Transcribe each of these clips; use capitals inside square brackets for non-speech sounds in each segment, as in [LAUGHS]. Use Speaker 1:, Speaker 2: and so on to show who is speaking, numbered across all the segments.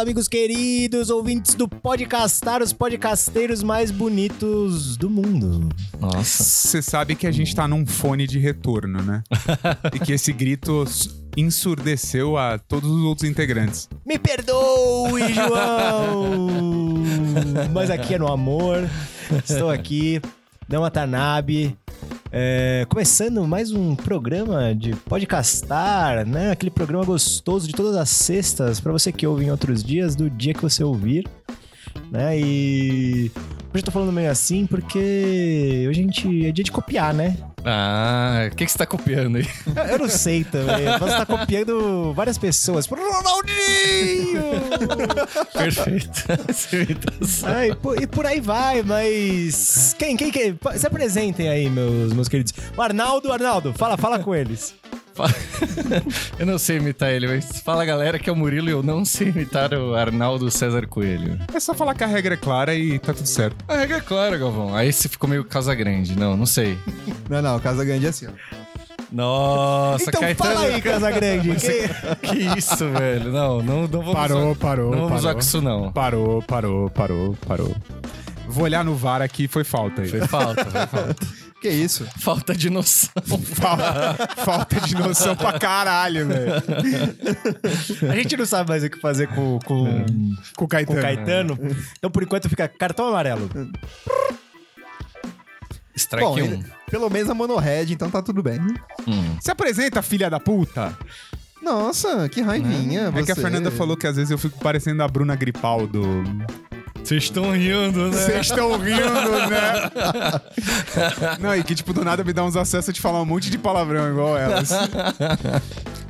Speaker 1: amigos queridos, ouvintes do Podcastar, os podcasteiros mais bonitos do mundo.
Speaker 2: Nossa.
Speaker 3: Você sabe que a gente tá num fone de
Speaker 2: [LAUGHS]
Speaker 3: retorno, né? e que esse grito ensurdeceu a todos os outros integrantes.
Speaker 1: Me perdoe, João! Mas aqui é no amor. Estou aqui, Dama Tanabe. É, começando mais um programa de podcastar, né? Aquele programa gostoso de todas as sextas, para você que ouve em outros dias, do dia que você ouvir, né? E hoje eu tô falando meio assim porque hoje a gente é dia de copiar, né?
Speaker 2: Ah, o que, que você tá copiando aí?
Speaker 1: Eu, eu não sei também, mas você tá copiando várias pessoas. Ronaldinho!
Speaker 2: Perfeito. [LAUGHS] Essa imitação.
Speaker 1: Ah, e, por, e por aí vai, mas. Quem, quem, quem? Pa- Se apresentem aí, meus, meus queridos. O Arnaldo, Arnaldo, fala, fala com eles.
Speaker 2: Eu não sei imitar ele, mas fala galera que é o Murilo e eu não sei imitar o Arnaldo César Coelho.
Speaker 3: É só falar que a regra é clara e tá tudo certo.
Speaker 2: A regra é clara, Galvão. Aí você ficou meio Casa Grande. Não, não sei.
Speaker 4: Não, não, Casa Grande é assim, ó.
Speaker 2: Nossa,
Speaker 1: então
Speaker 2: Caetano.
Speaker 1: fala aí, Casagrande. que-
Speaker 2: [LAUGHS] Que isso, velho. Não, não, não vamos
Speaker 3: Parou,
Speaker 2: zoar-
Speaker 3: parou,
Speaker 2: Não vamos
Speaker 3: parou.
Speaker 2: usar com isso, não.
Speaker 3: Parou, parou, parou, parou. Vou olhar no VAR aqui, foi falta aí.
Speaker 2: Foi falta, foi falta.
Speaker 4: Que isso?
Speaker 2: Falta de noção.
Speaker 3: Falta, [LAUGHS] falta de noção pra caralho, velho.
Speaker 1: A gente não sabe mais o que fazer com, com,
Speaker 3: Com
Speaker 1: com
Speaker 3: o Caetano.
Speaker 1: o Caetano. Então, por enquanto, fica cartão amarelo.
Speaker 2: Strike
Speaker 4: Bom,
Speaker 2: 1.
Speaker 4: ele- pelo menos a monohead, então tá tudo bem.
Speaker 3: Se apresenta, filha da puta.
Speaker 4: Nossa, que raivinha.
Speaker 3: É que a
Speaker 4: você.
Speaker 3: Fernanda falou que às vezes eu fico parecendo a Bruna Gripaldo.
Speaker 2: Vocês estão rindo, né?
Speaker 3: Vocês estão rindo, né? Não, e que tipo, do nada me dá uns acessos de falar um monte de palavrão igual elas.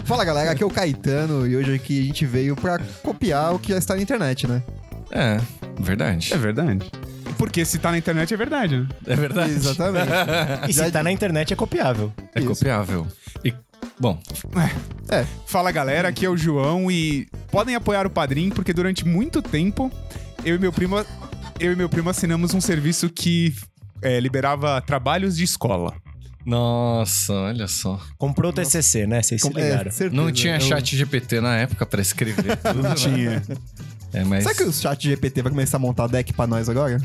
Speaker 4: Fala galera, aqui é o Caetano e hoje aqui a gente veio pra copiar o que já está na internet, né?
Speaker 2: É, verdade.
Speaker 3: É verdade. Porque se tá na internet é verdade, né?
Speaker 2: É verdade.
Speaker 4: Exatamente.
Speaker 1: E se tá na internet, é copiável.
Speaker 2: É
Speaker 4: Isso.
Speaker 2: copiável. E, bom,
Speaker 3: Fala galera, aqui é o João e podem apoiar o Padrim porque durante muito tempo eu e meu primo, eu e meu primo assinamos um serviço que é, liberava trabalhos de escola.
Speaker 2: nossa, olha só.
Speaker 1: Comprou o TCC, né? Vocês se
Speaker 4: Com- é,
Speaker 1: ligaram.
Speaker 4: certeza.
Speaker 2: Não tinha
Speaker 4: Eu-
Speaker 2: chat GPT na época pra escrever tudo. né?
Speaker 3: Tinha.
Speaker 2: É, mas.
Speaker 4: Será que o chat GPT vai começar a montar deck pra nós agora?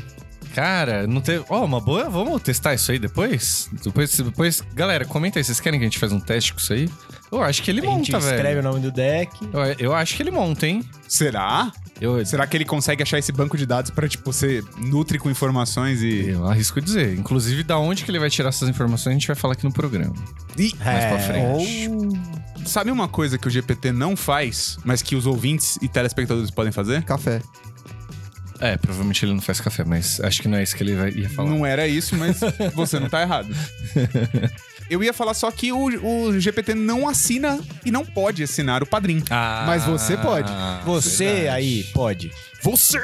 Speaker 2: Cara, não teve. Ó, uma boa. Vamos testar isso aí depois? Depois. depois... Galera, comenta aí. Vocês querem que a gente faça um teste com isso aí? Eu acho que ele
Speaker 1: A gente
Speaker 2: monta,
Speaker 1: escreve
Speaker 2: velho.
Speaker 1: o nome do deck.
Speaker 2: Eu, eu acho que ele monta, hein?
Speaker 3: Será?
Speaker 2: Eu,
Speaker 3: Será que ele consegue achar esse banco de dados pra tipo você nutre com informações e
Speaker 2: eu arrisco dizer. Inclusive, da onde que ele vai tirar essas informações, a gente vai falar aqui no programa.
Speaker 3: e
Speaker 2: Mais pra
Speaker 1: É,
Speaker 2: frente.
Speaker 3: sabe uma coisa que o GPT não faz, mas que os ouvintes e telespectadores podem fazer?
Speaker 4: Café.
Speaker 2: É, provavelmente ele não faz café, mas acho que não é isso que ele vai, ia falar.
Speaker 3: Não era isso, mas você não tá errado. Eu ia falar só que o, o GPT não assina e não pode assinar o padrinho.
Speaker 2: Ah,
Speaker 3: Mas você pode.
Speaker 1: Você aí pode.
Speaker 3: Você!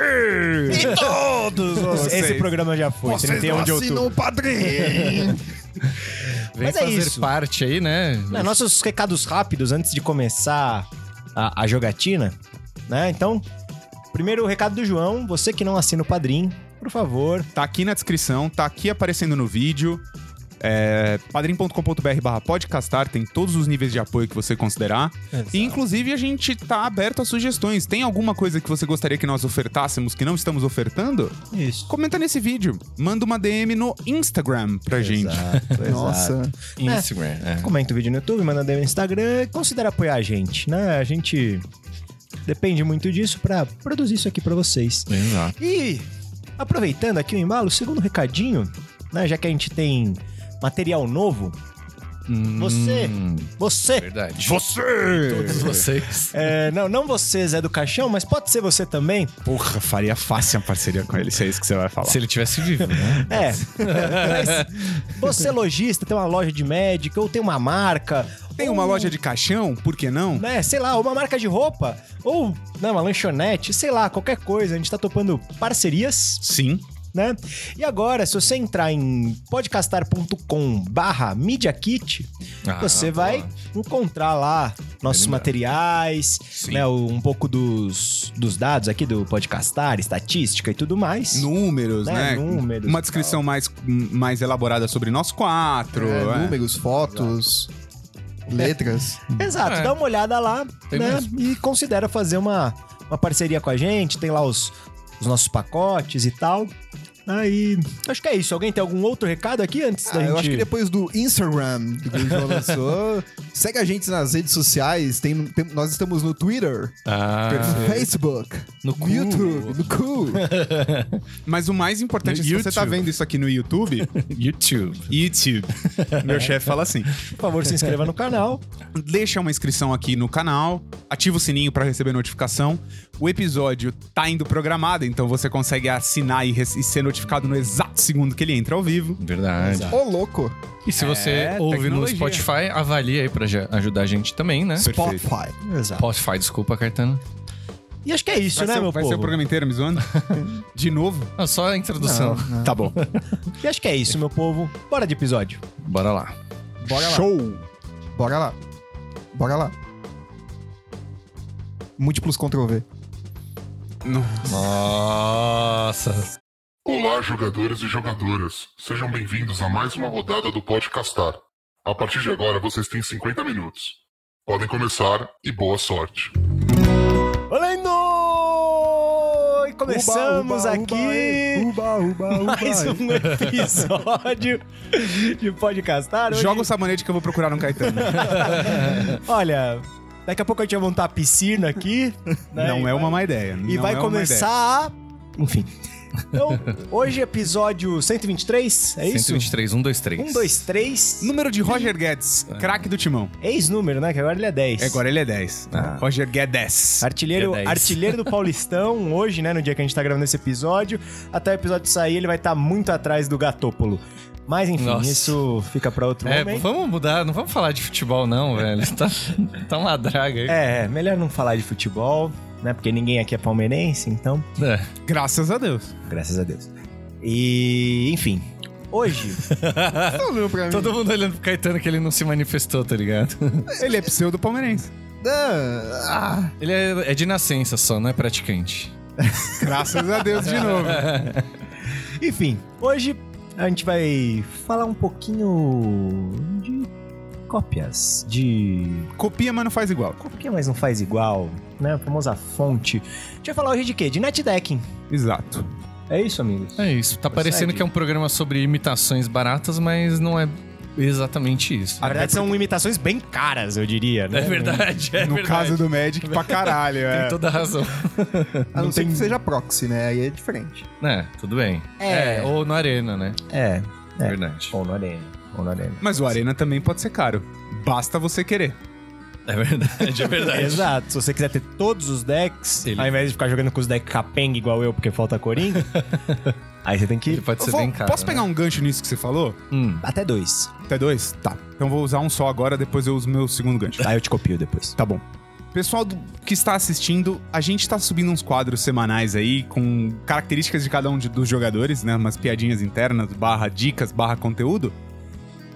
Speaker 1: Todos vocês. Esse
Speaker 3: Vocês.
Speaker 1: programa já foi. 31 de outubro.
Speaker 4: o padrinho!
Speaker 2: Vem
Speaker 1: Mas é
Speaker 2: fazer
Speaker 1: isso.
Speaker 2: parte aí, né?
Speaker 1: Né, nossos recados rápidos antes de começar a, a jogatina, né? Então, primeiro o recado do João, você que não assina o Padrim, por favor.
Speaker 3: Tá aqui na descrição, tá aqui aparecendo no vídeo. É, padrim.com.br barra podcastar tem todos os níveis de apoio que você considerar. E, inclusive, a gente tá aberto a sugestões. Tem alguma coisa que você gostaria que nós ofertássemos que não estamos ofertando?
Speaker 1: Isso.
Speaker 3: Comenta nesse vídeo. Manda uma DM no Instagram pra gente.
Speaker 1: [LAUGHS] Exato,
Speaker 4: Nossa.
Speaker 1: exato.
Speaker 2: Instagram, é.
Speaker 1: Comenta o vídeo no YouTube, manda DM no Instagram e considera apoiar a gente, né? A gente depende muito disso pra produzir isso aqui pra vocês.
Speaker 2: Exato.
Speaker 1: E aproveitando aqui o embalo, segundo recadinho, né, já que a gente tem material novo, Você.
Speaker 2: Hum,
Speaker 1: você
Speaker 2: Verdade.
Speaker 3: Você!
Speaker 2: Todos vocês.
Speaker 1: É, não, não você, Zé do Caixão, mas pode ser você também.
Speaker 3: Porra, faria fácil uma parceria com ele, se é isso que você vai falar.
Speaker 2: Se ele tivesse vivo, né?
Speaker 1: É. [LAUGHS] mas você, é lojista, tem uma loja de médica, ou tem uma marca.
Speaker 3: Tem
Speaker 1: ou,
Speaker 3: uma loja de caixão, por que não?
Speaker 1: Né, sei lá, uma marca de roupa, ou né, uma lanchonete, sei lá, qualquer coisa. A gente tá topando parcerias,
Speaker 3: Sim.
Speaker 1: né? E agora, se você entrar em podcastar.com barra Media Kit,
Speaker 2: Ah,
Speaker 1: você
Speaker 2: boa.
Speaker 1: vai encontrar lá nossos
Speaker 2: Bem lembrado.
Speaker 1: materiais,
Speaker 3: Sim.
Speaker 1: né, um pouco dos, dos dados aqui do Podcastar, estatística e tudo mais.
Speaker 3: Números, né?
Speaker 1: Né, números
Speaker 3: Uma
Speaker 1: e
Speaker 3: descrição mais, mais elaborada sobre nós quatro.
Speaker 4: É,
Speaker 3: é.
Speaker 4: Números, fotos, letras.
Speaker 1: Exato,
Speaker 2: É.
Speaker 1: dá uma olhada lá,
Speaker 2: Tem
Speaker 1: né?
Speaker 2: mesmo.
Speaker 1: E considera fazer uma uma parceria com a gente, tem lá os, os nossos pacotes e tal. Aí, acho que é isso. Alguém tem algum outro recado aqui antes da
Speaker 4: Ah,
Speaker 1: gente...
Speaker 4: Eu acho que depois do Instagram que o João lançou, segue a gente nas redes sociais. tem- tem- nós estamos no Twitter,
Speaker 2: Ah,
Speaker 4: no Facebook,
Speaker 2: No
Speaker 4: no
Speaker 2: cu.
Speaker 4: YouTube, no cu.
Speaker 3: Mas o mais importante é se você tá
Speaker 2: YouTube.
Speaker 3: vendo isso aqui no [LAUGHS] YouTube,
Speaker 2: YouTube.
Speaker 3: YouTube. Meu chefe fala assim:
Speaker 1: Por favor, se inscreva no canal.
Speaker 3: deixa uma inscrição aqui no canal, ativa o sininho pra receber notificação. O episódio tá indo programado, então você consegue assinar e, re- e ser notificado no exato segundo que ele entra ao vivo.
Speaker 2: Verdade.
Speaker 4: Ô, louco.
Speaker 2: E se você
Speaker 3: É,
Speaker 2: ouve no
Speaker 3: tecnologia.
Speaker 2: Spotify, avalie aí pra já- ajudar a gente também, né?
Speaker 3: Perfeito.
Speaker 4: Spotify.
Speaker 1: Exato.
Speaker 2: Spotify, desculpa, Caetano.
Speaker 1: E acho que é isso,
Speaker 3: Vai,
Speaker 1: né,
Speaker 4: um-
Speaker 3: ser,
Speaker 1: meu
Speaker 3: vai
Speaker 1: povo?
Speaker 3: ser o programa inteiro
Speaker 1: [LAUGHS]
Speaker 3: me zoando? De novo?
Speaker 2: Ah, só a introdução.
Speaker 3: Tá bom.
Speaker 1: E acho que é isso, meu povo. Bora de episódio.
Speaker 2: Bora lá.
Speaker 4: Bora lá.
Speaker 3: Show!
Speaker 4: Bora lá. Bora lá. Múltiplos Ctrl V.
Speaker 2: Nossa.
Speaker 5: Olá, jogadores e jogadoras. Sejam bem-vindos a mais uma rodada do Podcastar. A partir de agora, vocês têm 50 minutos. Podem começar e boa sorte.
Speaker 1: Olhando! E começamos
Speaker 4: Uba, uba,
Speaker 1: aqui
Speaker 4: Uba, uba, uba.
Speaker 1: mais
Speaker 4: uba.
Speaker 1: um episódio de Podcastar. Hoje,
Speaker 3: Joga o sabonete que eu vou procurar
Speaker 1: [LAUGHS]
Speaker 3: um Caetano.
Speaker 1: Olha, daqui a pouco a gente vai montar a piscina
Speaker 3: [LAUGHS]
Speaker 1: aqui. né?
Speaker 3: Não
Speaker 1: E
Speaker 3: é uma
Speaker 1: vai-
Speaker 3: má ideia.
Speaker 1: E
Speaker 3: não
Speaker 1: vai
Speaker 3: é uma má ideia.
Speaker 1: começar a... Enfim. Então, hoje episódio 123, é isso?
Speaker 2: 123, 123.
Speaker 1: 1, 2, 3.
Speaker 3: Número de Roger Guedes,
Speaker 1: É.
Speaker 3: craque do timão.
Speaker 1: Ex-número, né? Que agora ele é 10.
Speaker 3: Agora ele é 10.
Speaker 2: Ah.
Speaker 3: Roger Guedes.
Speaker 1: Artilheiro,
Speaker 2: Dia 10.
Speaker 1: artilheiro do
Speaker 3: [LAUGHS]
Speaker 1: Paulistão, hoje, né? No dia que a gente tá gravando esse episódio. Até o episódio sair, ele vai estar muito atrás do Gatópolo. Mas enfim,
Speaker 2: Nossa.
Speaker 1: isso fica pra outro
Speaker 2: É,
Speaker 1: momento.
Speaker 2: vamos mudar, não vamos falar de futebol, não, velho. Tá, tá uma draga aí.
Speaker 1: É, é, melhor não falar de futebol, né? Porque ninguém aqui é palmeirense, então,
Speaker 2: É.
Speaker 3: Graças a Deus.
Speaker 1: graças a Deus. E, enfim, hoje.
Speaker 4: Olhou pra mim.
Speaker 2: É. Todo mundo olhando pro Caetano que ele não se manifestou, tá ligado?
Speaker 3: Ele é pseudo palmeirense.
Speaker 4: Ah,
Speaker 2: Ele é, é de nascença só, não é praticante.
Speaker 3: Graças a Deus
Speaker 1: [LAUGHS]
Speaker 3: de novo.
Speaker 1: [LAUGHS] enfim, hoje a gente vai falar um pouquinho de cópias, de
Speaker 3: Copia, mas não faz igual.
Speaker 1: Por que mais não faz igual? Né? A famosa fonte. Deixa eu falar hoje de quê? De netdecking.
Speaker 3: Exato.
Speaker 1: É isso, amigos?
Speaker 2: É isso. Tá parecendo que é um programa sobre imitações baratas, mas não é exatamente isso.
Speaker 3: Ah,
Speaker 1: Na verdade, são imitações bem caras, eu diria, né?
Speaker 2: É verdade, é
Speaker 3: no
Speaker 2: verdade.
Speaker 3: caso do Magic, pra caralho.
Speaker 2: Tem
Speaker 3: É.
Speaker 2: toda a razão.
Speaker 4: a não,
Speaker 1: Não
Speaker 4: ser
Speaker 1: tem-
Speaker 4: que seja proxy, né? Aí é diferente.
Speaker 2: É, tudo bem.
Speaker 1: É.
Speaker 2: ou na arena, né?
Speaker 1: É. É.
Speaker 2: Verdade.
Speaker 1: Ou na arena. Ou na arena.
Speaker 3: Mas o Arena também pode ser caro. Basta você querer.
Speaker 2: É verdade, é verdade.
Speaker 1: Exato. Se você quiser ter todos os decks,
Speaker 2: Ele-
Speaker 1: ao invés de ficar jogando com os decks capenga igual eu, porque falta [LAUGHS] coringa, aí você tem que
Speaker 2: Ele
Speaker 1: ir
Speaker 2: pode ser
Speaker 3: Eu vou-
Speaker 2: bem caro. né?
Speaker 3: posso pegar um gancho nisso que você falou?
Speaker 2: Hum.
Speaker 1: até dois.
Speaker 3: Até dois? Tá. Então vou usar um só agora, depois eu uso meu segundo gancho.
Speaker 1: Aí eu te copio depois.
Speaker 3: Tá bom. Pessoal do- que está assistindo, a gente tá subindo uns quadros semanais aí com características de cada um de- dos jogadores, né? Umas piadinhas internas, barra dicas, barra conteúdo.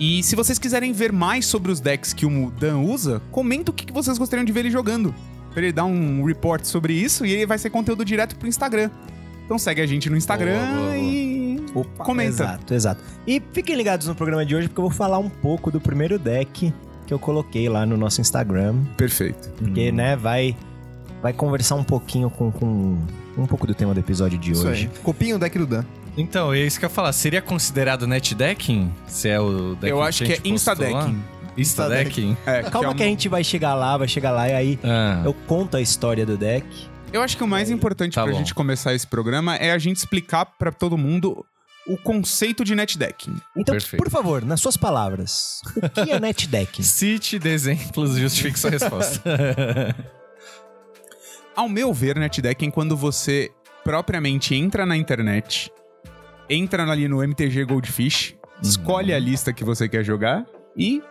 Speaker 3: E se vocês quiserem ver mais sobre os decks que o Dan usa, comenta o que que vocês gostariam de ver ele jogando. Pra ele dar um report sobre isso e ele vai ser conteúdo direto pro Instagram. Então segue a gente no Instagram
Speaker 2: Boa, boa, boa.
Speaker 3: e.
Speaker 1: Opa,
Speaker 3: Comenta.
Speaker 1: Exato, exato. E fiquem ligados no programa de hoje, porque eu vou falar um pouco do primeiro deck que eu coloquei lá no nosso Instagram.
Speaker 3: Perfeito.
Speaker 1: Porque, né, vai, vai conversar um pouquinho com, com um pouco do tema do episódio de
Speaker 4: Isso
Speaker 1: hoje.
Speaker 4: aí. Copinha o deck do Dan.
Speaker 3: um-
Speaker 2: Então, é isso que eu ia falar. Seria considerado netdecking? Se é o decking
Speaker 3: Eu acho que é Instadecking.
Speaker 2: Instadecking?
Speaker 3: É, que
Speaker 1: Calma
Speaker 3: é um-
Speaker 1: que a gente vai chegar lá, vai chegar lá e aí
Speaker 2: Ah,
Speaker 1: eu conto a história do deck.
Speaker 3: Eu acho que o mais importante
Speaker 2: Tá
Speaker 3: pra
Speaker 2: bom.
Speaker 3: gente começar esse programa é a gente explicar pra todo mundo o conceito de netdecking.
Speaker 1: Então,
Speaker 2: Perfeito.
Speaker 1: por favor, nas suas palavras, o que é
Speaker 2: [LAUGHS]
Speaker 1: netdeck?
Speaker 2: Cite de exemplos, justifique sua resposta.
Speaker 3: Ao meu ver, netdecking é quando você propriamente entra na internet, entra ali no MTG Goldfish, escolhe a lista que você quer jogar e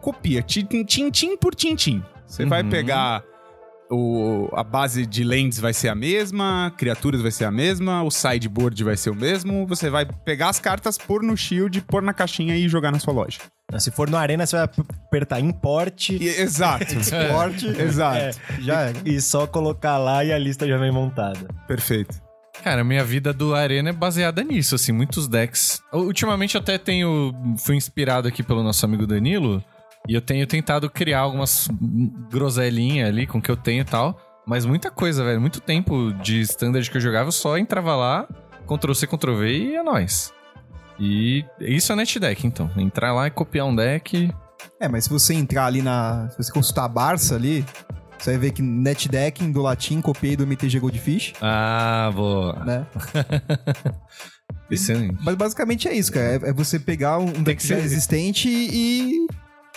Speaker 3: copia tim- tim tim por tim tim. Você vai
Speaker 2: Uhum.
Speaker 3: pegar o, a base de lands vai ser a mesma, criaturas vai ser a mesma, o sideboard vai ser o mesmo, você vai pegar as cartas, pôr no shield, pôr na caixinha e jogar na sua loja.
Speaker 1: Né, Se for no Arena, você vai apertar import
Speaker 3: E- Exato.
Speaker 4: Forte.
Speaker 3: Exato.
Speaker 4: Já era.
Speaker 1: e só colocar lá e a lista já vem montada.
Speaker 3: Perfeito.
Speaker 2: Cara, minha vida do Arena é baseada nisso, assim, muitos decks. Ultimamente eu até tenho. Fui inspirado aqui pelo nosso amigo Danilo. E eu tenho tentado criar algumas groselinhas ali com o que eu tenho e tal. Mas muita coisa, velho. Muito tempo de standard que eu jogava, eu só entrava lá, Ctrl-C, Ctrl-V e é nóis. E isso é netdeck, então. Entrar lá e copiar um deck.
Speaker 4: É, mas se você entrar ali na. Se você consultar a Barça ali, você vai ver que netdecking do latim copiei do MTG Goldfish,
Speaker 2: Ah, boa.
Speaker 4: né?
Speaker 2: Excelente.
Speaker 4: Mas basicamente é isso, cara. É, é você pegar um deck
Speaker 2: que
Speaker 4: já
Speaker 2: ser-
Speaker 4: existente e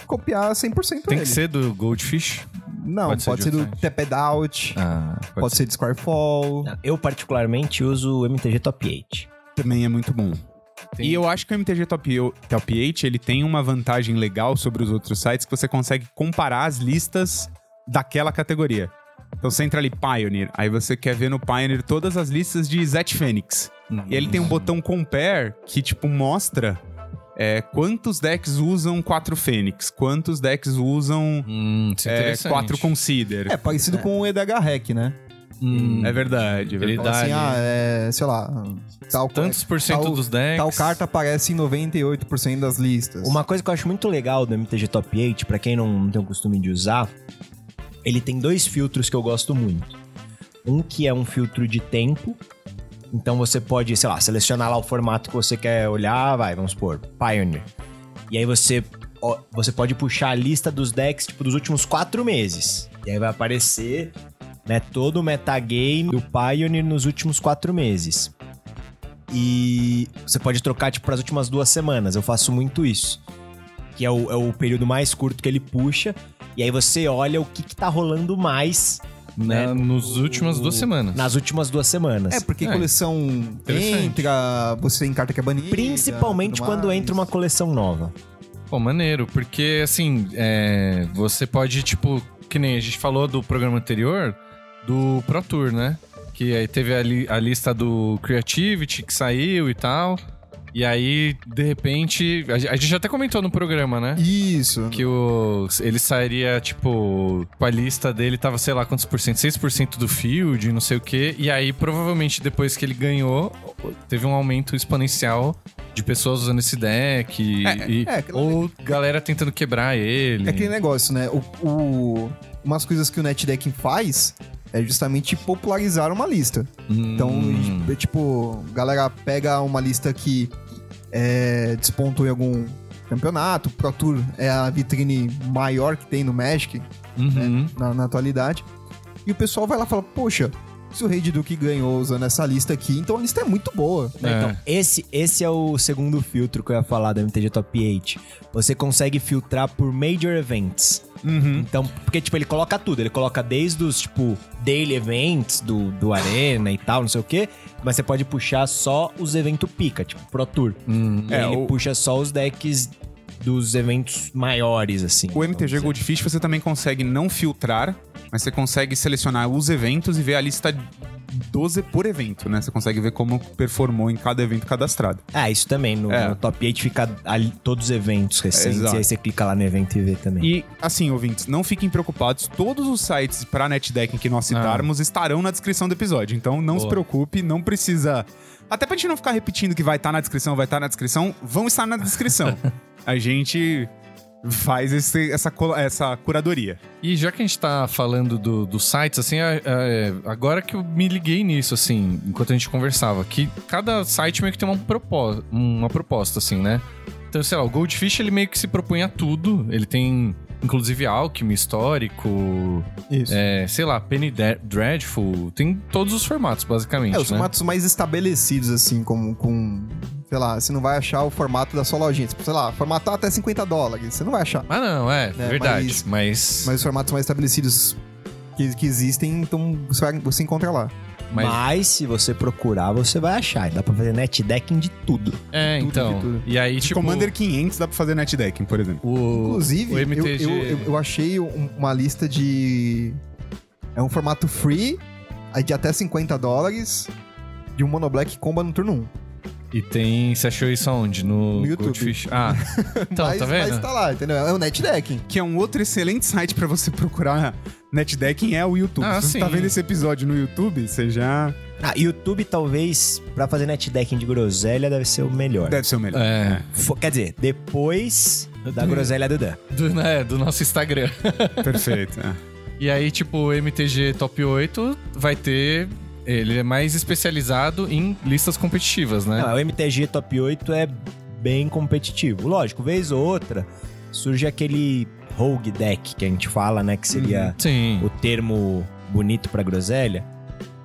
Speaker 4: copiar 100%
Speaker 2: Tem
Speaker 4: ele.
Speaker 2: que ser do Goldfish?
Speaker 4: Não,
Speaker 2: pode
Speaker 4: pode,
Speaker 2: ser de
Speaker 4: ser, do
Speaker 2: outro
Speaker 4: Tapped Out, pode,
Speaker 2: Ah, pode, ser.
Speaker 4: ser de Squarefall.
Speaker 1: Eu, particularmente, uso o MTG Top 8.
Speaker 3: Também é muito bom.
Speaker 2: Tem-
Speaker 3: E eu acho que o MTG Top, Eu- Top 8 ele tem uma vantagem legal sobre os outros sites que você consegue comparar as listas daquela categoria. Então você entra ali Pioneer, aí você quer ver no Pioneer todas as listas de Zet Fênix. E ele
Speaker 2: Hum.
Speaker 3: tem um botão Compare que, tipo, mostra é, quantos decks usam 4 Fênix, quantos decks usam
Speaker 2: Hum, isso é
Speaker 3: é,
Speaker 2: interessante.
Speaker 3: 4 Consider.
Speaker 4: É, parecido com o EDH Hack, né?
Speaker 2: Hum,
Speaker 3: É verdade, é
Speaker 2: Ele
Speaker 3: verdade.
Speaker 4: Fala
Speaker 2: dá
Speaker 4: assim,
Speaker 2: Tá ali
Speaker 4: ah, é, sei lá, tal,
Speaker 2: tantos por cento
Speaker 4: É, tal-
Speaker 2: dos decks.
Speaker 4: tal carta aparece em 98% das listas.
Speaker 1: Uma coisa que eu acho muito legal do MTG Top 8, pra quem não tem o costume de usar, ele tem dois filtros que eu gosto muito. Um que é um filtro de tempo. Então você pode, sei lá, selecionar lá o formato que você quer olhar, vai, vamos supor, Pioneer. E aí você, ó, você pode puxar a lista dos decks, tipo, dos últimos quatro meses. E aí vai aparecer, né, todo o metagame do Pioneer nos últimos quatro meses. E você pode trocar, tipo, pras últimas duas semanas. Eu faço muito isso. Que é o, é o período mais curto que ele puxa. E aí você olha o que, que tá rolando mais
Speaker 2: né,
Speaker 1: né,
Speaker 2: nos últimas duas semanas.
Speaker 1: nas últimas duas semanas.
Speaker 4: É, porque
Speaker 2: É.
Speaker 4: coleção
Speaker 2: Interessante.
Speaker 4: entra, você tem carta que é banida.
Speaker 1: Principalmente
Speaker 4: tudo
Speaker 1: quando
Speaker 4: mais.
Speaker 1: entra uma coleção nova.
Speaker 2: Pô, maneiro, porque assim, é, você pode, tipo, que nem a gente falou do programa anterior, do Pro Tour, né? Que aí teve a, li- a lista do Creativity que saiu e tal. E aí, de repente, a, ge- a gente até comentou no programa, né?
Speaker 4: Isso.
Speaker 2: Que o, ele sairia, tipo, com a lista dele tava, sei lá quantos por cento, 6% do field, não sei o quê. E aí, provavelmente, depois que ele ganhou, teve um aumento exponencial de pessoas usando esse deck. e- e-
Speaker 4: é, aquela-
Speaker 2: ou galera tentando quebrar ele.
Speaker 4: É aquele negócio, né? O, o- umas coisas que o NetDeck faz é justamente popularizar uma lista.
Speaker 2: Hum,
Speaker 4: Então, é tipo, a galera pega uma lista que é, despontou em algum campeonato, Pro Tour é a vitrine maior que tem no Magic
Speaker 2: uhum.
Speaker 4: na, na atualidade. E o pessoal vai lá e fala, poxa, se o Rei de Duke ganhou usando essa lista aqui, então a lista é muito boa.
Speaker 2: É.
Speaker 1: Então, esse, esse é o segundo filtro que eu ia falar do MTG Top 8. Você consegue filtrar por Major Events.
Speaker 3: Uhum.
Speaker 1: Então, porque, tipo, ele coloca tudo. Ele coloca desde os, tipo, daily events do, do Arena e tal, não sei o quê. Mas você pode puxar só os eventos pica, tipo, Pro Tour.
Speaker 2: Hum.
Speaker 1: E
Speaker 3: É,
Speaker 1: ele
Speaker 3: o-
Speaker 1: puxa só os decks dos eventos maiores, assim.
Speaker 3: O
Speaker 1: vamos
Speaker 3: MTG
Speaker 1: dizer.
Speaker 3: Goldfish você também consegue não filtrar, mas você consegue selecionar os eventos e ver a lista 12 por evento, né? Você consegue ver como performou em cada evento cadastrado.
Speaker 1: Ah, isso também. No,
Speaker 3: É.
Speaker 1: no top 8 fica ali todos os eventos recentes.
Speaker 3: Exato.
Speaker 1: e aí você clica lá no evento e vê também.
Speaker 3: E, assim, ouvintes, não fiquem preocupados. Todos os sites para NetDeck que nós citarmos estarão na descrição do episódio. Então, não se
Speaker 2: Ah. Boa.
Speaker 3: preocupe, não precisa... Até pra gente não ficar repetindo que vai estar na descrição, vai estar na descrição, vão estar
Speaker 2: [LAUGHS]
Speaker 3: na descrição. a gente faz esse- essa, col- essa curadoria.
Speaker 2: E já que a gente tá falando do- dos sites, assim, é- é- agora que eu me liguei nisso, assim, enquanto a gente conversava, que cada site meio que tem uma, propó- uma proposta, assim, né? Então, sei lá, o Goldfish ele meio que se propõe a tudo. Ele tem, inclusive, Alchemy, Histórico,
Speaker 4: Isso. É,
Speaker 2: é, sei lá, Penny Dre- Dreadful. Tem todos os formatos, basicamente.
Speaker 4: É, os
Speaker 2: né?
Speaker 4: formatos mais estabelecidos, assim, como com. Sei lá, você não vai achar o formato da sua lojinha. Tipo, sei lá, formatar até 50 dólares. Você não vai achar.
Speaker 2: Ah, não, é,
Speaker 4: É,
Speaker 2: verdade. Mas,
Speaker 4: Mas os formatos mais estabelecidos que, que existem, então você, vai, você encontra lá.
Speaker 2: mas-
Speaker 1: Mas... se você procurar, você vai achar. Dá pra fazer net decking de tudo.
Speaker 2: é,
Speaker 4: tudo,
Speaker 2: então.
Speaker 4: de tudo.
Speaker 2: E aí, tipo.
Speaker 3: Commander 500 dá pra fazer NetDeck, por exemplo.
Speaker 2: o,
Speaker 4: Inclusive,
Speaker 2: o
Speaker 4: eu-
Speaker 2: MTG.
Speaker 4: eu, eu, eu achei um- uma lista de. É um formato free, aí de até 50 dólares, de um monoblack comba no turno 1.
Speaker 2: E tem. Você achou isso aonde? No,
Speaker 4: No YouTube.
Speaker 2: Goldfish?
Speaker 4: [LAUGHS]
Speaker 2: Ah. Então,
Speaker 4: mas,
Speaker 2: tá vendo?
Speaker 4: mas tá lá, entendeu? É o netdecking.
Speaker 3: que é um outro excelente site pra você procurar netdecking é o YouTube.
Speaker 2: Ah,
Speaker 3: Se você
Speaker 2: sim.
Speaker 3: tá vendo esse episódio no YouTube, você já
Speaker 1: Ah, YouTube talvez, pra fazer net decking de groselha, deve ser o melhor.
Speaker 3: deve ser o melhor.
Speaker 2: É.
Speaker 1: Fo- Quer dizer, depois da groselha do Dan.
Speaker 2: Do, né, do nosso Instagram.
Speaker 3: [LAUGHS] Perfeito. é.
Speaker 2: E aí, tipo, o MTG Top 8 vai ter. Ele é mais especializado em listas competitivas,
Speaker 3: É.
Speaker 2: né?
Speaker 4: Ah.
Speaker 1: Não, o MTG Top 8 é bem competitivo. Lógico, vez ou outra, surge aquele rogue deck que a gente fala, né? Que
Speaker 3: Uhum.
Speaker 1: seria
Speaker 2: Sim.
Speaker 1: o termo bonito pra groselha.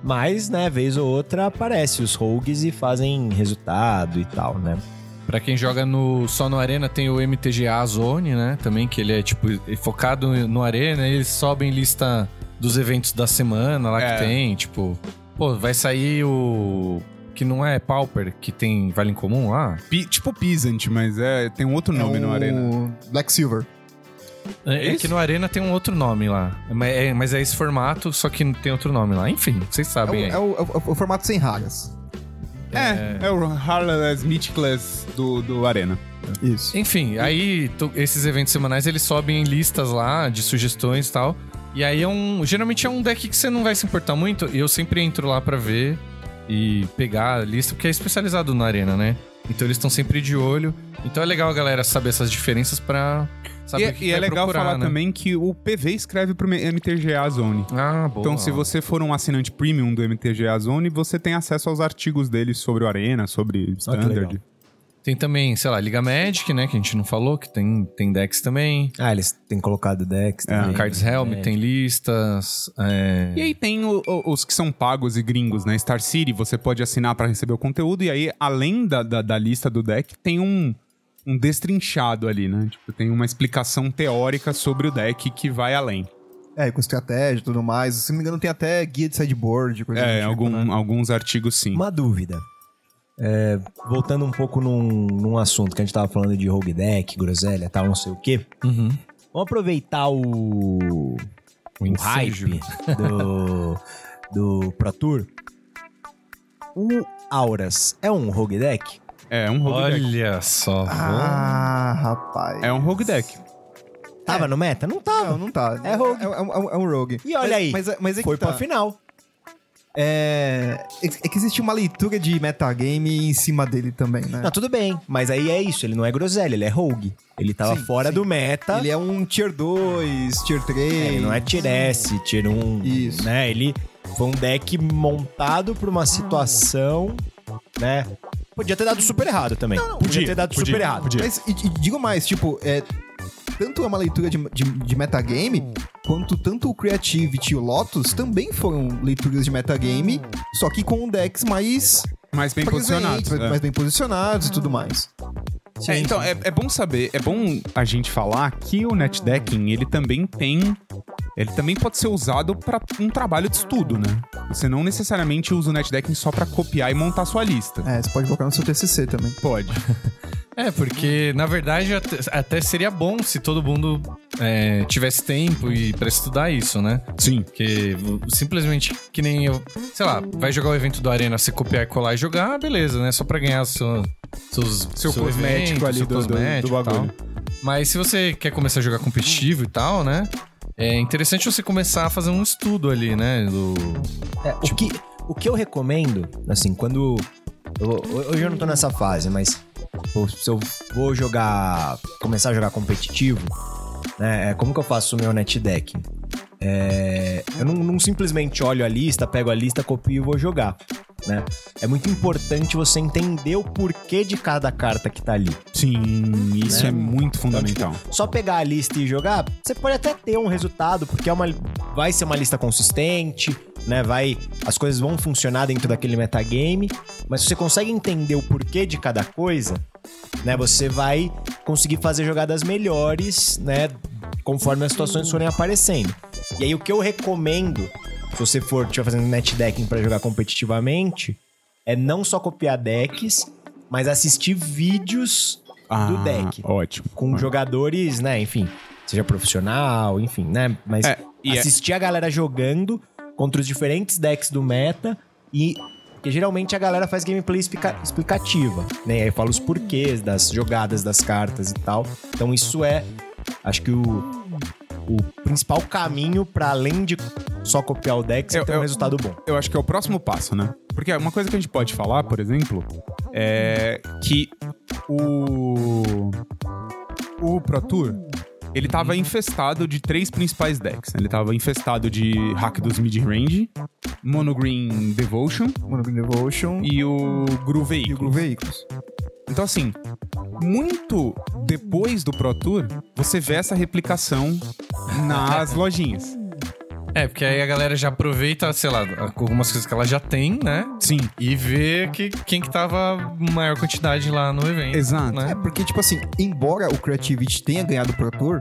Speaker 1: Mas, né, vez ou outra aparece os rogues e fazem resultado e tal, né?
Speaker 2: Pra quem joga no só no Arena, tem o MTGA Zone, né? Também, que ele é, tipo, focado no Arena. Eles sobem lista dos eventos da semana lá
Speaker 3: É.
Speaker 2: que tem. Tipo, pô, vai sair o. Que não é Pauper, que tem Vale em Comum lá.
Speaker 3: Pi- tipo Peasant, mas é, tem um outro nome
Speaker 4: é
Speaker 3: no
Speaker 4: o
Speaker 3: Arena.
Speaker 4: Black Silver.
Speaker 2: É, é
Speaker 3: Isso?
Speaker 2: que no Arena tem um outro nome lá. Mas é, mas é esse formato, só que tem outro nome lá. Enfim, vocês
Speaker 4: É o,
Speaker 3: um-
Speaker 2: sabem. Tá aí.
Speaker 4: é o- é o- é o formato sem raras.
Speaker 3: É, é, o Harless Mythicless do, do Arena.
Speaker 2: É.
Speaker 4: Isso.
Speaker 2: Enfim, aí tu- esses eventos semanais eles sobem em listas lá de sugestões e tal. E aí é um. Geralmente é um deck que você não vai se importar muito. E eu sempre entro lá pra ver e pegar a lista, porque é especializado na arena, né? Então eles estão sempre de olho. Então é legal a galera saber essas diferenças pra saber
Speaker 3: E,
Speaker 2: o que
Speaker 3: e é
Speaker 2: vai
Speaker 3: legal
Speaker 2: procurar,
Speaker 3: falar
Speaker 2: né?
Speaker 3: também que o PV escreve pro MTGA Zone.
Speaker 2: Ah, boa.
Speaker 3: Então, se você for um assinante premium do MTGA Zone, você tem acesso aos artigos dele sobre o Arena, sobre Standard.
Speaker 1: legal.
Speaker 2: Tem também, sei lá, Liga Magic, né? Que a gente não falou, que tem, tem decks também.
Speaker 1: Ah, eles têm colocado decks
Speaker 3: É,
Speaker 1: também.
Speaker 2: Cards Helm,
Speaker 1: é.
Speaker 2: tem listas. é,
Speaker 3: E aí tem o- o- os que são pagos e gringos, né? Star City, você pode assinar pra receber o conteúdo. E aí, além da, da, da lista do deck, tem um, um destrinchado ali, né? Tipo, tem uma explicação teórica sobre o deck que vai além.
Speaker 4: É, com estratégia e tudo mais. Se não me engano, tem até guia de sideboard, coisa do
Speaker 3: É,
Speaker 4: tipo,
Speaker 3: algum-
Speaker 4: né?
Speaker 3: alguns artigos sim.
Speaker 1: Uma dúvida. É, voltando um pouco num, num assunto que a gente tava falando de rogue deck, groselha, tal, não sei o quê.
Speaker 2: Uhum.
Speaker 1: Vamos aproveitar o, o hype do, [LAUGHS] do Pro Tour. O Auras é um rogue deck?
Speaker 3: É um rogue deck.
Speaker 2: Olha só.
Speaker 4: Ah, rapaz.
Speaker 3: É um rogue deck.
Speaker 1: Tava no meta? Não tava.
Speaker 4: É. Não, não tá.
Speaker 1: É rogue.
Speaker 4: É, é um- é um- é um rogue.
Speaker 1: E olha
Speaker 4: Mas-
Speaker 1: aí,
Speaker 4: Mas, é- mas é
Speaker 1: Foi
Speaker 4: que tá.
Speaker 1: pra final.
Speaker 4: É, é que existe uma leitura de metagame em cima dele também, né?
Speaker 1: Não, tudo bem. Mas aí é isso. Ele não é groselha, ele é rogue. Ele tava
Speaker 4: Sim,
Speaker 1: fora
Speaker 4: sim.
Speaker 1: do meta.
Speaker 4: Ele é um tier 2, tier 3.
Speaker 1: É, Ele não é tier S, tier 1.
Speaker 4: Isso.
Speaker 1: Né? Ele foi um deck montado pra uma situação, né? Podia ter dado super errado também. podia, ter dado
Speaker 3: podia,
Speaker 1: super errado.
Speaker 3: podia.
Speaker 4: Mas e- e digo mais, tipo, é, tanto é uma leitura de, de, de metagame, quanto tanto o Creativity e o Lotus também foram leituras de metagame, só que com decks mais
Speaker 3: Mas bem
Speaker 4: presentes,
Speaker 3: posicionado. é.
Speaker 4: mais bem posicionados e tudo mais.
Speaker 3: É, então, é, é bom saber, é bom a gente falar que o netdecking, ele também tem... Ele também pode ser usado para um trabalho de estudo, né? Você não necessariamente usa o netdecking só para copiar e montar sua lista.
Speaker 4: É, você pode colocar no seu TCC também.
Speaker 3: Pode.
Speaker 2: É, porque na verdade até, até seria bom se todo mundo é, tivesse tempo e para estudar isso, né?
Speaker 3: [LAUGHS] Sim.
Speaker 2: Porque v- simplesmente que nem eu, sei lá, vai jogar o evento do Arena, você copiar, colar e jogar, beleza, né? Só pra ganhar sua, seus,
Speaker 3: Seu cosmético ali
Speaker 2: seu
Speaker 3: do- do- do
Speaker 2: cosmético e tal.
Speaker 3: bagulho.
Speaker 2: Mas se você quer começar a jogar competitivo e tal, né? É interessante você começar a fazer um estudo ali, né? Do,
Speaker 1: É, o, que, o que eu recomendo, assim, quando. eu- hoje eu não tô nessa fase, mas pô, se eu vou jogar. começar a jogar competitivo, né? é, Como que eu faço o meu net deck? É, eu não, não simplesmente olho a lista, pego a lista, copio e vou jogar. Né? É muito importante você entender o porquê de cada carta que tá ali.
Speaker 3: Sim, isso é, muito fundamental.
Speaker 1: Só pegar a lista e jogar, você pode até ter um resultado, porque é uma, vai ser uma lista consistente, né? Vai, as coisas vão funcionar dentro daquele metagame, mas se você consegue entender o porquê de cada coisa, né? Você vai conseguir fazer jogadas melhores, né? Conforme as situações forem aparecendo. E aí o que eu recomendo, se você for tiver fazendo net decking para jogar competitivamente, é não só copiar decks, mas assistir vídeos
Speaker 3: Ah,
Speaker 1: deck.
Speaker 3: Ótimo.
Speaker 1: com
Speaker 3: Ah.
Speaker 1: jogadores, né, enfim, seja profissional, enfim, né, mas
Speaker 3: É, e é-
Speaker 1: assistir a galera jogando contra os diferentes decks do meta e porque geralmente a galera faz gameplay explica- explicativa, né, e aí fala os porquês das jogadas das cartas e tal. Então isso é, acho que o, o principal caminho pra além de só copiar o deck, você
Speaker 3: Eu-
Speaker 1: ter um
Speaker 3: eu-
Speaker 1: resultado bom.
Speaker 3: eu acho que é o próximo passo, né? Porque uma coisa que a gente pode falar, por exemplo, é que o o Pro Tour Ele tava infestado de três principais decks. né? Ele tava infestado de hack dos mid-range, Monogreen Devotion
Speaker 4: Mano, Green Devotion e,
Speaker 3: e o Groove
Speaker 4: e o Groove Veículos.
Speaker 3: Então, assim, muito depois do Pro Tour, você vê essa replicação nas lojinhas.
Speaker 2: É, porque aí a galera já aproveita, sei lá, algumas coisas que ela já tem, né?
Speaker 3: Sim.
Speaker 2: E vê que, quem que tava maior quantidade lá no evento.
Speaker 3: Exato.
Speaker 2: Né?
Speaker 4: É, porque, tipo assim, embora o Creativity tenha ganhado o Pro Tour,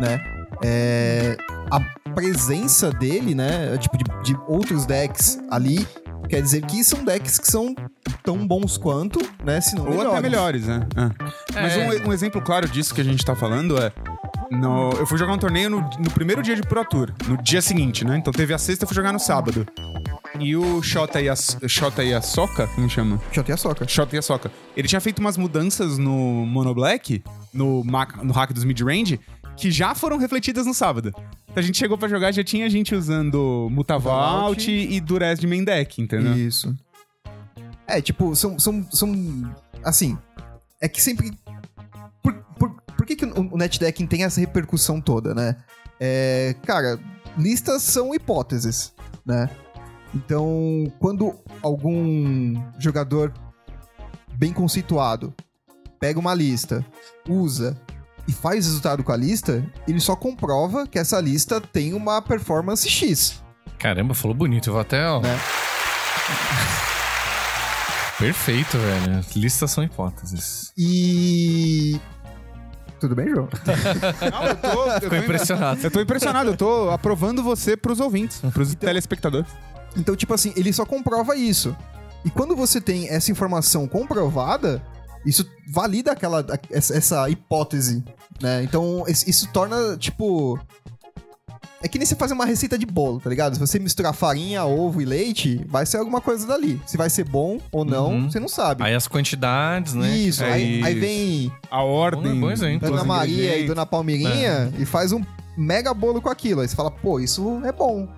Speaker 4: né? é, a presença dele, né? é, Tipo, de, de outros decks ali, quer dizer que são decks que são tão bons quanto, né? Se não
Speaker 3: Ou até melhores, né? É. Mas
Speaker 2: É.
Speaker 3: um, um exemplo claro disso que a gente tá falando é. no- eu fui jogar um torneio no, no primeiro dia de Pro Tour, no dia seguinte, né? Então teve a sexta, eu fui jogar no sábado. E o Shota e a, Shota e a Soca, como chama?
Speaker 4: Já tem a soca.
Speaker 3: Shota e a Soca. Ele tinha feito umas mudanças no Mono Black, no, ma- no hack dos mid-range, que já foram refletidas no sábado. Então a gente chegou pra jogar, já tinha gente usando Mutavault
Speaker 4: Mutavault.
Speaker 3: e Durez de main deck, entendeu?
Speaker 4: Isso. É, tipo, são. são, são assim, é que sempre. Por, por, por que, que o o NetDecking tem essa repercussão toda, né? É, cara, listas são hipóteses, né? Então, quando algum jogador bem conceituado pega uma lista, usa e faz resultado com a lista, ele só comprova que essa lista tem uma performance X.
Speaker 2: Caramba, falou bonito. Eu vou até, ó.
Speaker 4: Né?
Speaker 2: Perfeito, velho. Listas são hipóteses.
Speaker 4: E. Tudo bem, João?
Speaker 3: Não, eu tô, eu tô
Speaker 2: Ficou impressionado.
Speaker 3: Eu tô impressionado, eu tô aprovando você pros ouvintes, pros telespectadores.
Speaker 4: Então, tipo assim, ele só comprova isso. E quando você tem essa informação comprovada, isso valida aquela a- essa essa hipótese, né? Então, es- isso torna, tipo... É que nem você fazer uma receita de bolo, tá ligado? Se você misturar farinha, ovo e leite, vai ser alguma coisa dali. Se vai ser bom ou não,
Speaker 2: Uhum.
Speaker 4: você não sabe.
Speaker 2: Aí as quantidades, né?
Speaker 4: Isso,
Speaker 2: É
Speaker 4: aí, aí
Speaker 2: isso.
Speaker 4: vem
Speaker 3: A
Speaker 2: Bom,
Speaker 3: ordem.
Speaker 2: é bom exemplo.
Speaker 3: dos
Speaker 4: Dona Maria e
Speaker 3: ingredientes.
Speaker 4: Dona
Speaker 2: É.
Speaker 4: Palmeirinha e faz um mega bolo com aquilo. Aí você fala, pô, isso é bom.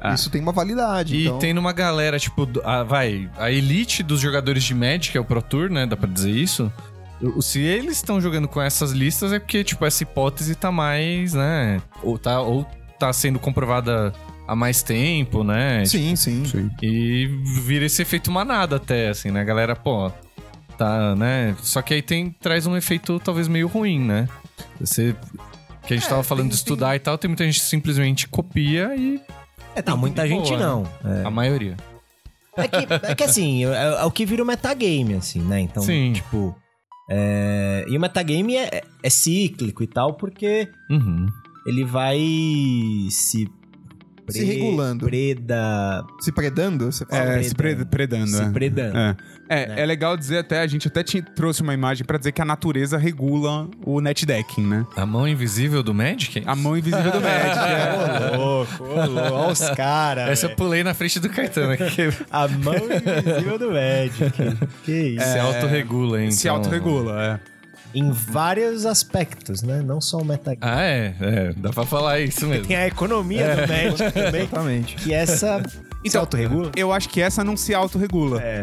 Speaker 3: Ah.
Speaker 4: Isso tem uma validade.
Speaker 2: E
Speaker 4: então...
Speaker 2: tem numa galera, tipo, do- a- vai, a elite dos jogadores de Magic, que é o Pro Tour, né? Dá pra dizer isso. O- Se eles estão jogando com essas listas, é porque, tipo, essa hipótese tá mais, né? Ou tá, ou tá sendo comprovada há mais tempo, né?
Speaker 4: Sim, sim.
Speaker 2: E vira esse efeito manada até, assim, né? A galera, pô, tá, né? Só que aí tem, traz um efeito talvez meio ruim, né? Você. Que a gente tava falando
Speaker 4: É,
Speaker 2: de
Speaker 4: tem-
Speaker 2: estudar e tal, tem muita gente que simplesmente copia e
Speaker 1: É, tá, muita
Speaker 2: de
Speaker 1: gente
Speaker 2: boa, né?
Speaker 1: não.
Speaker 2: a maioria.
Speaker 1: É que, é que assim, é, é o que vira o metagame, assim, né? Então,
Speaker 2: Sim.
Speaker 1: tipo. é, E o metagame é, é- é cíclico e tal, porque
Speaker 2: Uhum.
Speaker 1: ele vai se.
Speaker 4: Se regulando.
Speaker 1: Preda.
Speaker 4: Se predando, você fala.
Speaker 3: É, se pre- predando.
Speaker 1: Se
Speaker 3: é.
Speaker 1: predando.
Speaker 3: É. É,
Speaker 1: Né?
Speaker 3: é legal dizer até, a gente até te trouxe uma imagem pra dizer que a natureza regula o netdecking, né?
Speaker 2: A mão invisível do Magic? é isso?
Speaker 3: A mão
Speaker 2: [LAUGHS]
Speaker 3: invisível do
Speaker 2: É.
Speaker 3: Magic.
Speaker 1: tipo, [LAUGHS] Ô, louco, ô, louco. Olha os caras.
Speaker 3: é.
Speaker 2: Essa é eu pulei na frente do Caetano
Speaker 3: [LAUGHS]
Speaker 2: aqui.
Speaker 1: A mão invisível do Magic. [LAUGHS] Que isso.
Speaker 2: Se autorregula, hein?
Speaker 3: é. Se
Speaker 2: então.
Speaker 3: autorregula, é.
Speaker 1: Em vários aspectos, né? Não só o metagame.
Speaker 2: Ah, é, é. Dá pra falar isso mesmo. É.
Speaker 1: Tem a economia do Magic também,
Speaker 4: Exatamente.
Speaker 1: que [LAUGHS] essa se
Speaker 3: Então-
Speaker 1: autorregula.
Speaker 3: Eu acho que essa não se autorregula.
Speaker 1: É.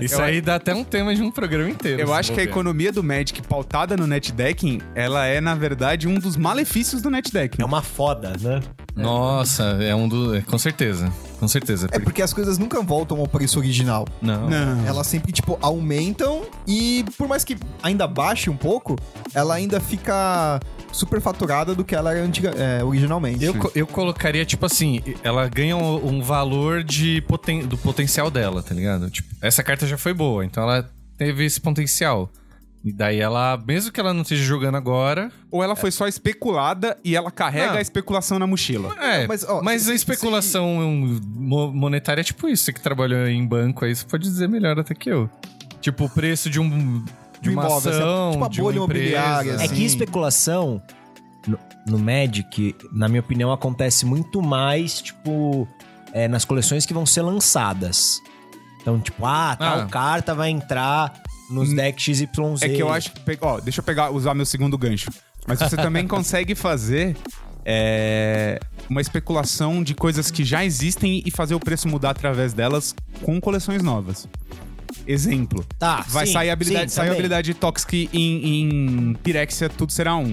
Speaker 2: Isso aí dá até um tema de um programa inteiro.
Speaker 3: Eu
Speaker 2: se
Speaker 3: acho que a
Speaker 2: bobear.
Speaker 3: economia do Magic pautada no netdecking, ela é, na verdade, um dos malefícios do netdecking.
Speaker 1: É uma foda, né?
Speaker 2: Nossa, é um do. é, Com certeza. Com certeza.
Speaker 4: É porque as coisas nunca voltam ao preço original.
Speaker 2: Não.
Speaker 3: Não.
Speaker 4: Elas sempre, tipo, aumentam e, por mais que ainda baixe um pouco, ela ainda fica superfaturada do que ela era antiga, é, originalmente.
Speaker 2: Eu, co- eu colocaria, tipo assim, ela ganha um, um valor de poten- do potencial dela, tá ligado? Tipo, essa carta já foi boa, então ela teve esse potencial. E daí ela, mesmo que ela não esteja jogando agora.
Speaker 3: Ou ela foi só especulada e ela carrega
Speaker 1: Ah.
Speaker 2: Não.
Speaker 3: a especulação na mochila.
Speaker 2: É,
Speaker 4: mas,
Speaker 2: mas,
Speaker 4: ó, se-
Speaker 2: a especulação é um mo- monetária é tipo isso. Você que trabalhou em banco aí, você pode dizer melhor até que eu. Tipo, o preço de um. De
Speaker 4: Um
Speaker 2: uma
Speaker 4: imóvel,
Speaker 2: ação,
Speaker 4: tipo uma
Speaker 2: de
Speaker 4: bolha
Speaker 2: uma
Speaker 4: imobiliária,
Speaker 2: empresa.
Speaker 4: assim.
Speaker 1: É
Speaker 4: Sim.
Speaker 1: que especulação no, no Magic, na minha opinião, acontece muito mais, tipo, é, nas coleções que vão ser lançadas. Então, tipo, ah, tal
Speaker 2: Ah.
Speaker 1: carta vai entrar nos decks XYZ.
Speaker 3: É que eu acho que. pe- Ó, deixa eu pegar, usar meu segundo gancho. Mas você também [LAUGHS] consegue fazer é, uma especulação de coisas que já existem e fazer o preço mudar através delas com coleções novas. Exemplo.
Speaker 1: Tá,
Speaker 3: Vai
Speaker 1: sim,
Speaker 3: sair a habilidade,
Speaker 1: sim,
Speaker 3: saiu a
Speaker 1: também.
Speaker 3: habilidade Toxic em, em Pirexia, tudo será um.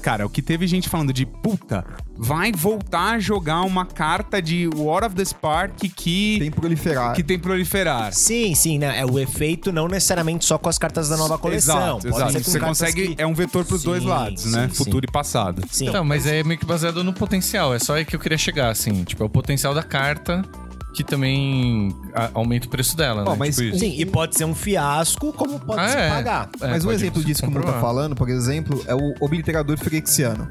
Speaker 3: cara, o que teve gente falando de puta, vai voltar a jogar uma carta de War of the Spark que
Speaker 4: Tem proliferar.
Speaker 3: que tem proliferar.
Speaker 1: Sim, sim, né? É o efeito não necessariamente só com as cartas da nova coleção. Pode
Speaker 3: Exato, exato.
Speaker 1: ser com
Speaker 3: Você
Speaker 1: cartas
Speaker 3: consegue.
Speaker 1: que-
Speaker 3: É um vetor pros dois
Speaker 1: Sim,
Speaker 3: lados, né?
Speaker 1: sim, sim.
Speaker 3: Futuro e passado.
Speaker 1: Sim.
Speaker 2: Então, mas é meio que baseado no potencial. É só aí que eu queria chegar, assim. Tipo, é o potencial da carta que também a- aumenta o preço dela,
Speaker 4: Ó,
Speaker 2: né?
Speaker 4: mas
Speaker 2: Tipo isso.
Speaker 1: Sim, e pode ser um fiasco, como pode
Speaker 2: Ah,
Speaker 1: se
Speaker 2: é.
Speaker 1: pagar.
Speaker 2: É,
Speaker 4: Mas um
Speaker 2: pode
Speaker 4: exemplo
Speaker 2: se
Speaker 4: disso, como eu tô
Speaker 2: comprovar.
Speaker 4: falando, por exemplo, é o Obliterador Frexiano,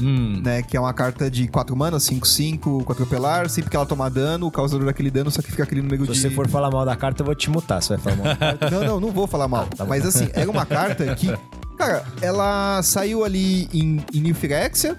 Speaker 2: Hum,
Speaker 4: né? Que é uma carta de 4 manas, 5, 5, 4 pelar. Sempre que ela tomar dano, o causador daquele dano sacrifica aquele número
Speaker 1: Se
Speaker 4: de.
Speaker 1: você for falar mal da carta, eu vou te mutar. Você vai falar
Speaker 3: [LAUGHS]
Speaker 1: mal.
Speaker 4: Não, não, não vou falar mal.
Speaker 1: tá bom.
Speaker 4: mas assim, era uma carta que. Cara, ela saiu ali em, em New Phyrexia.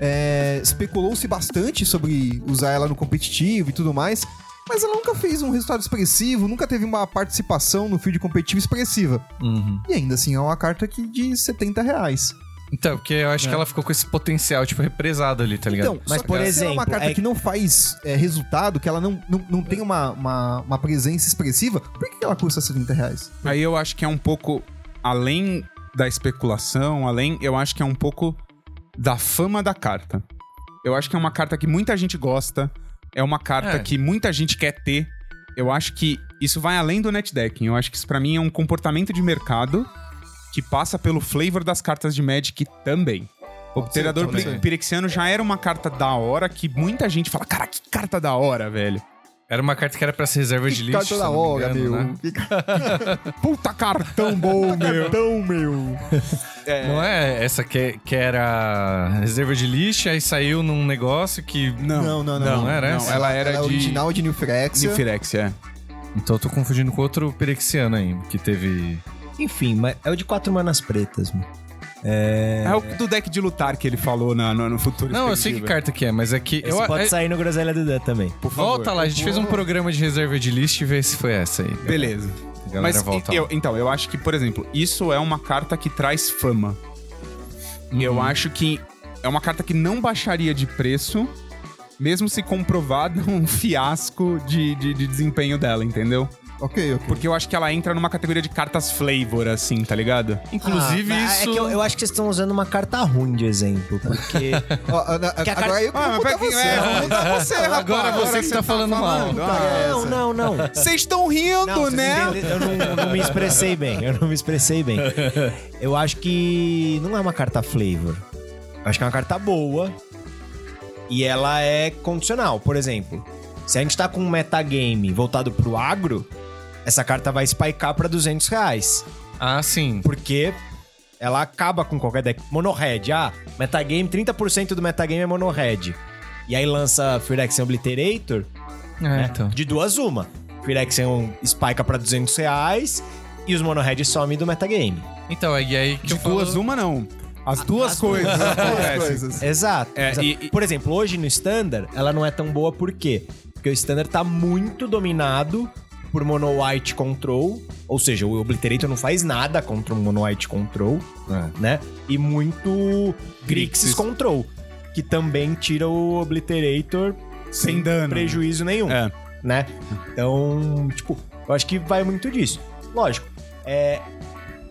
Speaker 4: é, Especulou-se bastante sobre usar ela no competitivo e tudo mais. Mas ela nunca fez um resultado expressivo, nunca teve uma participação no field competitivo expressiva.
Speaker 2: uhum.
Speaker 4: E ainda assim, é uma carta que de 70 reais.
Speaker 2: Então, porque eu acho que ela ficou com esse potencial, tipo, represado ali, tá ligado?
Speaker 4: É. Então,
Speaker 1: Mas,
Speaker 4: só
Speaker 1: por
Speaker 4: que se ela é uma
Speaker 1: exemplo,
Speaker 4: carta
Speaker 1: é-
Speaker 4: que não faz é, resultado, que ela não, não, não tem uma, uma, uma presença expressiva, por que ela custa 70 reais?
Speaker 3: Aí eu acho que é um pouco além da especulação, além, eu acho que é um pouco da fama da carta. Eu acho que é uma carta que muita gente gosta, é uma carta
Speaker 2: É.
Speaker 3: que muita gente quer ter. Eu acho que isso vai além do netdecking. Eu acho que isso pra mim é um comportamento de mercado que passa pelo flavor das cartas de Magic também. O Obterador
Speaker 2: também.
Speaker 3: Pi- Pirexiano já era uma carta da hora que muita gente fala: cara, que carta da hora, velho.
Speaker 2: Era uma carta que era pra ser reserva de
Speaker 4: Que
Speaker 2: lixo.
Speaker 4: carta
Speaker 2: se
Speaker 4: da
Speaker 2: eu não me
Speaker 4: hora,
Speaker 2: engano,
Speaker 4: meu.
Speaker 2: né?
Speaker 4: Que carta
Speaker 3: Puta cartão bom,
Speaker 4: [LAUGHS]
Speaker 3: meu.
Speaker 4: tão, meu.
Speaker 2: Não é essa que, que era reserva de lixo, aí saiu num negócio que.
Speaker 4: Não, não, não.
Speaker 2: Não era essa?
Speaker 3: ela era
Speaker 4: Ela é
Speaker 3: de
Speaker 4: original de New Phyrexia.
Speaker 3: Nifirex, é.
Speaker 2: Então eu tô confundindo com outro perexiano aí, que teve.
Speaker 1: Enfim, mas é o de quatro manas pretas. mano.
Speaker 3: é. o do deck de lutar que ele falou na- no, no futuro.
Speaker 2: Não, eu sei que
Speaker 3: Expectativa.
Speaker 2: carta que é, mas é que.
Speaker 1: Esse
Speaker 2: eu,
Speaker 1: pode
Speaker 2: é-
Speaker 1: sair no Groselha do Dan também.
Speaker 3: Por favor.
Speaker 2: Volta lá, a gente fez um programa de reserva de list e vê se foi essa aí.
Speaker 3: Beleza.
Speaker 2: A galera
Speaker 3: Mas
Speaker 2: volta
Speaker 3: e-
Speaker 2: lá.
Speaker 3: eu- então, eu acho que, por exemplo, isso é uma carta que traz fama. Eu acho que é uma carta que não baixaria de preço, mesmo se comprovado [LAUGHS] um fiasco de, de, de desempenho dela, entendeu?
Speaker 4: Ok, ok.
Speaker 3: Porque eu acho que ela entra numa categoria de cartas flavor, assim, tá ligado?
Speaker 2: Inclusive,
Speaker 1: Ah, mas
Speaker 2: isso.
Speaker 1: É que eu, eu acho que vocês estão usando uma carta ruim de exemplo, [LAUGHS] porque...
Speaker 4: Ó, a- a-
Speaker 1: Que a Ah,
Speaker 4: agora eu que vou botar você.
Speaker 3: é,
Speaker 4: eu
Speaker 3: vou
Speaker 4: vou
Speaker 1: [LAUGHS]
Speaker 3: mudar você, rapaz.
Speaker 2: Agora você que tá falando mal.
Speaker 4: Ah,
Speaker 1: não,
Speaker 4: essa.
Speaker 1: não, não.
Speaker 3: Vocês estão rindo,
Speaker 1: Não, vocês
Speaker 3: né?
Speaker 1: entenderam, Eu não, eu não me expressei bem, eu não me expressei bem. Eu acho que não é uma carta flavor. Eu acho que é uma carta boa e ela é condicional. Por exemplo, se a gente tá com um metagame voltado pro agro, essa carta vai spikear pra 200 reais.
Speaker 2: Ah, sim.
Speaker 1: Porque ela acaba com qualquer deck. Monohead, ah, metagame, 30% do metagame é monohead. E aí lança Phyrexian Obliterator, né?
Speaker 2: É, então.
Speaker 1: de duas uma. Phyrexian um spike é pra 200 reais e os monohead somem do metagame.
Speaker 2: Então, é e aí que
Speaker 3: De
Speaker 2: eu falo-
Speaker 3: duas, uma não. As duas coisas. acontecem.
Speaker 4: coisas.
Speaker 1: Exato.
Speaker 3: É,
Speaker 1: Exato.
Speaker 3: e- e-
Speaker 1: Por exemplo, hoje no Standard, ela não é tão boa por quê? Porque o Standard tá muito dominado por mono white control, ou seja, o Obliterator não faz nada contra o mono white control, né? E muito Grixis
Speaker 3: É. Grixis.
Speaker 1: control, que também tira o Obliterator
Speaker 3: Sem dano.
Speaker 1: prejuízo nenhum.
Speaker 3: É.
Speaker 1: né? Então, tipo, eu acho que vai muito disso. Lógico, é,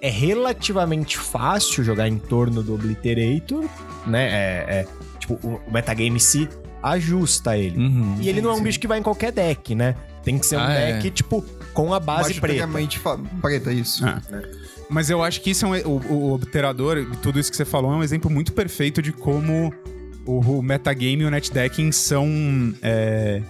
Speaker 1: é relativamente fácil jogar em torno do Obliterator, né? É, é, tipo, o, o metagame se ajusta a ele.
Speaker 2: Uhum.
Speaker 1: E ele não é um
Speaker 4: sim.
Speaker 1: bicho que vai em qualquer deck, né? Tem que ser um
Speaker 2: Ah, é.
Speaker 1: deck, tipo, com a base preta.
Speaker 4: Majoritariamente fa- preta, isso.
Speaker 3: Ah. Mas eu acho que isso é um, o, o obterador, e tudo isso que você falou, é um exemplo muito perfeito de como o, o metagame e o netdecking são é,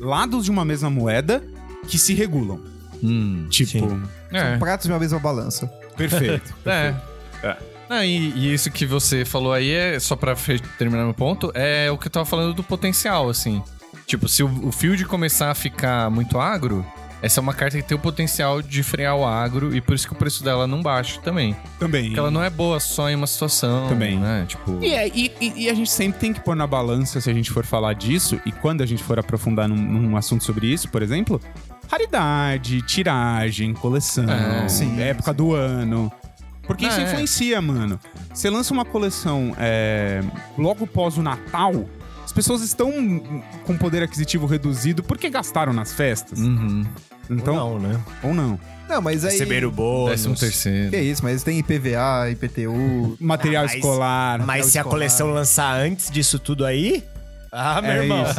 Speaker 3: lados de uma mesma moeda que se regulam.
Speaker 2: Hum.
Speaker 3: Tipo,
Speaker 2: É.
Speaker 4: Pratos de uma mesma balança.
Speaker 3: perfeito.
Speaker 2: É.
Speaker 3: É.
Speaker 2: Não, e, e isso que você falou aí, é só pra fe- terminar meu ponto, é o que eu tava falando do potencial, assim. Tipo, se o, o field começar a ficar muito agro, essa é uma carta que tem o potencial de frear o agro e por isso que o preço dela não baixa também.
Speaker 3: Também.
Speaker 2: Porque ela não é boa só em uma situação,
Speaker 3: Também.
Speaker 2: né? Tipo...
Speaker 3: E, é- e- e- e a gente sempre tem que pôr na balança se a gente for falar disso, e quando a gente for aprofundar num, num assunto sobre isso, por exemplo, raridade, tiragem, coleção,
Speaker 2: É,
Speaker 4: sim,
Speaker 3: época do ano. Porque isso
Speaker 2: Ah, é.
Speaker 3: influencia, mano. Você lança uma coleção é, logo pós o Natal, as pessoas estão com poder aquisitivo reduzido porque gastaram nas festas.
Speaker 2: Uhum.
Speaker 3: Então,
Speaker 1: Hum, Não, né?
Speaker 3: ou não.
Speaker 4: Não, mas aí.
Speaker 1: Receber o bônus.
Speaker 2: Décimo um terceiro.
Speaker 4: Que [LAUGHS] é isso, mas tem IPVA, IPTU.
Speaker 3: Material
Speaker 1: Ah, mas-
Speaker 3: escolar.
Speaker 1: Mas se a
Speaker 4: escolar.
Speaker 1: coleção lançar antes disso tudo aí... Ah, meu
Speaker 3: É
Speaker 1: irmão.
Speaker 3: isso.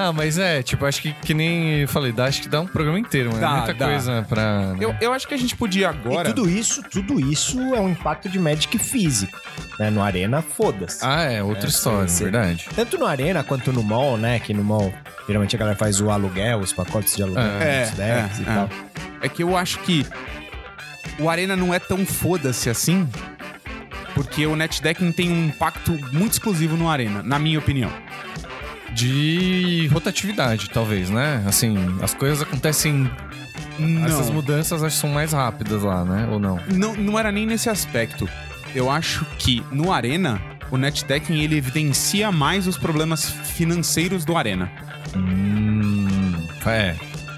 Speaker 2: Ah, mas é, tipo, acho que, que nem eu falei, dá, acho que dá um programa inteiro, né?
Speaker 3: Dá,
Speaker 2: Muita
Speaker 3: dá.
Speaker 2: coisa pra. né?
Speaker 3: Eu, eu acho que a gente podia
Speaker 1: E
Speaker 3: agora.
Speaker 1: tudo isso, tudo isso é um impacto de Magic físico. Né? No Arena, foda-se.
Speaker 2: Ah, é, outra história,
Speaker 1: sim.
Speaker 2: verdade.
Speaker 1: Tanto no Arena quanto no Mall, né? Que no Mall, geralmente a galera faz o aluguel, os pacotes de aluguel,
Speaker 3: É,
Speaker 1: os decks e
Speaker 3: é, é.
Speaker 1: tal.
Speaker 3: É que eu acho que o Arena não é tão foda-se assim, porque o NetDecking tem um impacto muito exclusivo no Arena, na minha opinião.
Speaker 2: De rotatividade, talvez, né? Assim, as coisas acontecem. Essas
Speaker 3: Não,
Speaker 2: mudanças acho que são mais rápidas lá, né? Ou não?
Speaker 3: não, não era nem nesse aspecto. Eu acho que no Arena, o NetDecking ele evidencia mais os problemas financeiros do Arena,
Speaker 2: Hum, é,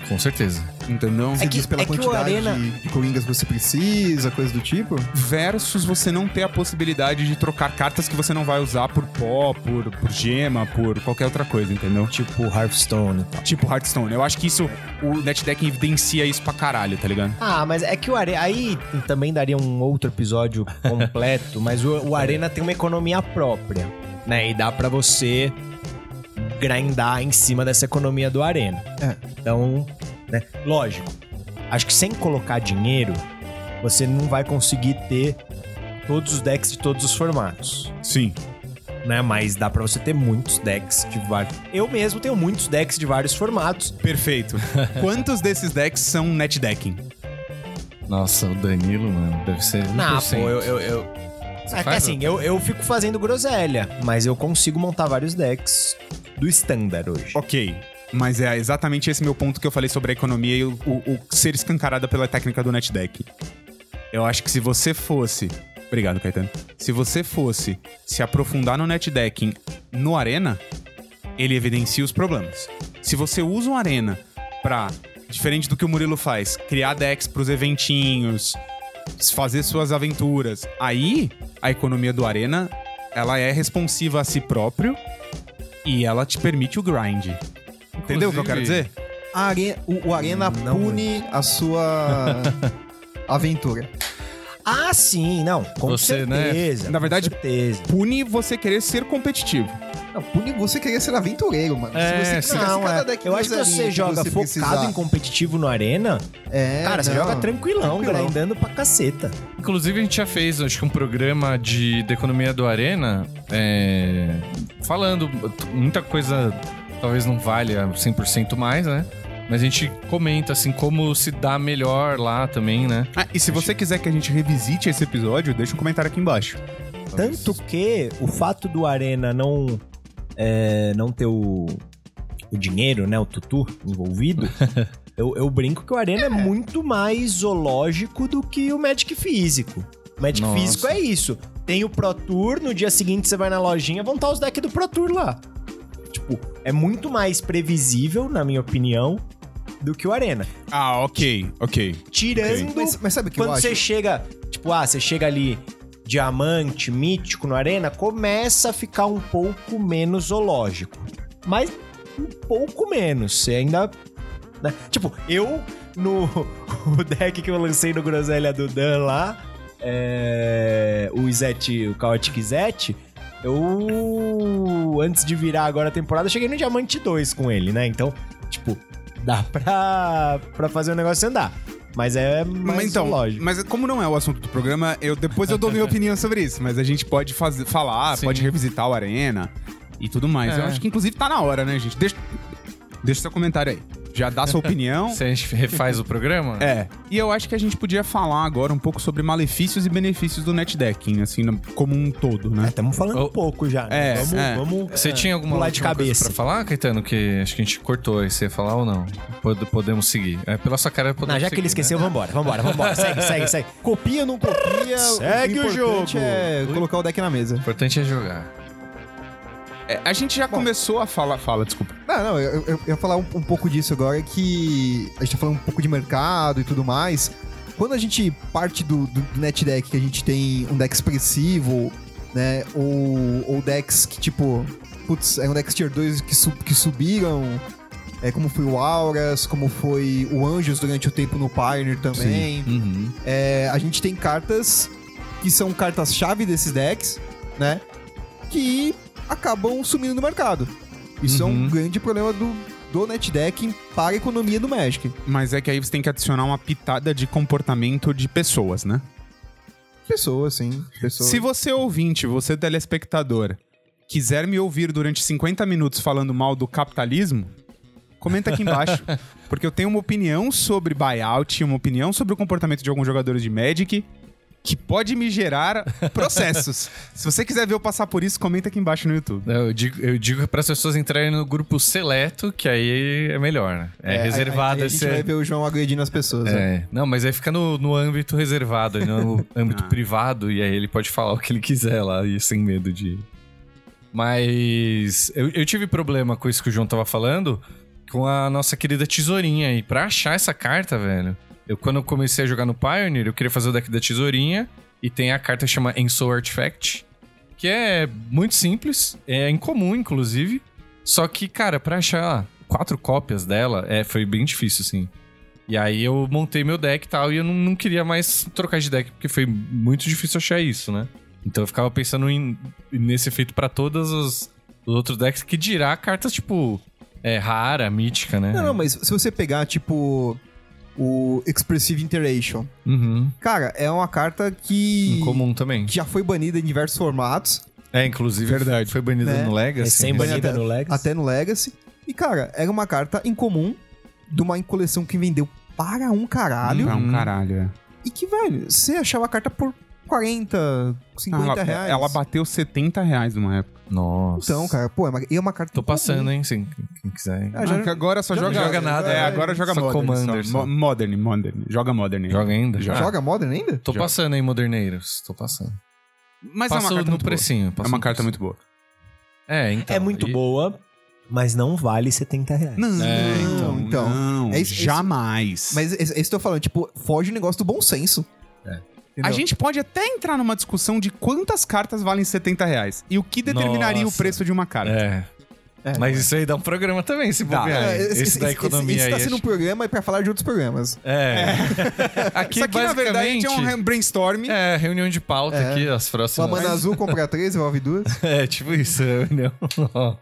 Speaker 2: com certeza.
Speaker 3: entendeu?
Speaker 4: Você
Speaker 1: que-
Speaker 4: diz pela
Speaker 1: é que o
Speaker 4: quantidade
Speaker 1: Arena-
Speaker 4: de, de coringas que você precisa, coisa do tipo.
Speaker 3: Versus você não ter a possibilidade de trocar cartas que você não vai usar por pó, por, por gema, por qualquer outra coisa, entendeu?
Speaker 1: Tipo Hearthstone e tal.
Speaker 3: Tipo Hearthstone. Eu acho que isso, o NetDeck evidencia isso pra caralho, tá ligado?
Speaker 1: Ah, mas é que o Arena. Aí também daria um outro episódio completo, [LAUGHS] mas o, o Arena tem uma economia própria, né? E dá pra você grindar em cima dessa economia do Arena.
Speaker 4: É.
Speaker 1: Então, né? Lógico. Acho que sem colocar dinheiro, você não vai conseguir ter todos os decks de todos os formatos.
Speaker 3: Sim.
Speaker 1: Né? Mas dá pra você ter muitos decks de vários. Eu mesmo tenho muitos decks de vários formatos.
Speaker 3: Perfeito. [LAUGHS] Quantos desses decks são NetDecking?
Speaker 2: Nossa, o Danilo, mano, deve ser. 1%.
Speaker 1: Não, Ah, pô, eu- eu- eu,
Speaker 2: Você
Speaker 1: É que
Speaker 2: faz, né?
Speaker 1: assim, eu, eu fico fazendo groselha, mas eu consigo montar vários decks do standard hoje.
Speaker 3: Ok. Mas é exatamente esse meu ponto que eu falei sobre a economia e o, o- o ser escancarada pela técnica do NetDeck. Eu acho que se você fosse. Obrigado, Caetano. Se você fosse se aprofundar no NetDecking no Arena, ele evidencia os problemas. Se você usa um Arena pra, diferente do que o Murilo faz, criar decks pros eventinhos, fazer suas aventuras, aí a economia do Arena ela é responsiva a si próprio e ela te permite o grind. Entendeu o que eu quero
Speaker 2: Inclusive,
Speaker 3: dizer?
Speaker 4: A Are- o, o Arena
Speaker 1: Hum, Não, é. né?
Speaker 4: pune
Speaker 1: [LAUGHS]
Speaker 4: a sua aventura.
Speaker 1: Ah, sim, não. Com
Speaker 2: Você, né?
Speaker 1: certeza.
Speaker 3: Na
Speaker 1: com
Speaker 3: verdade-
Speaker 1: certeza.
Speaker 3: pune você querer ser competitivo.
Speaker 4: Não, pune você querer ser aventureiro, mano.
Speaker 2: É,
Speaker 4: se você
Speaker 2: sim.
Speaker 4: se
Speaker 1: Não,
Speaker 4: cada
Speaker 1: é.
Speaker 4: deck
Speaker 1: Eu acho que
Speaker 4: groselinha
Speaker 1: você joga
Speaker 4: você
Speaker 1: focado
Speaker 4: precisar-
Speaker 1: em competitivo no arena,
Speaker 4: É,
Speaker 1: cara, você
Speaker 4: não.
Speaker 1: joga tranquilão,
Speaker 4: Tranquilão.
Speaker 1: grindando pra caceta.
Speaker 2: Inclusive, a gente já fez, acho que um programa de, da economia do Arena, é, falando muita coisa, talvez não valha 100% mais, né? Mas a gente comenta, assim, como se dá melhor lá também, né?
Speaker 3: Ah, e se você quiser que a gente revisite esse episódio, deixa um comentário aqui embaixo.
Speaker 2: Talvez-
Speaker 1: Tanto que o fato do arena não, é, não ter o, o dinheiro, né? O tutu envolvido. eu, eu brinco que o arena é. muito mais zoológico do que o Magic físico. O Magic
Speaker 2: Nossa.
Speaker 1: físico é isso. Tem o Pro Tour, no dia seguinte você vai na lojinha, vão estar os decks do Pro Tour lá. Tipo, é muito mais previsível, na minha opinião, do que o Arena.
Speaker 3: Ah, ok, ok.
Speaker 1: Tirando
Speaker 4: Mas, mas sabe o que eu
Speaker 1: quando
Speaker 4: acho?
Speaker 1: você chega, tipo, ah, você chega ali diamante, mítico no arena, começa a ficar um pouco menos zoológico. Mas um pouco menos, você ainda né? Tipo, eu no [LAUGHS] o deck que eu lancei no Groselha do Dan lá, é, o Zete, o Chaotic Zete, eu antes de virar agora a temporada, eu cheguei no diamante 2 com ele, né? Então, tipo, dá [LAUGHS] pra, pra fazer o negócio andar. Mas é mais
Speaker 3: mas então,
Speaker 1: lógico.
Speaker 3: mas como não é o assunto do programa, eu depois
Speaker 2: [LAUGHS]
Speaker 3: eu dou minha opinião sobre isso, mas a gente pode fazer, falar,
Speaker 2: Sim.
Speaker 3: pode revisitar o Arena e tudo mais.
Speaker 2: É.
Speaker 3: Eu acho que inclusive tá na hora, né, gente? Deixa deixa seu comentário aí. Já dá
Speaker 2: [LAUGHS]
Speaker 3: sua opinião.
Speaker 2: Se a gente refaz
Speaker 1: [LAUGHS]
Speaker 2: o programa?
Speaker 3: É, e eu acho que a gente podia falar agora um pouco sobre malefícios e benefícios do netdecking, assim, no- como um todo, né?
Speaker 1: Estamos falando
Speaker 2: Oh.
Speaker 1: um pouco já. né?
Speaker 3: É,
Speaker 1: vamos,
Speaker 3: é.
Speaker 1: vamos.
Speaker 2: Você
Speaker 1: é,
Speaker 2: tinha alguma
Speaker 1: pular de
Speaker 2: última coisa
Speaker 1: cabeça.
Speaker 2: pra falar, Caetano? Que acho que a gente cortou aí. Você ia falar ou não? Pod- podemos seguir. É, pela sua cara, podemos
Speaker 1: Não, já
Speaker 2: seguir,
Speaker 1: que ele esqueceu,
Speaker 2: né?
Speaker 1: vambora, vambora, vambora. segue, segue, segue.
Speaker 4: Copia, não
Speaker 1: [LAUGHS]
Speaker 4: copia.
Speaker 1: Segue o
Speaker 4: importante
Speaker 1: jogo.
Speaker 4: é colocar o deck na mesa.
Speaker 2: O importante é jogar.
Speaker 3: É, a gente já começou a falar... Fala, desculpa.
Speaker 4: Ah, Não, não, eu, eu- eu ia falar um, um pouco disso agora, que a gente tá falando um pouco de mercado e tudo mais. Quando a gente parte do, do, do net deck, que a gente tem um deck expressivo, né, ou, ou decks que, tipo, putz, é um deck tier 2 que, su- que subiram é, como foi o Auras, como foi o Anjos durante o tempo no Pioneer também.
Speaker 2: Uhum.
Speaker 4: É, a gente tem cartas que são cartas-chave desses decks, né? Que acabam sumindo no mercado. Isso é um
Speaker 2: Uhum.
Speaker 4: grande problema do, do netdecking para a economia do Magic.
Speaker 3: Mas é que aí você tem que adicionar uma pitada de comportamento de pessoas, né?
Speaker 4: Pessoa, sim. Pessoa.
Speaker 3: Se você ouvinte, você telespectador, quiser me ouvir durante 50 minutos falando mal do capitalismo, comenta aqui embaixo. porque eu tenho uma opinião sobre buyout, uma opinião sobre o comportamento de alguns jogadores de Magic que pode me gerar processos. Se você quiser ver eu passar por isso, comenta aqui embaixo no YouTube.
Speaker 2: Eu digo, eu digo para as pessoas entrarem no grupo seleto, que aí é melhor, né? É,
Speaker 4: aí-
Speaker 2: reservado
Speaker 4: aí A gente
Speaker 2: esse.
Speaker 4: vai ver o João agredindo as pessoas. né?
Speaker 2: É. Não, mas aí fica no, no âmbito reservado, aí no âmbito
Speaker 3: Ah.
Speaker 2: privado, e aí ele pode falar o que ele quiser lá, e sem medo de. Mas eu, eu tive problema com isso que o João tava falando, com a nossa querida tesourinha. E pra achar essa carta, velho, eu quando eu comecei a jogar no Pioneer, eu queria fazer o deck da tesourinha, e tem a carta que chama Ensoul Artifact, que é muito simples, é incomum, inclusive. Só que, cara, pra achar quatro cópias dela, é, foi bem difícil, assim. E aí eu montei meu deck e tal, e eu não, não queria mais trocar de deck, porque foi muito difícil achar isso, né? Então eu ficava pensando em- nesse efeito pra todos os, os outros decks que dirá cartas, tipo, é, rara, mítica, né?
Speaker 4: Não, não, mas se você pegar, tipo, o Expressive Iteration,
Speaker 2: Uhum.
Speaker 4: cara, é uma carta que,
Speaker 2: Incomum também.
Speaker 4: que já foi banida em diversos formatos,
Speaker 2: É, inclusive, verdade. foi banido
Speaker 4: Né?
Speaker 2: no Legacy.
Speaker 1: Recém
Speaker 2: né?
Speaker 1: banida
Speaker 4: até-
Speaker 1: no Legacy.
Speaker 4: até no Legacy. E, cara, era uma carta incomum de uma coleção que vendeu para um caralho.
Speaker 2: Uhum.
Speaker 3: Pra um caralho, é.
Speaker 4: E que, velho, você achava a carta por 40, 50
Speaker 3: Ela,
Speaker 4: reais.
Speaker 3: ela bateu 70 reais numa época.
Speaker 2: Nossa.
Speaker 4: Então, cara, pô, é uma, e é uma carta.
Speaker 2: Tô
Speaker 4: incomum.
Speaker 2: passando, hein? Sim, quem- quem quiser. hein?
Speaker 4: Ah, já-
Speaker 3: Ah, que agora só
Speaker 4: já
Speaker 3: joga,
Speaker 4: não joga nada,
Speaker 3: É,
Speaker 4: né?
Speaker 3: agora joga
Speaker 2: Só
Speaker 3: Modern.
Speaker 2: Commander,
Speaker 3: só.
Speaker 2: só.
Speaker 3: Mo- Modern, Modern. Joga Modern. aí.
Speaker 2: Joga ainda? Ah,
Speaker 3: Joga.
Speaker 4: Joga Modern ainda?
Speaker 2: Tô
Speaker 3: Joga.
Speaker 2: passando, hein, Moderneiros. Tô passando.
Speaker 3: Mas
Speaker 2: Passa
Speaker 3: é uma carta
Speaker 2: no
Speaker 3: muito boa.
Speaker 2: precinho.
Speaker 3: É
Speaker 2: passa
Speaker 3: uma
Speaker 2: no
Speaker 3: carta
Speaker 2: precinho.
Speaker 3: muito boa.
Speaker 2: É, então.
Speaker 1: É muito
Speaker 2: e-
Speaker 1: boa, mas não vale R$ 70 reais.
Speaker 3: Não,
Speaker 2: É,
Speaker 4: então, então.
Speaker 3: não,
Speaker 4: É isso-
Speaker 3: jamais.
Speaker 4: Mas é isso que eu tô falando, tipo, foge o negócio do bom senso.
Speaker 3: a gente pode até entrar numa discussão de quantas cartas valem 70 reais e o que determinaria
Speaker 2: Nossa.
Speaker 3: o preço de uma carta.
Speaker 2: É.
Speaker 4: É.
Speaker 2: Mas isso aí dá um programa também, se bobear.
Speaker 4: É,
Speaker 2: esse, da economia
Speaker 4: esse, esse tá
Speaker 2: aí.
Speaker 4: sendo um
Speaker 2: acho-
Speaker 4: programa pra falar de outros programas.
Speaker 2: É. [LAUGHS] aqui,
Speaker 3: Isso aqui, na
Speaker 2: basicamente,
Speaker 3: verdade, é um re- brainstorm.
Speaker 2: é, reunião de pauta
Speaker 4: É.
Speaker 2: aqui, as
Speaker 4: Uma
Speaker 2: próximas.
Speaker 4: mana azul compra três, envolve duas.
Speaker 2: [LAUGHS] É, tipo isso, é a reunião. [LAUGHS]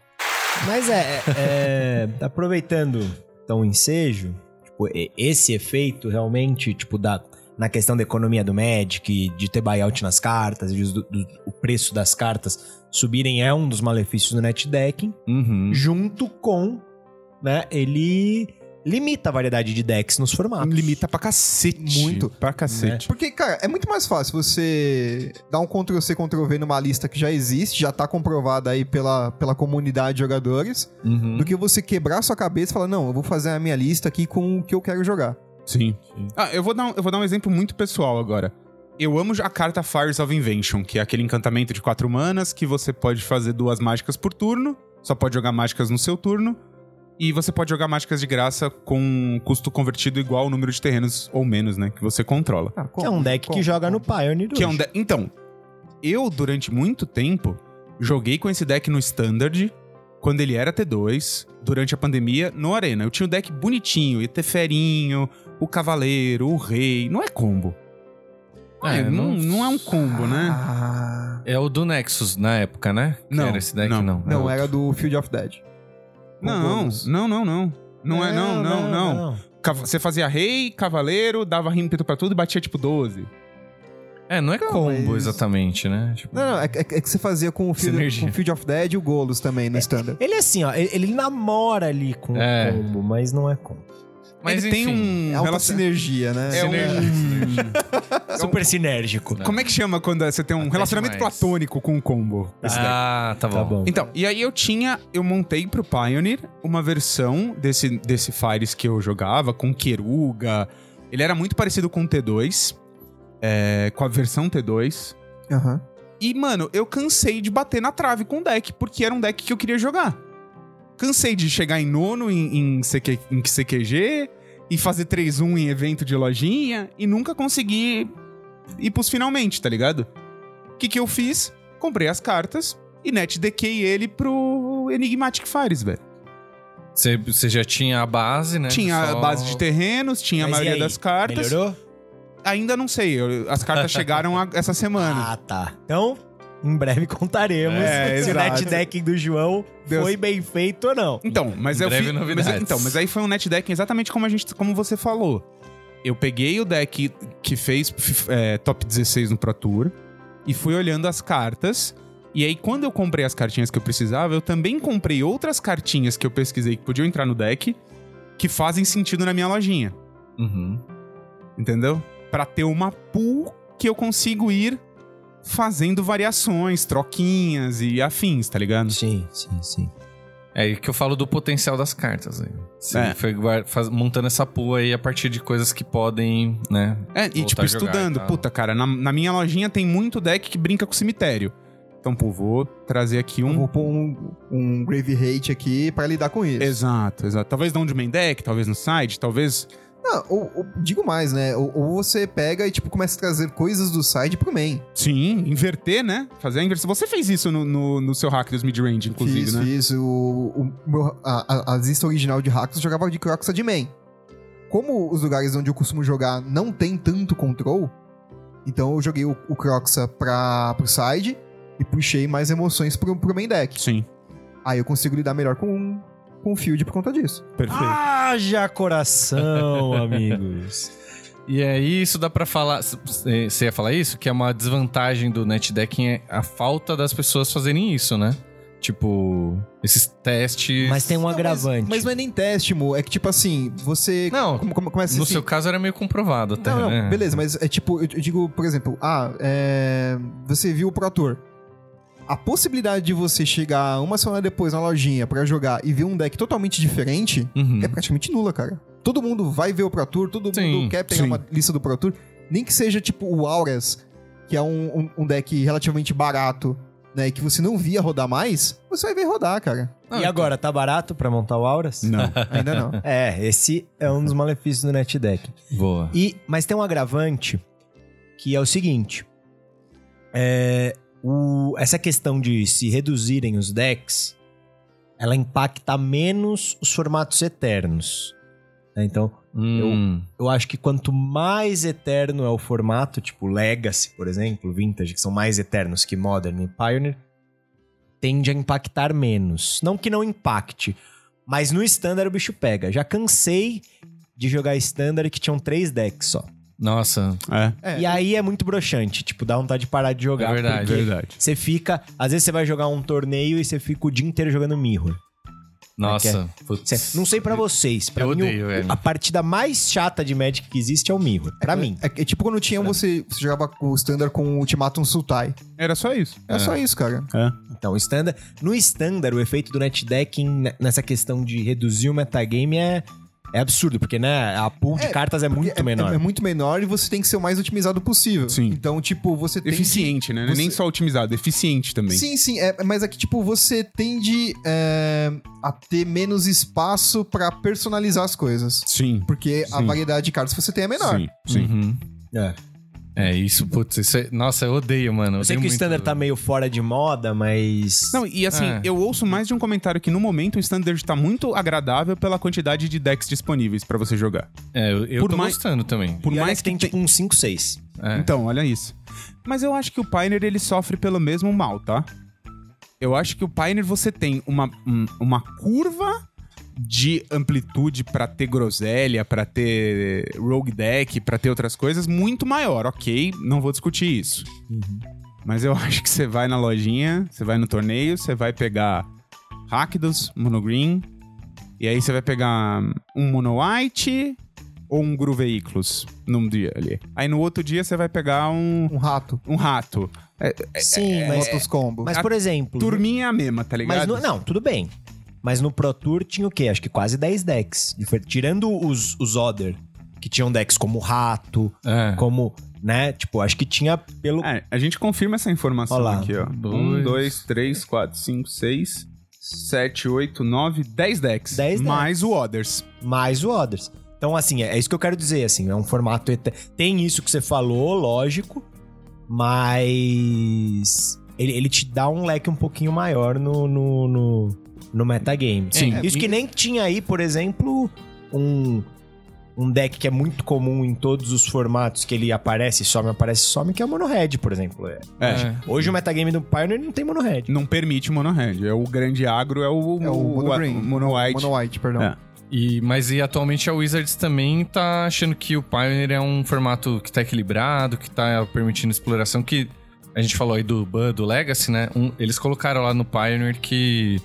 Speaker 1: Mas é, é- é, [LAUGHS] aproveitando então o ensejo, tipo, e- esse efeito realmente, tipo, da, na questão da economia do Magic, de ter buyout nas cartas, de os- do- do- o preço das cartas subirem é um dos malefícios do netdecking,
Speaker 2: Uhum.
Speaker 1: junto com, né, ele limita a variedade de decks nos formatos.
Speaker 3: Limita pra cacete. Né?
Speaker 4: Muito.
Speaker 3: Pra cacete.
Speaker 4: Porque, cara, é muito mais fácil você dar um Ctrl-C, Ctrl-V numa lista que já existe, já tá comprovada aí pela, pela comunidade de jogadores,
Speaker 2: Uhum.
Speaker 4: do que você quebrar sua cabeça e falar, não, eu vou fazer a minha lista aqui com o que eu quero jogar.
Speaker 3: Sim. Ah, eu vou, dar um, eu vou dar um exemplo muito pessoal agora. Eu amo a carta Fires of Invention, que é aquele encantamento de quatro manas que você pode fazer duas mágicas por turno, só pode jogar mágicas no seu turno, e você pode jogar mágicas de graça com custo convertido igual ao número de terrenos ou menos, né, que você controla.
Speaker 1: Que é um deck que joga no Pioneer.
Speaker 3: Que é um
Speaker 1: hoje.
Speaker 3: de- Então, eu durante muito tempo joguei com esse deck no Standard, quando ele era T2, durante a pandemia, no Arena. Eu tinha o deck bonitinho, ia ter ferinho, o Cavaleiro, o Rei. Não é combo.
Speaker 2: É,
Speaker 3: É, não, não é um combo, né?
Speaker 4: Ah,
Speaker 2: É o do Nexus na época, né? Que
Speaker 3: Não,
Speaker 2: Era esse deck,
Speaker 3: não.
Speaker 2: não. É
Speaker 4: não,
Speaker 1: É
Speaker 2: outro.
Speaker 4: era do Field of Dead.
Speaker 3: Não, não, não, não. Não é, não, não, não. Cav- Você fazia Rei, Cavaleiro, dava rim pra tudo e batia tipo 12.
Speaker 2: É, não é
Speaker 4: Não,
Speaker 2: combo
Speaker 4: mas-
Speaker 2: exatamente, né? Tipo,
Speaker 4: Não, não, é, é- é que você fazia com o Field,
Speaker 2: Sinergia.
Speaker 4: com o Field of Dead e o Golos também no Standard.
Speaker 1: Ele é assim, ó, ele, ele namora ali com
Speaker 2: É.
Speaker 1: o combo, mas não é combo.
Speaker 2: Mas
Speaker 3: ele
Speaker 2: enfim. né?
Speaker 3: tem um
Speaker 4: É alta
Speaker 3: relacion-
Speaker 4: sinergia, né?
Speaker 3: É um...
Speaker 1: Super sinérgico.
Speaker 3: Como é que chama quando você tem um
Speaker 2: Até
Speaker 3: relacionamento
Speaker 2: demais.
Speaker 3: platônico com um combo? Esse deck.
Speaker 2: Ah, tá bom.
Speaker 1: Tá bom.
Speaker 3: Então, e aí eu tinha, eu montei pro Pioneer uma versão desse, desse Fires que eu jogava, com Keruga. Ele era muito parecido com o T2, é, com a versão T2.
Speaker 4: Aham.
Speaker 3: E, mano, eu cansei de bater na trave com o deck, porque era um deck que eu queria jogar. Cansei de chegar em nono em, em, CQ, em CQG e fazer 3-1 em evento de lojinha e nunca consegui ir pros finalmente, tá ligado? O que, que eu fiz? Comprei as cartas e net deckei ele pro Enigmatic Fires, velho.
Speaker 2: Você você já tinha a base, né?
Speaker 3: Tinha a
Speaker 2: Só-
Speaker 3: base de terrenos, tinha
Speaker 1: É, Mas
Speaker 3: a
Speaker 1: e
Speaker 3: maioria
Speaker 1: aí?
Speaker 3: das cartas.
Speaker 1: Melhorou?
Speaker 3: Ainda não sei, eu-
Speaker 1: [LAUGHS]
Speaker 3: as cartas chegaram a- essa semana.
Speaker 1: Ah, tá. Então, em breve contaremos
Speaker 3: É,
Speaker 1: [LAUGHS] se o
Speaker 3: exato.
Speaker 1: net deck do João
Speaker 3: Deus.
Speaker 1: foi bem feito ou não.
Speaker 3: Então, mas
Speaker 2: Em
Speaker 3: eu
Speaker 2: breve
Speaker 3: fi- mas,
Speaker 2: novidades.
Speaker 3: então, mas aí foi um net deck exatamente como a gente, como você falou. Eu peguei o deck que fez f- é, top 16 no Pro Tour e fui olhando as cartas. E aí, quando eu comprei as cartinhas que eu precisava, eu também comprei outras cartinhas que eu pesquisei que podiam entrar no deck que fazem sentido na minha lojinha.
Speaker 2: Uhum.
Speaker 3: entendeu? Pra ter uma pool que eu consigo ir fazendo variações, troquinhas e afins, tá ligado?
Speaker 1: Sim, sim, sim.
Speaker 2: É aí que eu falo do potencial das cartas. Né? Você
Speaker 3: É.
Speaker 2: foi guar- faz- montando essa pua aí a partir de coisas que podem, né?
Speaker 3: É, e
Speaker 2: Voltar
Speaker 3: tipo,
Speaker 2: a jogar
Speaker 3: estudando.
Speaker 2: e tal.
Speaker 3: Puta, cara, na, na minha lojinha tem muito deck que brinca com cemitério. Então, pô, vou trazer aqui
Speaker 4: Eu
Speaker 3: um.
Speaker 4: Vou pôr um, um Grave Hate aqui pra lidar com isso.
Speaker 3: Exato, exato. Talvez não de main deck, talvez no side, talvez.
Speaker 4: Não, ou, ou- digo mais, né? Ou, ou você pega e, tipo, começa a trazer coisas do side pro main.
Speaker 3: Sim, inverter, né? Fazer a inversão. Você fez isso no, no, no seu hack dos mid-range, inclusive,
Speaker 4: fiz,
Speaker 3: né?
Speaker 4: fiz. O, o meu- a, a- a lista original de hacks eu jogava de Croxa de main. Como os lugares onde eu costumo jogar não tem tanto control, então eu joguei o, o Croxa pra, pro side e puxei mais emoções pro, pro main deck.
Speaker 3: Sim,
Speaker 4: Aí eu consigo lidar melhor com, um, com o field por conta disso.
Speaker 3: perfeito.
Speaker 1: Haja [LAUGHS] coração, amigos.
Speaker 2: [LAUGHS] E aí, isso dá pra falar. c- c- Você ia falar isso? Que é uma desvantagem do netdecking é a falta das pessoas fazerem isso, né? Tipo, esses testes.
Speaker 1: Mas tem um
Speaker 4: Não, mas-
Speaker 1: agravante.
Speaker 4: Mas, não é nem teste, mo. É que, tipo assim, você.
Speaker 2: Não,
Speaker 4: Como, como, começa
Speaker 2: no
Speaker 4: assim-
Speaker 2: seu caso era meio comprovado até.
Speaker 4: Não, não,
Speaker 2: né?
Speaker 4: beleza, mas é tipo, eu, eu digo, por exemplo, ah, é, você viu o Pro Tour. A possibilidade de você chegar uma semana depois na lojinha pra jogar e ver um deck totalmente diferente
Speaker 2: Uhum.
Speaker 4: é praticamente nula, cara. Todo mundo vai ver o Pro Tour, todo
Speaker 2: Sim,
Speaker 4: mundo quer pegar
Speaker 3: sim.
Speaker 4: uma lista do Pro Tour. Nem que seja tipo o Auras, que é um, um- um deck relativamente barato, né? e Que você não via rodar mais, você vai ver rodar, cara.
Speaker 2: Não,
Speaker 1: e agora, tá barato pra montar o Auras?
Speaker 3: Não.
Speaker 4: Ainda não.
Speaker 1: É, esse é um dos malefícios do net deck.
Speaker 2: Boa.
Speaker 1: E, mas tem um agravante que é o seguinte: É, o- essa questão de se reduzirem os decks, ela impacta menos os formatos eternos. né? Então,
Speaker 2: Hum.
Speaker 1: eu acho que quanto mais eterno é o formato, tipo Legacy, por exemplo, Vintage, que são mais eternos que Modern e Pioneer, tende a impactar menos. Não que não impacte, mas no Standard o bicho pega. Já cansei de jogar Standard que tinham três decks só.
Speaker 2: Nossa,
Speaker 3: É,
Speaker 4: É,
Speaker 1: [LAUGHS] E aí é muito broxante, tipo, dá vontade de parar de jogar.
Speaker 2: É verdade.
Speaker 1: porque
Speaker 3: verdade.
Speaker 1: Você fica, às vezes você vai jogar um torneio e você fica o dia inteiro jogando Mirror.
Speaker 2: nossa. Putz.
Speaker 1: Cê- é, não sei pra vocês, pra
Speaker 2: Eu
Speaker 1: mim o-
Speaker 2: odeio, né? velho.
Speaker 1: a partida mais chata de Magic que existe é o Mirror, pra mim.
Speaker 4: É, é tipo quando tinha você, você jogava o Standard com o Ultimatum Sultai.
Speaker 3: Era só isso.
Speaker 4: É, só isso, cara.
Speaker 1: Então, o standard, no standard, o efeito do netdecking ne- nessa questão de reduzir o metagame é, é absurdo, porque né, a pool de
Speaker 4: É,
Speaker 1: cartas é muito
Speaker 4: é,
Speaker 1: menor.
Speaker 4: É, é muito menor e você tem que ser o mais otimizado possível.
Speaker 3: Sim.
Speaker 4: Então, tipo, você tem.
Speaker 3: Eficiente, né?
Speaker 4: Você-
Speaker 3: Nem só otimizado, eficiente também.
Speaker 4: Sim, sim, é, mas aqui, tipo, você tende é, a ter menos espaço pra personalizar as coisas.
Speaker 3: Sim.
Speaker 4: Porque a
Speaker 3: Sim.
Speaker 4: variedade de cartas que você tem é menor.
Speaker 3: Sim, sim.
Speaker 2: Uhum.
Speaker 1: É.
Speaker 2: É isso, putz. Isso é... Nossa, eu odeio, mano.
Speaker 1: Eu sei
Speaker 2: odeio
Speaker 1: que o
Speaker 2: muito.
Speaker 1: standard tá meio fora de moda, mas.
Speaker 3: Não, e assim,
Speaker 2: É.
Speaker 3: eu ouço mais de um comentário que no momento o standard tá muito agradável pela quantidade de decks disponíveis pra você jogar.
Speaker 1: tá
Speaker 2: É, eu, eu
Speaker 3: Por
Speaker 2: tô
Speaker 3: mais-
Speaker 2: gostando também.
Speaker 3: Por
Speaker 1: e olha
Speaker 3: mais
Speaker 1: que tem tipo um 5, 6.
Speaker 2: É.
Speaker 3: Então, olha isso. Mas eu acho que o Pioneer ele sofre pelo mesmo mal, tá? Eu acho que o Pioneer você tem uma, um- uma curva de amplitude pra ter groselha, pra ter rogue deck, pra ter outras coisas muito maior, ok? Não vou discutir isso. Mas eu [LAUGHS] acho que você vai na lojinha, você vai no torneio, você vai pegar Rakdos, Monogreen, e aí você vai pegar um Mono White ou um Gru Veículos num dia ali. Aí no outro dia você vai pegar um,
Speaker 4: Um rato.
Speaker 3: um rato.
Speaker 1: Sim,
Speaker 4: Um
Speaker 1: mas.
Speaker 4: Lotus Combo.
Speaker 1: É, Mas, por exemplo.
Speaker 3: Turminha é a mesma, tá
Speaker 1: mas
Speaker 3: ligado?
Speaker 1: no- não, tudo bem. Mas no Pro Tour tinha o quê? Acho que quase 10 decks. Difer- Tirando os, os Other, que tinham decks como Rato,
Speaker 2: É.
Speaker 1: como. né? Tipo, acho que tinha pelo.
Speaker 3: É, a gente confirma essa informação
Speaker 1: Olha lá.
Speaker 3: aqui, ó. Um,
Speaker 2: Dois.
Speaker 3: dois, três, quatro, cinco, seis, sete, oito, nove, dez decks.
Speaker 1: Dez decks.
Speaker 3: Mais o Others.
Speaker 1: mais o Others. Então, assim, é, é isso que eu quero dizer, assim, é um formato... ete- Tem isso que você falou, lógico, mas... Ele, ele te dá um leque um pouquinho maior no, no, no, no metagame.
Speaker 2: Sim.
Speaker 1: Isso que nem tinha aí, por exemplo, um, um deck que é muito comum em todos os formatos, que ele aparece, some, aparece, some, que é o Mono Red, por exemplo. É.
Speaker 3: É.
Speaker 1: Hoje o metagame do Pioneer não tem Mono Red.
Speaker 3: Não permite mono hand. É o grande agro, é o,
Speaker 4: É o Mono Green.
Speaker 3: mono white.
Speaker 4: um Mono White, perdão.
Speaker 3: É.
Speaker 2: E, mas e atualmente a Wizards também tá achando que o Pioneer é um formato que tá equilibrado, que tá permitindo exploração, que a gente falou aí do Ban, do Legacy, né? Um- eles colocaram lá no Pioneer que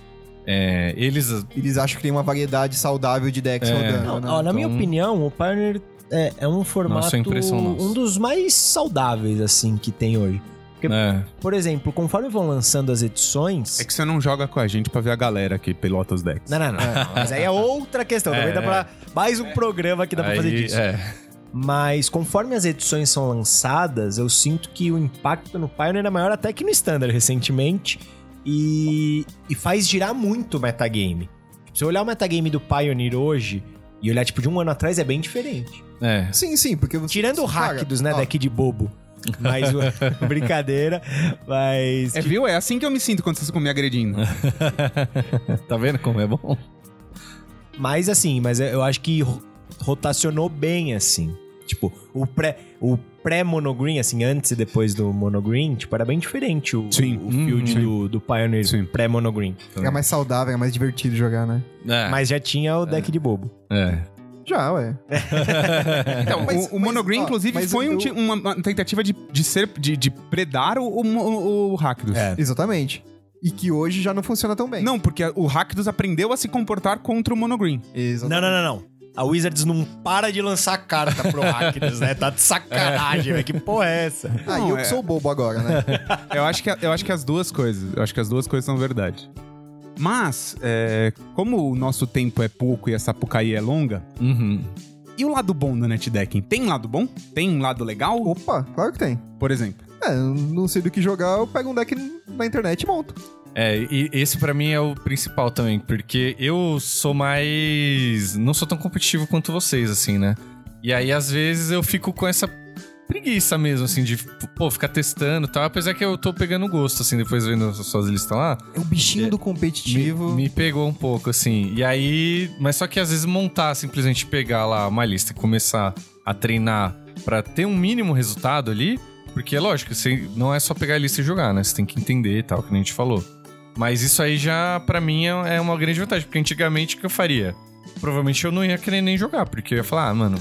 Speaker 2: é, eles...
Speaker 4: Eles acham que tem uma variedade saudável de decks
Speaker 2: É.
Speaker 4: rodando,
Speaker 1: Não,
Speaker 4: né?
Speaker 1: ó, na minha
Speaker 2: Então-
Speaker 1: opinião, o Pioneer é, é um formato.
Speaker 2: impressão nossa.
Speaker 1: um dos mais saudáveis, assim, que tem hoje. Porque-
Speaker 2: né?
Speaker 1: Por exemplo, conforme vão lançando as edições.
Speaker 3: É que você não joga com a gente pra ver a galera que pilota os decks.
Speaker 1: Não, não, não. Mas aí é outra questão. Também
Speaker 2: É,
Speaker 1: dá pra. Mais um programa que dá pra
Speaker 2: Aí,
Speaker 1: fazer disso.
Speaker 2: É,
Speaker 1: Mas conforme as edições são lançadas, eu sinto que o impacto no Pioneer é maior até que no Standard recentemente. E, e faz girar muito o metagame. Se eu olhar o metagame do Pioneer hoje e olhar tipo de um ano atrás, é bem diferente.
Speaker 2: é.
Speaker 4: Sim, sim, porque... você-
Speaker 1: Tirando o hack
Speaker 4: Cara,
Speaker 1: dos, né,
Speaker 4: ó,
Speaker 1: daqui de bobo. Mas
Speaker 4: [LAUGHS]
Speaker 1: o- brincadeira. Mas. É.
Speaker 3: É, viu? É assim que eu me sinto quando vocês ficam
Speaker 1: [LAUGHS]
Speaker 3: me agredindo.
Speaker 2: tá vendo como é bom?
Speaker 1: Mas assim, mas eu acho que ro- rotacionou bem, assim. Tipo, o pré, o pré-monogreen, assim, antes e depois do monogreen, tipo, era bem diferente o,
Speaker 3: Sim.
Speaker 1: o field
Speaker 3: Hum, sim.
Speaker 1: do, do Pioneer
Speaker 3: Sim.
Speaker 1: pré-monogreen.
Speaker 4: É mais saudável, é mais divertido jogar, né?
Speaker 2: É,
Speaker 1: Mas já tinha o deck de bobo.
Speaker 2: é.
Speaker 4: Já, [LAUGHS] ué.
Speaker 3: Então, o-
Speaker 4: Mas-
Speaker 3: o, Monogreen,
Speaker 4: mas, ó,
Speaker 3: inclusive,
Speaker 4: mas
Speaker 3: foi um
Speaker 4: eu-
Speaker 3: ti- uma, uma tentativa de, de ser de, de predar o, o, o, o Rakdos.
Speaker 1: É.
Speaker 4: Exatamente. E que hoje já não funciona tão bem.
Speaker 3: Não, porque o Rakdos aprendeu a se comportar contra o Monogreen.
Speaker 4: Exatamente.
Speaker 1: Não, não, não, não. A Wizards não para de lançar carta pro Hackers, né? Tá de sacanagem, velho. Que porra é essa?
Speaker 4: Ah, e
Speaker 3: Não,
Speaker 4: eu
Speaker 3: é.
Speaker 4: que sou bobo agora, [LAUGHS] né?
Speaker 3: Eu acho, que, eu acho que as duas coisas. Eu acho que as duas coisas são verdade. Mas, é, como o nosso tempo é pouco e a sapucaí é longa,
Speaker 2: Uhum.
Speaker 3: e o lado bom do netdecking? Tem lado bom? Tem um lado legal?
Speaker 4: Opa, claro que tem.
Speaker 3: Por exemplo.
Speaker 4: É, eu não sei do que jogar, eu pego um deck na internet e monto.
Speaker 2: É, e esse pra mim é o principal também, porque eu sou mais. Não sou tão competitivo quanto vocês, assim, né? E aí, às vezes, eu fico com essa preguiça mesmo, assim, de, pô, ficar testando e tal. Apesar que eu tô pegando gosto, assim, depois vendo as suas listas lá.
Speaker 4: É o bichinho do
Speaker 2: Me,
Speaker 4: competitivo.
Speaker 2: me pegou um pouco, assim. E aí. Mas só que às vezes montar, simplesmente pegar lá uma lista e começar a treinar pra ter um mínimo resultado ali. Porque é lógico, você não é só pegar a lista e jogar, né? Você tem que entender e tal, que nem a gente falou. Mas isso aí já, pra mim, é é uma grande vantagem. Porque antigamente o que eu faria? Provavelmente eu não ia querer nem jogar, porque eu ia falar, ah, mano,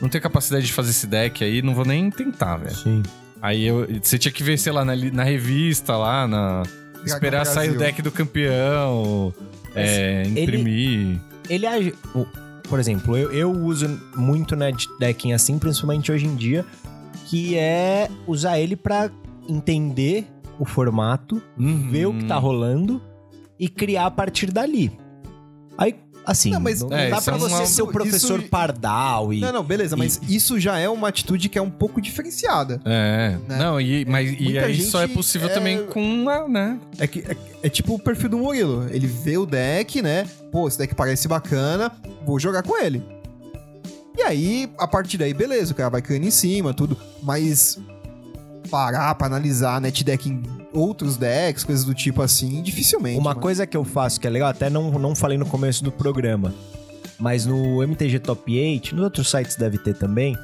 Speaker 2: não tenho capacidade de fazer esse deck aí, não vou nem tentar, velho.
Speaker 1: Sim.
Speaker 2: Aí eu, você tinha que ver, sei lá, na, li- na revista lá, na. Esperar
Speaker 4: Brasil.
Speaker 2: sair o deck do campeão. É, imprimir.
Speaker 1: ele age. o- Por exemplo, eu, eu uso muito net decking assim, principalmente hoje em dia, que é usar ele pra entender o formato,
Speaker 2: Uhum.
Speaker 1: ver o que tá rolando e criar a partir dali. Aí, assim,
Speaker 4: Não,
Speaker 1: não,
Speaker 4: mas-
Speaker 1: não
Speaker 2: É,
Speaker 1: dá
Speaker 2: isso
Speaker 1: pra
Speaker 2: é um-
Speaker 1: você ser o
Speaker 4: isso-
Speaker 1: professor
Speaker 4: isso-
Speaker 1: pardal e.
Speaker 4: Não, não, beleza, mas
Speaker 1: E-
Speaker 4: isso já é uma atitude que é um pouco diferenciada.
Speaker 2: É.
Speaker 4: Né?
Speaker 2: Não, e, mas, e
Speaker 4: Muita
Speaker 2: aí
Speaker 4: gente
Speaker 2: só é possível
Speaker 4: é-
Speaker 2: também com uma, né?
Speaker 4: É, que, é, é tipo o perfil do Murilo. Ele vê o deck, né? Pô, esse deck parece bacana, vou jogar com ele. E aí, a partir daí, beleza, o cara vai caindo em cima, tudo. Mas parar pra analisar net deck em outros decks, coisas do tipo assim, dificilmente.
Speaker 1: Uma
Speaker 4: mano.
Speaker 1: coisa que eu faço que é legal, até não, não falei no começo do programa, mas no MTG Top 8, nos outros sites deve ter também,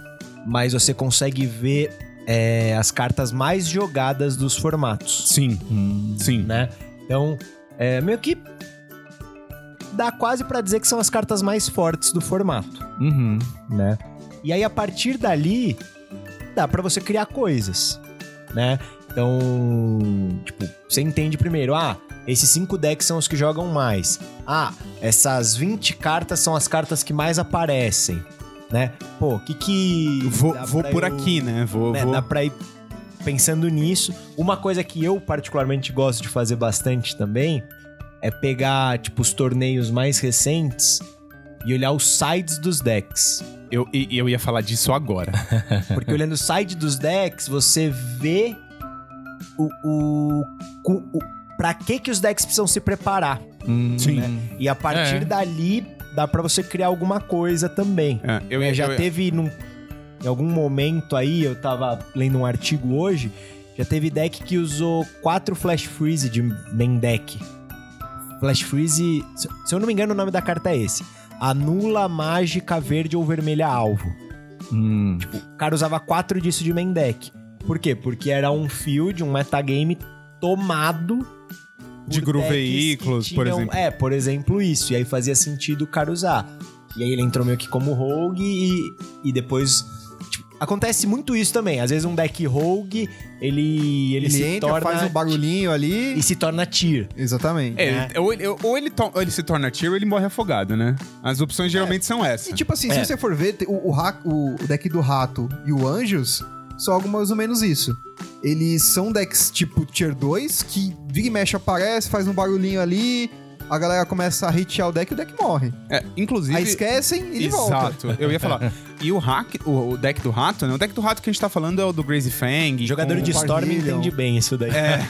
Speaker 1: mas você consegue ver é, as cartas mais jogadas dos formatos,
Speaker 3: Sim,
Speaker 2: Uhum.
Speaker 3: sim.
Speaker 1: né? Então, é, meio que dá quase pra dizer que são as cartas mais fortes do formato,
Speaker 2: Uhum.
Speaker 1: né? E aí, a partir dali, dá pra você criar coisas, né? Então, tipo, você entende primeiro, ah, esses cinco decks são os que jogam mais. Ah, essas 20 cartas são as cartas que mais aparecem, né? Pô, o que que...
Speaker 3: Vou,
Speaker 1: dá
Speaker 3: vou
Speaker 1: pra
Speaker 3: por
Speaker 1: eu-
Speaker 3: aqui, né? Vou,
Speaker 1: né,
Speaker 3: vou...
Speaker 1: Dá pra ir pensando nisso. Uma coisa que eu particularmente gosto de fazer bastante também é pegar, tipo, os torneios mais recentes e olhar os sides dos decks.
Speaker 3: Eu, e- eu ia falar disso agora.
Speaker 1: Porque olhando o side dos decks, você vê o, o, cu- o pra que que os decks precisam se preparar.
Speaker 2: Hum,
Speaker 3: Sim.
Speaker 2: né?
Speaker 1: E a partir
Speaker 2: É.
Speaker 1: dali dá pra você criar alguma coisa também.
Speaker 3: É, eu ia,
Speaker 1: já
Speaker 3: eu ia-
Speaker 1: teve num- em algum momento aí, eu tava lendo um artigo hoje, já teve deck que usou quatro flash freeze de main deck. Flash Freeze. Se se eu não me engano, o nome da carta é esse. Anula mágica verde ou vermelha alvo.
Speaker 2: Hum,
Speaker 1: O cara usava quatro disso de main deck. Por quê? Porque era um field, um metagame tomado. por
Speaker 3: De Groove
Speaker 1: decks que
Speaker 3: Vehicles, por exemplo.
Speaker 1: É, por exemplo, isso. E aí fazia sentido o cara usar. E aí ele entrou meio que como rogue e, e depois. tipo, acontece muito isso também. Às vezes um deck rogue, ele, ele,
Speaker 4: Ele,
Speaker 1: se
Speaker 4: entra,
Speaker 1: torna.
Speaker 4: faz um barulhinho ali.
Speaker 1: E se torna tier.
Speaker 4: Exatamente.
Speaker 3: É, ou ele, ou ele to- ou ele se torna tier ou ele morre afogado, né? As opções geralmente são
Speaker 4: É. E
Speaker 3: essas.
Speaker 4: tipo assim,
Speaker 1: É.
Speaker 4: se você for ver, tem o, o, ra- o o deck do rato e o anjos são algo mais ou menos isso. Eles são decks tipo tier 2, que vira e mexe aparece, faz um barulhinho ali, a galera começa a hatear o deck e o deck morre.
Speaker 3: É, inclusive.
Speaker 4: Aí esquecem e ele volta.
Speaker 3: Exato, eu ia
Speaker 4: [LAUGHS]
Speaker 3: falar. E o hack, o, o deck do rato, né? O deck do rato que a gente tá falando é o do Crazy Fang.
Speaker 1: Jogador
Speaker 4: Um
Speaker 3: com-
Speaker 1: de Storm
Speaker 4: Parmillion.
Speaker 1: entende bem isso daí.
Speaker 4: É.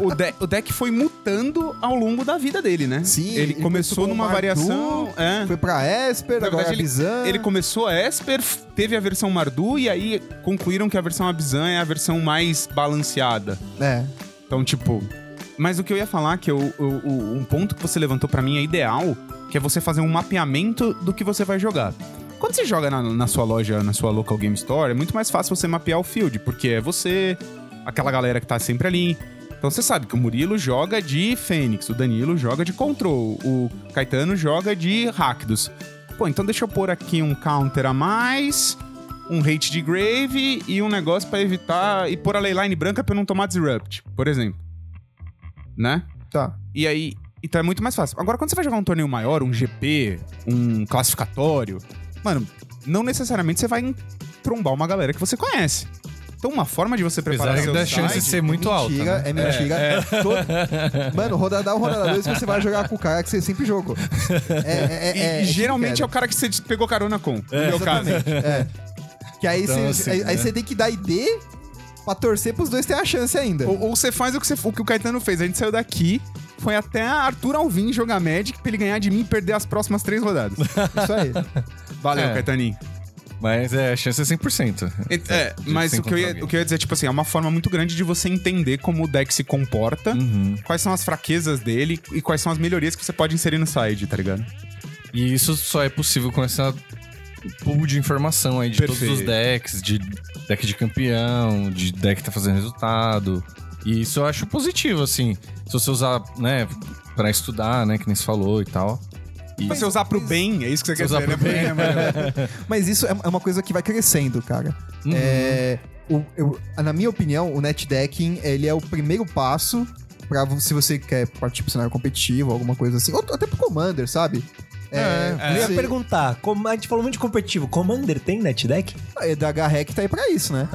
Speaker 3: O, o, de- o deck foi mutando ao longo da vida dele, né?
Speaker 4: Sim,
Speaker 3: Ele,
Speaker 4: ele
Speaker 3: começou
Speaker 4: começou
Speaker 3: numa
Speaker 4: como
Speaker 3: variação.
Speaker 4: Mardu,
Speaker 3: É.
Speaker 4: Foi pra Esper,
Speaker 3: Na
Speaker 4: agora é
Speaker 3: verdade, ele-
Speaker 4: Abizan.
Speaker 3: Ele começou a Esper, f- teve a versão Mardu e aí concluíram que a versão Abzan é a versão mais balanceada.
Speaker 4: É.
Speaker 3: Então, tipo. Mas o que eu ia falar, que eu, eu- o- um ponto que você levantou pra mim é ideal, que é você fazer um mapeamento do que você vai jogar. Quando você joga na, na sua loja, na sua local game store, é muito mais fácil você mapear o field, porque é você, aquela galera que tá sempre ali. Então você sabe que o Murilo joga de Fênix, o Danilo joga de Control, o Caetano joga de Rakdos. Pô, então deixa eu pôr aqui um counter a mais, um hate de grave e um negócio pra evitar e pôr a leyline branca pra eu não tomar disrupt, por exemplo. Né?
Speaker 4: Tá.
Speaker 3: E aí, então é muito mais fácil. Agora quando você vai jogar um torneio maior, um GP, um classificatório, mano, não necessariamente você vai trombar uma galera que você conhece. Então uma forma de você preparar
Speaker 2: apesar
Speaker 3: seu
Speaker 2: da
Speaker 3: side-
Speaker 2: chance de ser muito alta.
Speaker 4: mentira,
Speaker 2: né?
Speaker 4: É mentira. Todo- Mano, rodada 1, rodada 2, você vai jogar com o cara que você sempre
Speaker 3: [LAUGHS]
Speaker 4: jogou. É, é,
Speaker 3: E,
Speaker 4: é, é,
Speaker 3: e geralmente é o
Speaker 4: tipo
Speaker 3: cara que você pegou carona com. no meu caso.
Speaker 4: Exatamente. É. Que aí,
Speaker 2: Então, assim,
Speaker 4: você, aí, aí
Speaker 2: né?
Speaker 4: você tem que dar ID pra torcer pros dois terem a chance ainda.
Speaker 3: Ou, ou você faz é o que, você- o que o Caetano fez. A gente saiu daqui, foi até Arthur Alvim jogar Magic pra ele ganhar de mim e perder as próximas três rodadas.
Speaker 2: [LAUGHS]
Speaker 4: Isso aí.
Speaker 3: Valeu,
Speaker 2: É.
Speaker 3: Caetaninho.
Speaker 2: Mas é, a chance é 100%.
Speaker 3: É, é,
Speaker 2: de
Speaker 3: mas
Speaker 2: você
Speaker 3: o que, eu
Speaker 2: encontrar
Speaker 3: ia,
Speaker 2: alguém.
Speaker 3: o que eu ia dizer, tipo assim, é uma forma muito grande de você entender como o deck se comporta,
Speaker 2: Uhum.
Speaker 3: quais são as fraquezas dele e quais são as melhorias que você pode inserir no side, tá ligado?
Speaker 2: E isso só é possível com essa pool de informação aí de todos
Speaker 3: Perfeito.
Speaker 2: os decks, de deck de campeão, de deck que tá fazendo resultado. E isso eu acho positivo, assim. Se você usar, né, pra estudar, né, que nem se falou e tal. E
Speaker 3: Você usar pro bem, é isso que você quer
Speaker 2: usar
Speaker 3: dizer,
Speaker 2: pro
Speaker 3: [LAUGHS]
Speaker 2: bem.
Speaker 3: né? Maria?
Speaker 4: Mas isso é é uma coisa que vai crescendo, cara.
Speaker 2: Uhum.
Speaker 4: É, o- eu- na minha opinião, o netdecking, ele é o primeiro passo pra vo- se você quer partir pro cenário competitivo, alguma coisa assim. Ou até pro Commander, sabe? É,
Speaker 1: [LAUGHS] Eu ia
Speaker 4: você-
Speaker 1: perguntar, como- a gente falou muito de competitivo, Commander tem netdeck?
Speaker 4: é da HREC tá aí pra isso, né?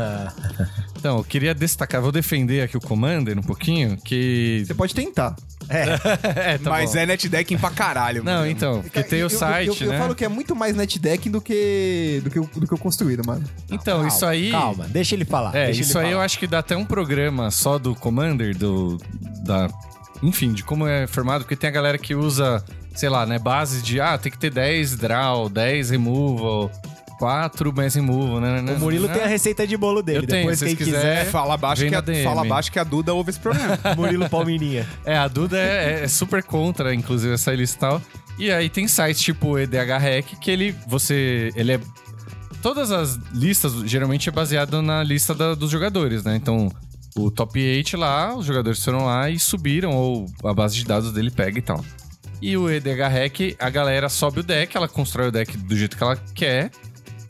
Speaker 2: Então, eu queria destacar, vou defender aqui o Commander um pouquinho, que...
Speaker 4: Você pode tentar.
Speaker 2: é, tá
Speaker 3: Mas
Speaker 2: bom.
Speaker 3: é netdecking pra caralho,
Speaker 2: Não,
Speaker 3: mano.
Speaker 2: então, porque
Speaker 4: Cara,
Speaker 2: tem o
Speaker 4: eu- eu-
Speaker 2: site,
Speaker 4: eu, eu,
Speaker 2: né?
Speaker 4: falo que é muito mais netdecking do que do que o- do que o construído, mano.
Speaker 2: Então,
Speaker 1: Calma,
Speaker 2: isso aí...
Speaker 1: Calma, deixa ele falar.
Speaker 2: É,
Speaker 1: deixa
Speaker 2: isso
Speaker 1: ele
Speaker 2: aí eu acho que dá até um programa só do Commander, do. Da, enfim, de como é formado, porque tem a galera que usa, sei lá, né, base de ah, tem que ter 10 draw, 10 removal, 4 mais removal, né? né,
Speaker 1: O Murilo
Speaker 2: né.
Speaker 1: tem a receita de bolo dele.
Speaker 2: Eu tenho,
Speaker 1: Depois,
Speaker 2: se
Speaker 1: quem
Speaker 2: vocês
Speaker 1: quiser,
Speaker 3: É, fala abaixo,
Speaker 2: Vem
Speaker 3: que
Speaker 2: na
Speaker 3: a,
Speaker 2: DM.
Speaker 3: fala abaixo que a Duda ouve
Speaker 2: [LAUGHS]
Speaker 3: esse problema.
Speaker 1: Murilo Palmirinha.
Speaker 2: É, a Duda é, é- é super contra, inclusive, essa lista e tal. E aí tem sites tipo o EDHREC que ele. Você. Ele é. Todas as listas geralmente é baseado na lista da- dos jogadores, né? Então, o top 8 lá, os jogadores foram lá e subiram, ou a base de dados dele pega e tal. E o EDHREC, a galera sobe o deck, ela constrói o deck do jeito que ela quer.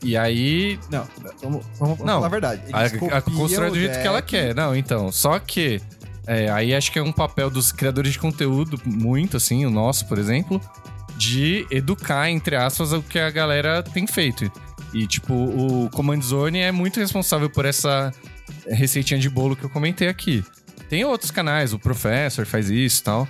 Speaker 2: E aí
Speaker 4: Não, vamos, vamos, vamos
Speaker 2: Não.
Speaker 4: falar a verdade. Eles
Speaker 2: a, a
Speaker 4: copiam né?
Speaker 2: constrói do
Speaker 4: o
Speaker 2: jeito que ela quer. Não, então. Só que. é, aí acho que é um papel dos criadores de conteúdo, muito assim, o nosso, por exemplo, de educar, entre aspas, o que a galera tem feito. E, tipo, o Command Zone é muito responsável por essa receitinha de bolo que eu comentei aqui. Tem outros canais, o Professor faz isso e tal.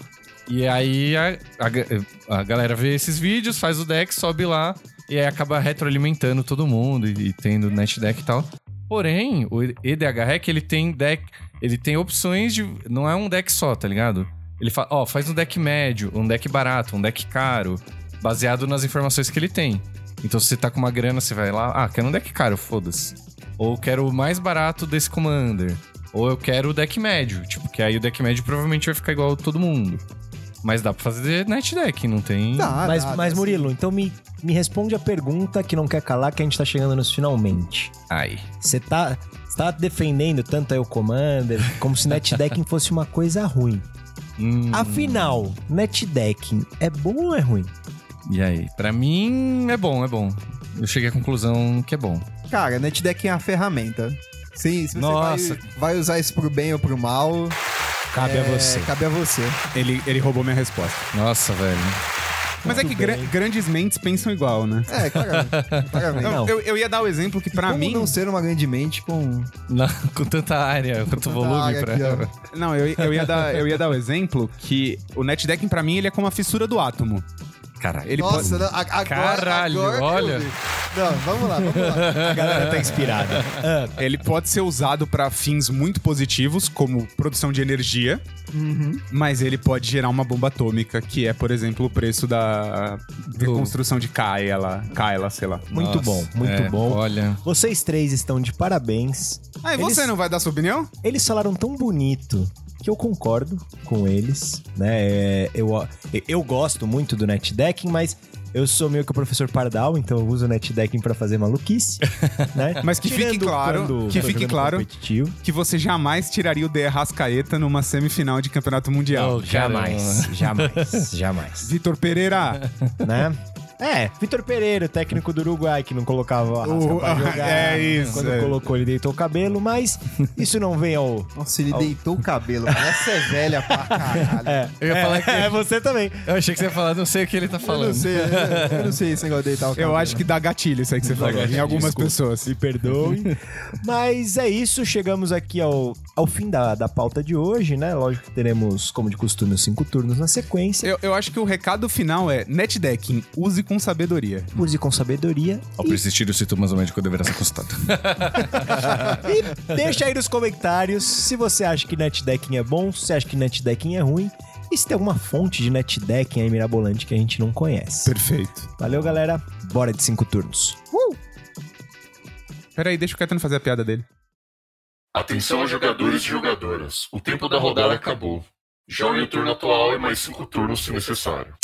Speaker 2: E aí a, a ga- a galera vê esses vídeos, faz o deck, sobe lá e aí acaba retroalimentando todo mundo e, e tendo net deck e tal. Porém, o EDHREC, ele tem deck. Ele tem opções de. Não é um deck só, tá ligado? Ele fala, ó, faz um deck médio, um deck barato, um deck caro, baseado nas informações que ele tem. Então, se você tá com uma grana, você vai lá, ah, quero um deck caro, foda-se. Ou quero o mais barato desse commander. Ou eu quero o deck médio, tipo, que aí o deck médio provavelmente vai ficar igual a todo mundo. Mas dá pra fazer net deck, não tem.
Speaker 4: Dá,
Speaker 1: [LAUGHS] mas,
Speaker 4: dá,
Speaker 1: mas
Speaker 4: dá,
Speaker 1: Murilo, então me, me responde a pergunta que não quer calar, que a gente tá chegando nos finalmente.
Speaker 2: Ai.
Speaker 1: Você tá, você tá defendendo tanto aí o Commander, como se netdecking [LAUGHS] fosse uma coisa ruim.
Speaker 2: Hum,
Speaker 1: Afinal, netdecking é bom ou é [LAUGHS] ruim?
Speaker 2: E aí? Pra mim, é bom, é bom. Eu cheguei à conclusão que é bom.
Speaker 4: sim. Cara, NetDeck é a ferramenta. Sim, se você
Speaker 2: Nossa.
Speaker 4: Vai, vai usar isso pro bem ou pro mal,
Speaker 1: Cabe a
Speaker 4: é,
Speaker 1: você.
Speaker 4: cabe a você.
Speaker 3: Ele, ele roubou minha resposta.
Speaker 2: Nossa, velho.
Speaker 3: Mas é que gra- grandes mentes pensam igual, né?
Speaker 4: É, claramente. claramente.
Speaker 1: Não.
Speaker 3: Eu, eu ia dar o exemplo que, pra
Speaker 4: Como
Speaker 3: mim.
Speaker 4: não ser uma grande mente com...
Speaker 2: Não, [LAUGHS] com tanta área, quanto
Speaker 4: tanta
Speaker 2: volume
Speaker 4: área
Speaker 2: pra.
Speaker 4: aqui,
Speaker 3: Não, eu, eu, ia dar, eu ia dar o exemplo que o netdecking, pra mim, ele é como a fissura do átomo.
Speaker 2: Caralho.
Speaker 3: Ele pode-
Speaker 4: Nossa, né? não, a- agora,
Speaker 2: Caralho,
Speaker 4: agora que eu
Speaker 2: olha.
Speaker 4: vi. Não, vamos lá, vamos lá.
Speaker 1: A galera tá inspirada.
Speaker 3: Ele pode ser usado para fins muito positivos, como produção de energia,
Speaker 4: Uhum.
Speaker 3: mas ele pode gerar uma bomba atômica, que é, por exemplo, o preço da reconstrução de Kaela, Kaela, sei lá.
Speaker 1: Muito
Speaker 2: Nossa,
Speaker 1: bom, muito
Speaker 2: é,
Speaker 1: bom.
Speaker 2: Olha.
Speaker 1: Vocês três estão de parabéns.
Speaker 3: Ah, e
Speaker 1: Eles-
Speaker 3: você não vai dar sua opinião?
Speaker 1: Eles falaram tão bonito que eu concordo com eles, né? É, Eu, eu gosto muito do netdecking, mas eu sou meio que o professor Pardal, então eu uso o netdecking pra fazer
Speaker 3: [LAUGHS]
Speaker 1: maluquice, né?
Speaker 3: Mas que fique
Speaker 1: Tirando
Speaker 3: claro,
Speaker 1: quando
Speaker 3: que
Speaker 1: tô
Speaker 3: fique
Speaker 1: jogando
Speaker 3: claro.
Speaker 1: competitivo.
Speaker 3: Que você jamais tiraria o DR Rascaeta numa semifinal de campeonato mundial.
Speaker 2: Oh,
Speaker 1: Jamais,
Speaker 4: [LAUGHS]
Speaker 1: jamais, jamais,
Speaker 3: Vitor Pereira!
Speaker 1: né? É, Vitor Pereira, o técnico do Uruguai, que não colocava a rasca
Speaker 3: O-
Speaker 1: pra jogar.
Speaker 3: [LAUGHS]
Speaker 1: né?
Speaker 3: é isso,
Speaker 1: Quando
Speaker 3: é.
Speaker 1: colocou, ele deitou o cabelo, mas isso não vem
Speaker 3: [LAUGHS]
Speaker 1: ao...
Speaker 4: Nossa, ele deitou o cabelo, mano. Essa é velha pra caralho.
Speaker 1: É,
Speaker 2: Eu ia
Speaker 1: é,
Speaker 2: falar que-
Speaker 1: é você também.
Speaker 2: Eu achei que você ia falar, não sei o que ele tá
Speaker 4: Eu não
Speaker 2: falando.
Speaker 4: sei, eu, eu não sei esse negócio de deitar o cabelo.
Speaker 3: Eu acho que dá gatilho isso aí que você falou, em
Speaker 2: gatilho,
Speaker 3: algumas
Speaker 2: desculpa.
Speaker 3: pessoas.
Speaker 1: Me perdoem. [LAUGHS] Mas é isso, chegamos aqui ao, ao fim da, da pauta de hoje, né? Lógico que teremos, como de costume, os cinco turnos na sequência.
Speaker 3: Eu, eu acho que o recado final é: netdecking, use com sabedoria.
Speaker 1: Use com sabedoria.
Speaker 2: Ao persistir os sintomas do médico deverá ser
Speaker 1: [LAUGHS]
Speaker 2: constatado.
Speaker 1: E deixa aí nos comentários se você acha que netdecking é bom, se você acha que netdecking é ruim. E se tem alguma fonte de netdecking aí mirabolante que a gente não conhece.
Speaker 3: Perfeito.
Speaker 1: Valeu, galera. Bora de cinco turnos.
Speaker 3: Peraí, deixa o Caetano fazer a piada dele.
Speaker 5: Atenção, jogadores e jogadoras. O tempo da rodada acabou. Jogue o turno atual e mais cinco turnos se necessário.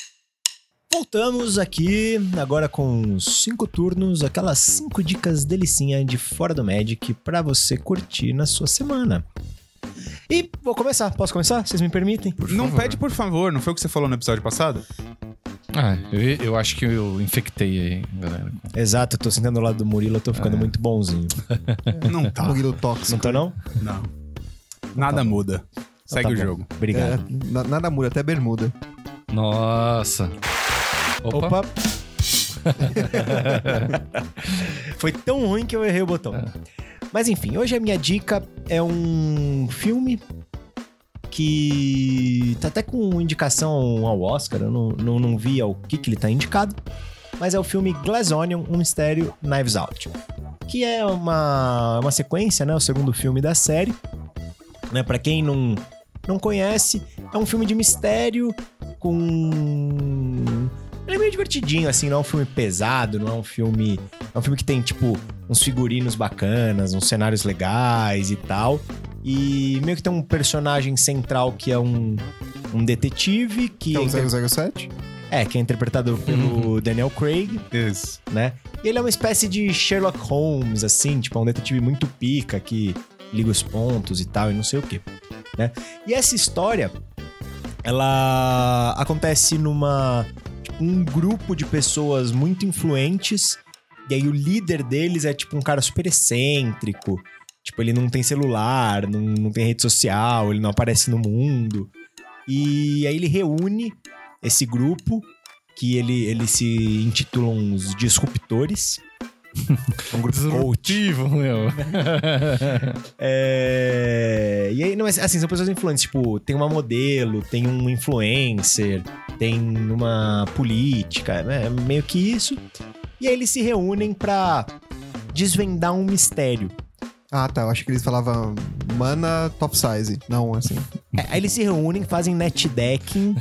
Speaker 1: Voltamos aqui agora com os cinco turnos, aquelas cinco dicas delicinha de fora do Magic pra você curtir na sua semana. E vou começar. Posso começar? Vocês me permitem?
Speaker 3: não
Speaker 2: favor.
Speaker 3: pede por favor, não foi o que você falou no episódio passado?
Speaker 2: Ah, eu, eu acho que eu infectei aí, galera.
Speaker 1: Exato, eu tô sentando ao lado do Murilo, eu tô ficando muito bonzinho.
Speaker 3: Não tá.
Speaker 4: Murilo tóxico.
Speaker 1: Não tô não?
Speaker 3: Não. Nada muda. Segue
Speaker 1: tá
Speaker 3: o
Speaker 1: bom.
Speaker 3: jogo.
Speaker 1: Obrigado.
Speaker 4: É, na- nada muda, até bermuda.
Speaker 2: Nossa. Opa.
Speaker 1: Opa! [LAUGHS] Foi tão ruim que eu errei o botão. Mas enfim, hoje a minha dica é um filme que tá até com indicação ao Oscar, eu não, não, não vi ao que, que ele tá indicado, mas é o filme Glass Onion, Um Mistério, Knives Out, que é uma, uma sequência, né, o segundo filme da série, né, pra quem não, não conhece, é um filme de mistério com ele é meio divertidinho, assim, não é um filme pesado, não é um filme. É um filme que tem, tipo, uns figurinos bacanas, uns cenários legais e tal. E meio que tem um personagem central que é um, um detetive que.
Speaker 4: É
Speaker 1: É,
Speaker 4: o
Speaker 1: inter-
Speaker 4: 007?
Speaker 1: é, que é interpretado pelo Daniel Craig,
Speaker 3: Isso.
Speaker 1: né? E ele é uma espécie de Sherlock Holmes, assim, tipo, é um detetive muito pica que liga os pontos e tal, e não sei o quê. Né? E essa história, ela acontece numa. tipo, um grupo de pessoas muito influentes, e aí o líder deles é tipo um cara super excêntrico. Tipo, ele não tem celular, não, não tem rede social, ele não aparece no mundo. E aí ele reúne esse grupo, que ele, ele se intitulam os Disruptores.
Speaker 2: Um grupo disruptivo,
Speaker 4: [LAUGHS]
Speaker 2: meu.
Speaker 1: É... E aí, não, mas, assim, são pessoas influentes. Tipo, tem uma modelo, tem um influencer, tem uma política, né? É Meio que isso. E aí eles se reúnem pra desvendar um mistério.
Speaker 4: Ah, tá. Eu acho que eles falavam mana top size. Não, assim.
Speaker 1: É, aí eles se reúnem, fazem netdecking.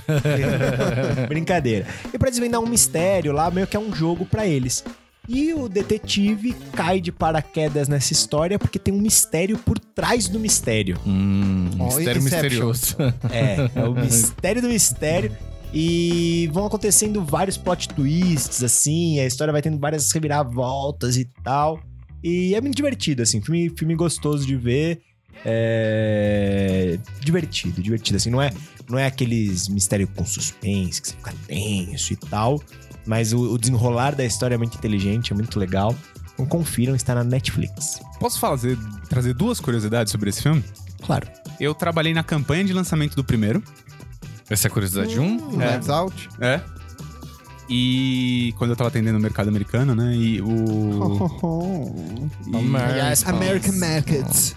Speaker 1: Brincadeira. E pra desvendar um mistério lá, meio que é um jogo pra eles. E o detetive cai de paraquedas nessa história porque tem um mistério por trás do mistério.
Speaker 2: Hum,
Speaker 4: Ó,
Speaker 2: mistério
Speaker 4: Inception.
Speaker 2: misterioso.
Speaker 4: [LAUGHS]
Speaker 1: É, é o mistério do mistério. E vão acontecendo vários plot twists, assim, a história vai tendo várias reviravoltas e tal. E é muito divertido, assim, filme, filme gostoso de ver. É... Divertido, divertido, assim, não é, não é aqueles mistério com suspense, que você fica tenso e tal. Mas o, o desenrolar da história é muito inteligente, é muito legal. Então confiram, está na Netflix.
Speaker 3: Posso fazer, trazer duas curiosidades sobre esse filme?
Speaker 1: Claro.
Speaker 3: Eu trabalhei na campanha de lançamento do primeiro.
Speaker 2: Essa é a curiosidade 1. Um.
Speaker 4: O Knives Out.
Speaker 3: É. E quando eu tava atendendo o mercado americano, né? E
Speaker 4: [LAUGHS]
Speaker 3: o. e-
Speaker 4: American Markets.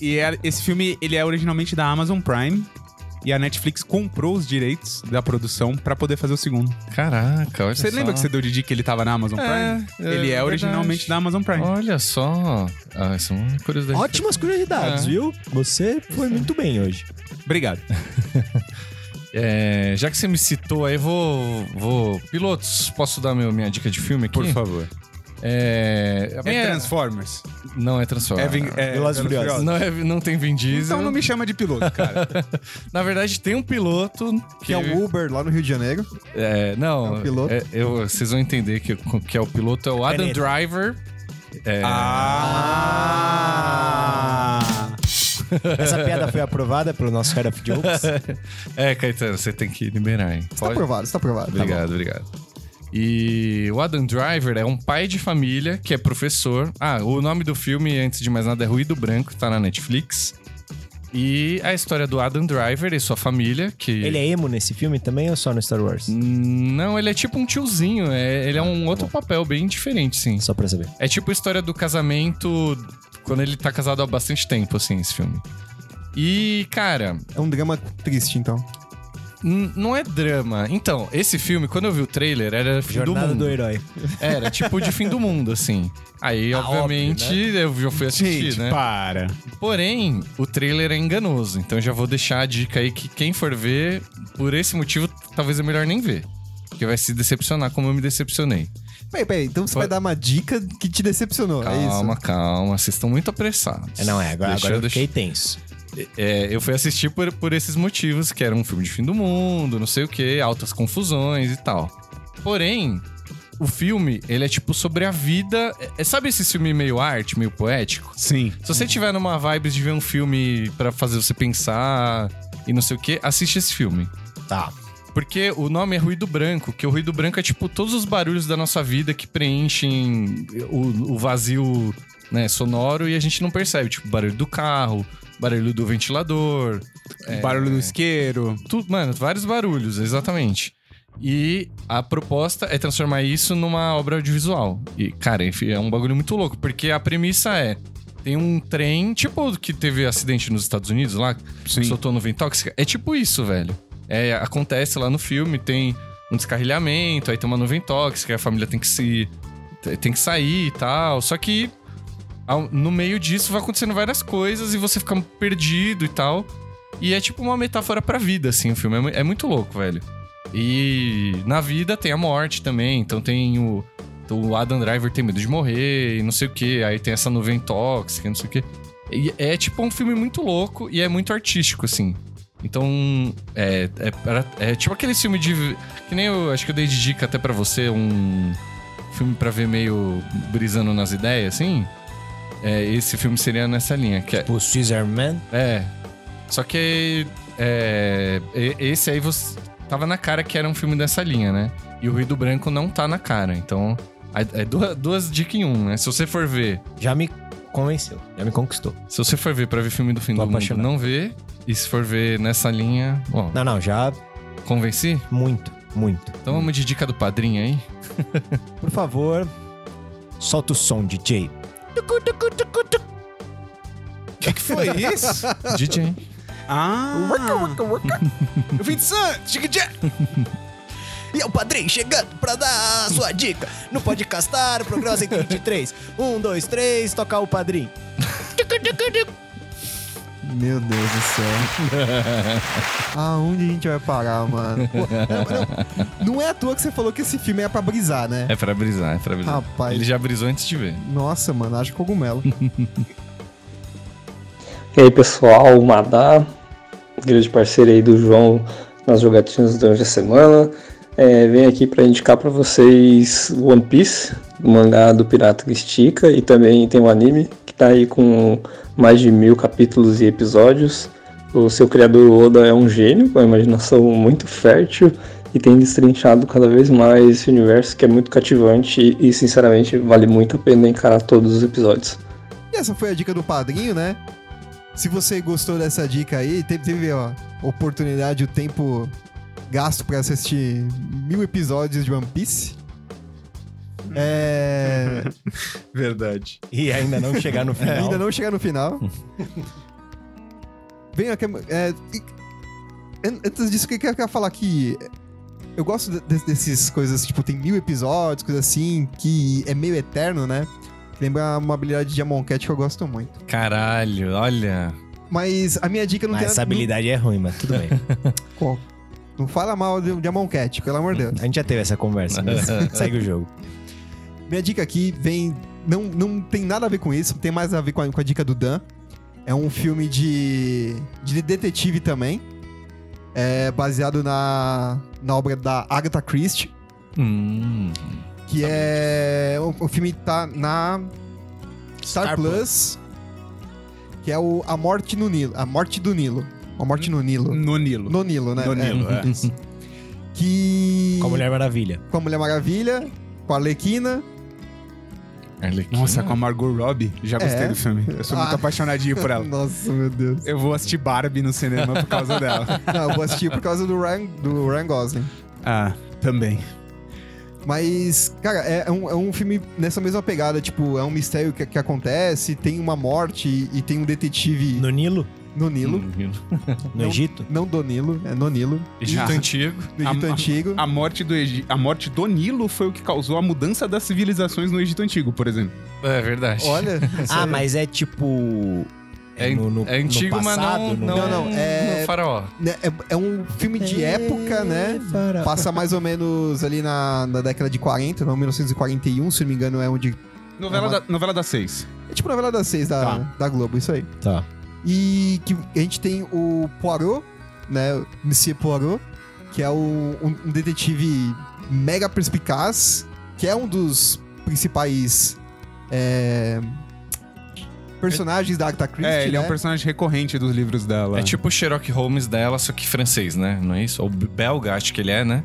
Speaker 3: E, e é- esse filme, ele é originalmente da Amazon Prime. E a Netflix comprou os direitos da produção pra poder fazer o segundo.
Speaker 2: Caraca, olha
Speaker 3: Você
Speaker 2: só.
Speaker 3: lembra que você deu de dica que ele tava na Amazon Prime?
Speaker 2: É, é
Speaker 3: ele é
Speaker 2: verdade.
Speaker 3: originalmente da Amazon Prime.
Speaker 2: Olha só. Ah, isso é uma curiosidade.
Speaker 1: Ótimas curiosidades,
Speaker 2: É.
Speaker 1: viu? Você foi muito bem
Speaker 2: [LAUGHS]
Speaker 1: hoje.
Speaker 3: Obrigado.
Speaker 2: É, já que você me citou aí, vou. vou... Pilotos, posso dar meu, minha dica de filme aqui?
Speaker 3: Por favor.
Speaker 2: É.
Speaker 3: É,
Speaker 2: é-
Speaker 3: Transformers.
Speaker 2: Não é Transformers.
Speaker 3: É, Vin-
Speaker 1: Velozes
Speaker 3: é
Speaker 1: e
Speaker 3: Velozes e
Speaker 1: Furiosos.
Speaker 2: Não, é, não tem Vin Diesel.
Speaker 3: Então não me chama de piloto, [LAUGHS] cara.
Speaker 2: Na verdade, tem um piloto que,
Speaker 4: Que é o Uber lá no Rio de Janeiro.
Speaker 2: É, não,
Speaker 4: É o piloto.
Speaker 2: é, eu, vocês vão entender que, que é o piloto, é o Adam
Speaker 1: Caneta.
Speaker 2: Driver. É,
Speaker 3: ah!
Speaker 1: Essa piada foi aprovada pelo nosso Head of
Speaker 2: [LAUGHS]
Speaker 1: Jokes.
Speaker 2: é, Caetano, você tem que liberar, hein?
Speaker 4: Está tá aprovado, está
Speaker 1: Tá
Speaker 4: aprovado.
Speaker 2: Obrigado, obrigado. E o Adam Driver é um pai de família que é professor. Ah, o nome do filme, antes de mais nada, é Ruído Branco, tá na Netflix. E a história do Adam Driver e sua família, que.
Speaker 1: Ele é emo nesse filme também ou só no Star Wars?
Speaker 2: Não, ele é tipo um tiozinho. é- ele é
Speaker 1: Tá
Speaker 2: um outro papel bem diferente, sim.
Speaker 1: Só pra saber.
Speaker 2: É tipo a história do casamento quando ele tá casado há bastante tempo, assim, esse filme. E, cara,
Speaker 4: É um drama triste, então.
Speaker 2: n- não é drama. Então, esse filme, quando eu vi o trailer, era fim
Speaker 1: Jornada
Speaker 2: do
Speaker 1: do,
Speaker 2: mundo.
Speaker 1: Herói.
Speaker 2: Era tipo de fim do mundo, assim. Aí,
Speaker 1: Tá óbvio, né?
Speaker 2: obviamente, eu já fui assistir,
Speaker 3: Gente,
Speaker 2: né?
Speaker 3: para.
Speaker 2: Porém, o trailer é enganoso, então já vou deixar a dica aí que quem for ver, por esse motivo, talvez é melhor nem ver. Porque vai se decepcionar como eu me decepcionei.
Speaker 4: Peraí, peraí. Então você
Speaker 2: Foi-
Speaker 4: vai dar uma dica que te decepcionou, é isso?
Speaker 2: Calma, calma, vocês estão muito apressados.
Speaker 1: É, Não, é, agora,
Speaker 2: Deixa
Speaker 1: agora
Speaker 2: eu
Speaker 1: eu
Speaker 2: deixar-
Speaker 1: fiquei tenso.
Speaker 2: É, eu fui assistir por, por esses motivos, que era um filme de fim do mundo, não sei o que, altas confusões e tal. Porém, o filme, ele é tipo sobre a vida. é- é- sabe esse filme meio arte, meio poético?
Speaker 3: Sim.
Speaker 2: Se você tiver numa vibe de ver um filme pra fazer você pensar e não sei o que, assiste esse filme.
Speaker 1: Tá.
Speaker 2: Porque o nome é ruído branco, que o ruído branco é tipo todos os barulhos da nossa vida que preenchem o, o vazio né, sonoro e a gente não percebe. Tipo, barulho do carro, barulho do ventilador, é,
Speaker 3: Barulho do isqueiro.
Speaker 2: tudo, mano, vários barulhos, exatamente. E a proposta é transformar isso numa obra audiovisual. E, cara, enfim, é um bagulho muito louco, porque a premissa é: tem um trem, tipo o que teve acidente nos Estados Unidos lá,
Speaker 3: Sim.
Speaker 2: que soltou nuvem tóxica. É tipo isso, velho. É, acontece lá no filme, tem um descarrilhamento, aí tem uma nuvem tóxica, a família tem que se. tem que sair e tal. Só que ao- no meio disso vai acontecendo várias coisas e você fica perdido e tal. E é tipo uma metáfora pra vida, assim, o filme. É mu- É, muito louco, velho. E na vida tem a morte também, então tem o. O Adam Driver tem medo de morrer e não sei o que. Aí tem essa nuvem tóxica, e não sei o que. é tipo um filme muito louco e é muito artístico, assim. Então, é, é, pra- é tipo aquele filme de. Que nem eu acho que eu dei de dica até pra você, um filme pra ver meio brisando nas ideias, assim. É, esse filme seria nessa linha. Que é,
Speaker 1: O Caesar Man.
Speaker 2: é. Só que. É, e- esse aí você. Tava na cara que era um filme dessa linha, né? E o Ruído Branco não tá na cara. Então. É é duas, duas dicas em um, né? Se você for ver.
Speaker 1: Já me convenceu. Já me conquistou.
Speaker 2: Se você for ver pra ver filme do fim
Speaker 1: Tô
Speaker 2: do mundo,
Speaker 1: apaixonado.
Speaker 2: não vê. E se for ver nessa linha. Ó,
Speaker 1: Não, não, já
Speaker 2: convenci?
Speaker 1: muito, muito.
Speaker 2: Então vamos de dica do padrinho aí.
Speaker 1: Por favor, solta o som, DJ. Tucu, tucu, tucu, tucu.
Speaker 3: que foi isso?
Speaker 2: DJ.
Speaker 3: ah!
Speaker 1: Vincent, Chique Jack. E é o padrinho chegando pra dar a sua dica no Podcastar, programa 123. Um, dois, três, tocar o padrinho.
Speaker 4: Meu Deus do céu.
Speaker 2: [LAUGHS]
Speaker 4: Aonde a gente vai parar, mano? Pô, não, não, não é à toa que você falou que esse filme é pra brisar, né?
Speaker 2: [LAUGHS] É pra brisar, é pra brisar.
Speaker 4: Rapaz.
Speaker 2: Ele já brisou antes de ver.
Speaker 4: Nossa, mano, acho cogumelo.
Speaker 6: E aí pessoal, o Madá, grande parceiro aí do João nas jogatinas durante a semana. É, vem aqui para indicar para vocês One Piece, o mangá do Pirata que Estica, e também tem o anime, que tá aí com mais de mil capítulos e episódios. O seu criador Oda é um gênio, com a imaginação muito fértil, e tem destrinchado cada vez mais esse universo que é muito cativante e, sinceramente, vale muito a pena encarar todos os episódios.
Speaker 4: E essa foi a dica do padrinho, né? Se você gostou dessa dica aí, teve, teve ó, oportunidade, o tempo gasto pra assistir mil episódios de One Piece.
Speaker 1: [LAUGHS]
Speaker 4: É,
Speaker 3: Verdade.
Speaker 1: E ainda não chegar
Speaker 4: [LAUGHS]
Speaker 1: no final.
Speaker 4: Ainda não chegar
Speaker 1: [LAUGHS]
Speaker 4: no final. Vem aqui. É, e- an- antes disso, eu quero quero falar que. Eu gosto de- de- desses coisas, tipo, tem mil episódios, coisa assim, que é meio eterno, né? Lembra uma habilidade de Amon Cat que eu gosto muito.
Speaker 2: Caralho, olha.
Speaker 4: Mas a minha dica não
Speaker 1: Mas
Speaker 4: tem
Speaker 1: essa habilidade é ruim, mas tudo bem.
Speaker 4: Não, não fala mal de, de Amon Cat, pelo amor de Deus.
Speaker 3: [LAUGHS]
Speaker 1: A gente já teve essa conversa, mas segue o jogo.
Speaker 4: Minha dica aqui vem. Não, não tem nada a ver com isso, tem mais a ver com a, com a dica do Dan. É um filme de, de detetive também. É baseado na, na obra da Agatha Christie,
Speaker 2: Hum.
Speaker 4: que é. O, o filme tá na Star,
Speaker 1: Star
Speaker 4: Plus, que é o A Morte no Nilo. A Morte do Nilo. A Morte no Nilo.
Speaker 3: No Nilo.
Speaker 4: No Nilo, né?
Speaker 3: No
Speaker 4: É.
Speaker 3: Nilo, é.
Speaker 4: [LAUGHS] Que.
Speaker 1: Com a Mulher Maravilha.
Speaker 4: com a Mulher Maravilha, com a Arlequina.
Speaker 2: Arlequina.
Speaker 3: Nossa, com a Margot Robbie. Já gostei
Speaker 4: É.
Speaker 3: do filme. Eu sou muito
Speaker 4: Ah.
Speaker 3: apaixonadinho por [LAUGHS] ela.
Speaker 4: [LAUGHS] Nossa, meu Deus.
Speaker 3: Eu vou assistir Barbie no cinema por causa dela.
Speaker 4: Não, eu vou assistir por causa do Ryan, do Ryan Gosling.
Speaker 3: Ah, também.
Speaker 4: Mas, cara, é, é um, é um filme nessa mesma pegada. Tipo, é um mistério que, que acontece, tem uma morte e, e tem um detetive
Speaker 1: No Nilo?
Speaker 4: no Nilo.
Speaker 2: Hum.
Speaker 1: No
Speaker 4: Não.
Speaker 1: Egito?
Speaker 4: Não do Nilo, é no Nilo.
Speaker 2: Egito Antigo.
Speaker 4: No Egito
Speaker 3: A- a- [LAUGHS]
Speaker 4: Antigo.
Speaker 3: A morte, do Egi... a morte do Nilo foi o que causou a mudança das civilizações no Egito Antigo, por exemplo.
Speaker 2: É verdade.
Speaker 4: Olha.
Speaker 1: Ah, mas é tipo.
Speaker 2: É, é antigo, mas não,
Speaker 1: no-
Speaker 2: não,
Speaker 4: Não, não, é-
Speaker 2: no faraó.
Speaker 4: né, é, é um filme de época, né?
Speaker 1: Para-
Speaker 4: Passa mais ou menos ali na, na década de 40, não, 1941, se não me engano, é onde.
Speaker 3: Novela,
Speaker 4: É uma-
Speaker 3: da, novela das seis.
Speaker 4: É tipo novela das seis da, da Globo, isso aí.
Speaker 1: Tá.
Speaker 4: E que a gente tem o Poirot, né? o Monsieur Poirot, que é o- um, um detetive mega perspicaz, que é um dos principais é, personagens da Agatha Christie,
Speaker 3: é, ele é um
Speaker 4: né?
Speaker 3: personagem recorrente dos livros dela.
Speaker 2: É tipo o Sherlock Holmes dela, só que francês, né? Não é isso? Ou belga, acho que ele é, né?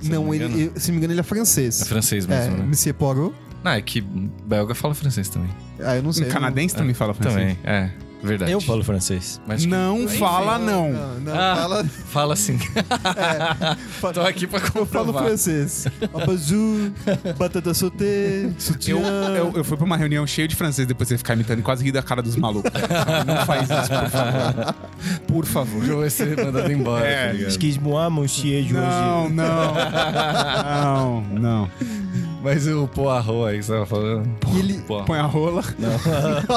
Speaker 2: Se eu
Speaker 4: Não,
Speaker 2: me
Speaker 4: ele,
Speaker 2: engano.
Speaker 4: ele- se não me engano, ele é francês.
Speaker 2: É francês
Speaker 4: É,
Speaker 2: mesmo, né?
Speaker 4: Monsieur Poirot.
Speaker 2: Não, é que belga fala francês também.
Speaker 4: Ah, eu não sei.
Speaker 3: Um
Speaker 4: eu
Speaker 3: canadense também fala
Speaker 2: né?
Speaker 3: francês.
Speaker 2: Também, é. Verdade.
Speaker 1: Eu falo francês.
Speaker 2: Mas que-
Speaker 3: Não
Speaker 4: não-
Speaker 3: fala, não.
Speaker 4: Não, não,
Speaker 2: Ah.
Speaker 4: fala...
Speaker 2: Fala assim. [LAUGHS]
Speaker 4: fala-
Speaker 2: Tô aqui pra
Speaker 4: Eu falo
Speaker 2: comprovar.
Speaker 4: francês.
Speaker 2: [LAUGHS]
Speaker 4: Abazou, batata sauté, sutiã...
Speaker 3: Eu, eu, eu fui pra uma reunião cheia de francês depois você ficar imitando e quase rir da cara
Speaker 2: [LAUGHS]
Speaker 3: dos malucos. Não faz isso, por favor. Por favor.
Speaker 2: Eu vou ser mandado embora,
Speaker 3: É,
Speaker 2: tá ligado?
Speaker 1: Excuse-moi, monsieur
Speaker 3: Não,
Speaker 1: José.
Speaker 3: não. Não, não.
Speaker 2: Tá Mas o Poirot aí que você tava falando.
Speaker 4: E ele-
Speaker 2: Poirot.
Speaker 3: Põe a rola. é
Speaker 2: Não,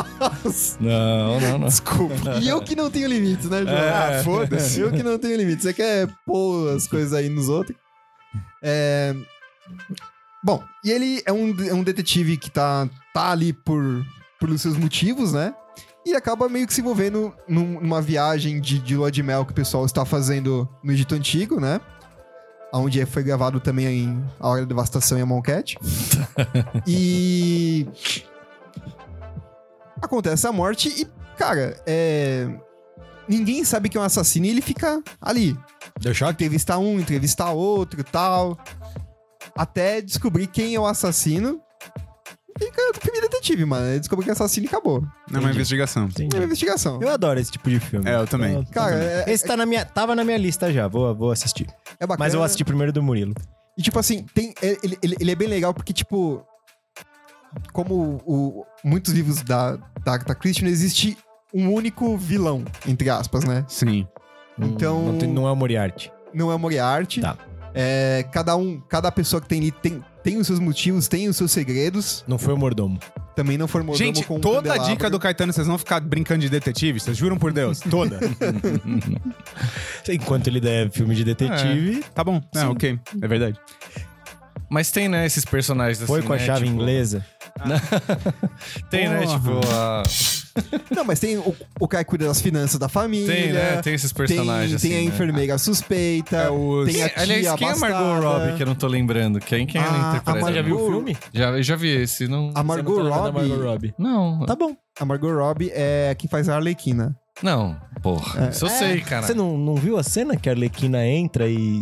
Speaker 2: não, [LAUGHS] não.
Speaker 4: [LAUGHS] Desculpa. E eu que não tenho limites, né, João?
Speaker 2: É.
Speaker 4: Ah, foda-se. Eu que não tenho limites. Você quer pôr as coisas aí nos outros? É... Bom, e ele é um, é um detetive que tá, tá ali por, pelos seus motivos, né? E ele acaba meio que se envolvendo num- numa viagem de, de lua de mel que o pessoal está fazendo no Egito Antigo, né? Onde é, foi gravado também em A Hora da Devastação e a [LAUGHS] Monquete. e... Acontece a morte e cara, é. Ninguém sabe que é um assassino e ele fica ali. Deixa entrevistar um, entrevistar outro e tal. Até descobrir quem é o assassino. E, cara, do filme detetive, mano. Ele descobriu que é assassino e acabou.
Speaker 3: Não, é uma investigação.
Speaker 4: É uma
Speaker 1: Entendi.
Speaker 4: investigação.
Speaker 1: Eu adoro esse tipo de filme.
Speaker 3: É, eu também.
Speaker 4: Cara, é,
Speaker 1: Esse tá na minha, tava na minha lista já, vou, vou assistir.
Speaker 4: é bacana.
Speaker 1: Mas eu vou assistir primeiro do Murilo.
Speaker 4: E, tipo assim, tem, é- ele, ele, ele é bem legal porque, tipo... Como o, o- muitos livros da, da Agatha Christie, não existe um único vilão, entre aspas, né?
Speaker 3: Sim.
Speaker 1: Hum,
Speaker 4: Então-
Speaker 1: Não, tem- não é o Moriarty.
Speaker 4: não é Moriarty.
Speaker 1: Tá.
Speaker 4: É, cada um, cada pessoa que tem ali tem, tem os seus motivos, tem os seus segredos.
Speaker 1: Não foi o Mordomo.
Speaker 4: Também não formou
Speaker 3: Gente,
Speaker 4: com um
Speaker 3: toda a
Speaker 4: candelabro.
Speaker 3: dica do Caetano, vocês vão ficar brincando de detetive? Vocês juram por Deus?
Speaker 2: [LAUGHS]
Speaker 3: Toda.
Speaker 1: Enquanto ele der filme de detetive,
Speaker 3: tá bom. É, ok. É verdade.
Speaker 2: Mas tem, né, esses personagens
Speaker 1: foi
Speaker 2: assim,
Speaker 1: com a
Speaker 2: né,
Speaker 1: chave
Speaker 2: tipo-
Speaker 1: inglesa.
Speaker 2: Tem, né,
Speaker 3: Porra.
Speaker 2: tipo, a...
Speaker 4: Não, mas tem o, o cara que cuida das finanças da família.
Speaker 2: Tem, né? Tem esses
Speaker 4: Tem,
Speaker 2: personagens.
Speaker 4: tem a
Speaker 2: assim, né?
Speaker 4: enfermeira suspeita.
Speaker 3: É o-
Speaker 4: Tem a
Speaker 2: Quem- Aliás,
Speaker 4: tia
Speaker 2: quem é
Speaker 4: abastada.
Speaker 2: Margot Robbie que eu não tô lembrando? Quem, quem
Speaker 4: Ah,
Speaker 2: ela
Speaker 4: a
Speaker 2: interpreta?
Speaker 1: Você já viu o
Speaker 4: Margot- Ah.
Speaker 1: filme?
Speaker 2: Já, eu já vi esse. Não,
Speaker 4: A Margot
Speaker 1: Você não tá lembrando da
Speaker 4: Robbie.
Speaker 1: Margot Robbie.
Speaker 2: não,
Speaker 4: Tá bom. A Margot Robbie é quem faz a
Speaker 2: [LAUGHS]
Speaker 4: Arlequina.
Speaker 2: não. Porra, isso eu
Speaker 1: É,
Speaker 2: sei, cara.
Speaker 1: Você não, não viu a cena que a Arlequina entra e...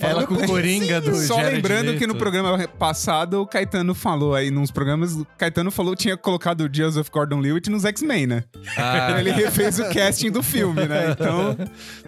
Speaker 2: Ela com o Coringa do
Speaker 3: Só
Speaker 2: Jared
Speaker 3: lembrando que no
Speaker 2: Leto.
Speaker 3: programa passado o Caetano falou aí, nos programas, o Caetano falou que tinha colocado o Joseph Gordon-Lewitt nos X-Men, né?
Speaker 2: Ah,
Speaker 3: Ele refez o casting do filme, né?
Speaker 4: [LAUGHS]
Speaker 3: Então,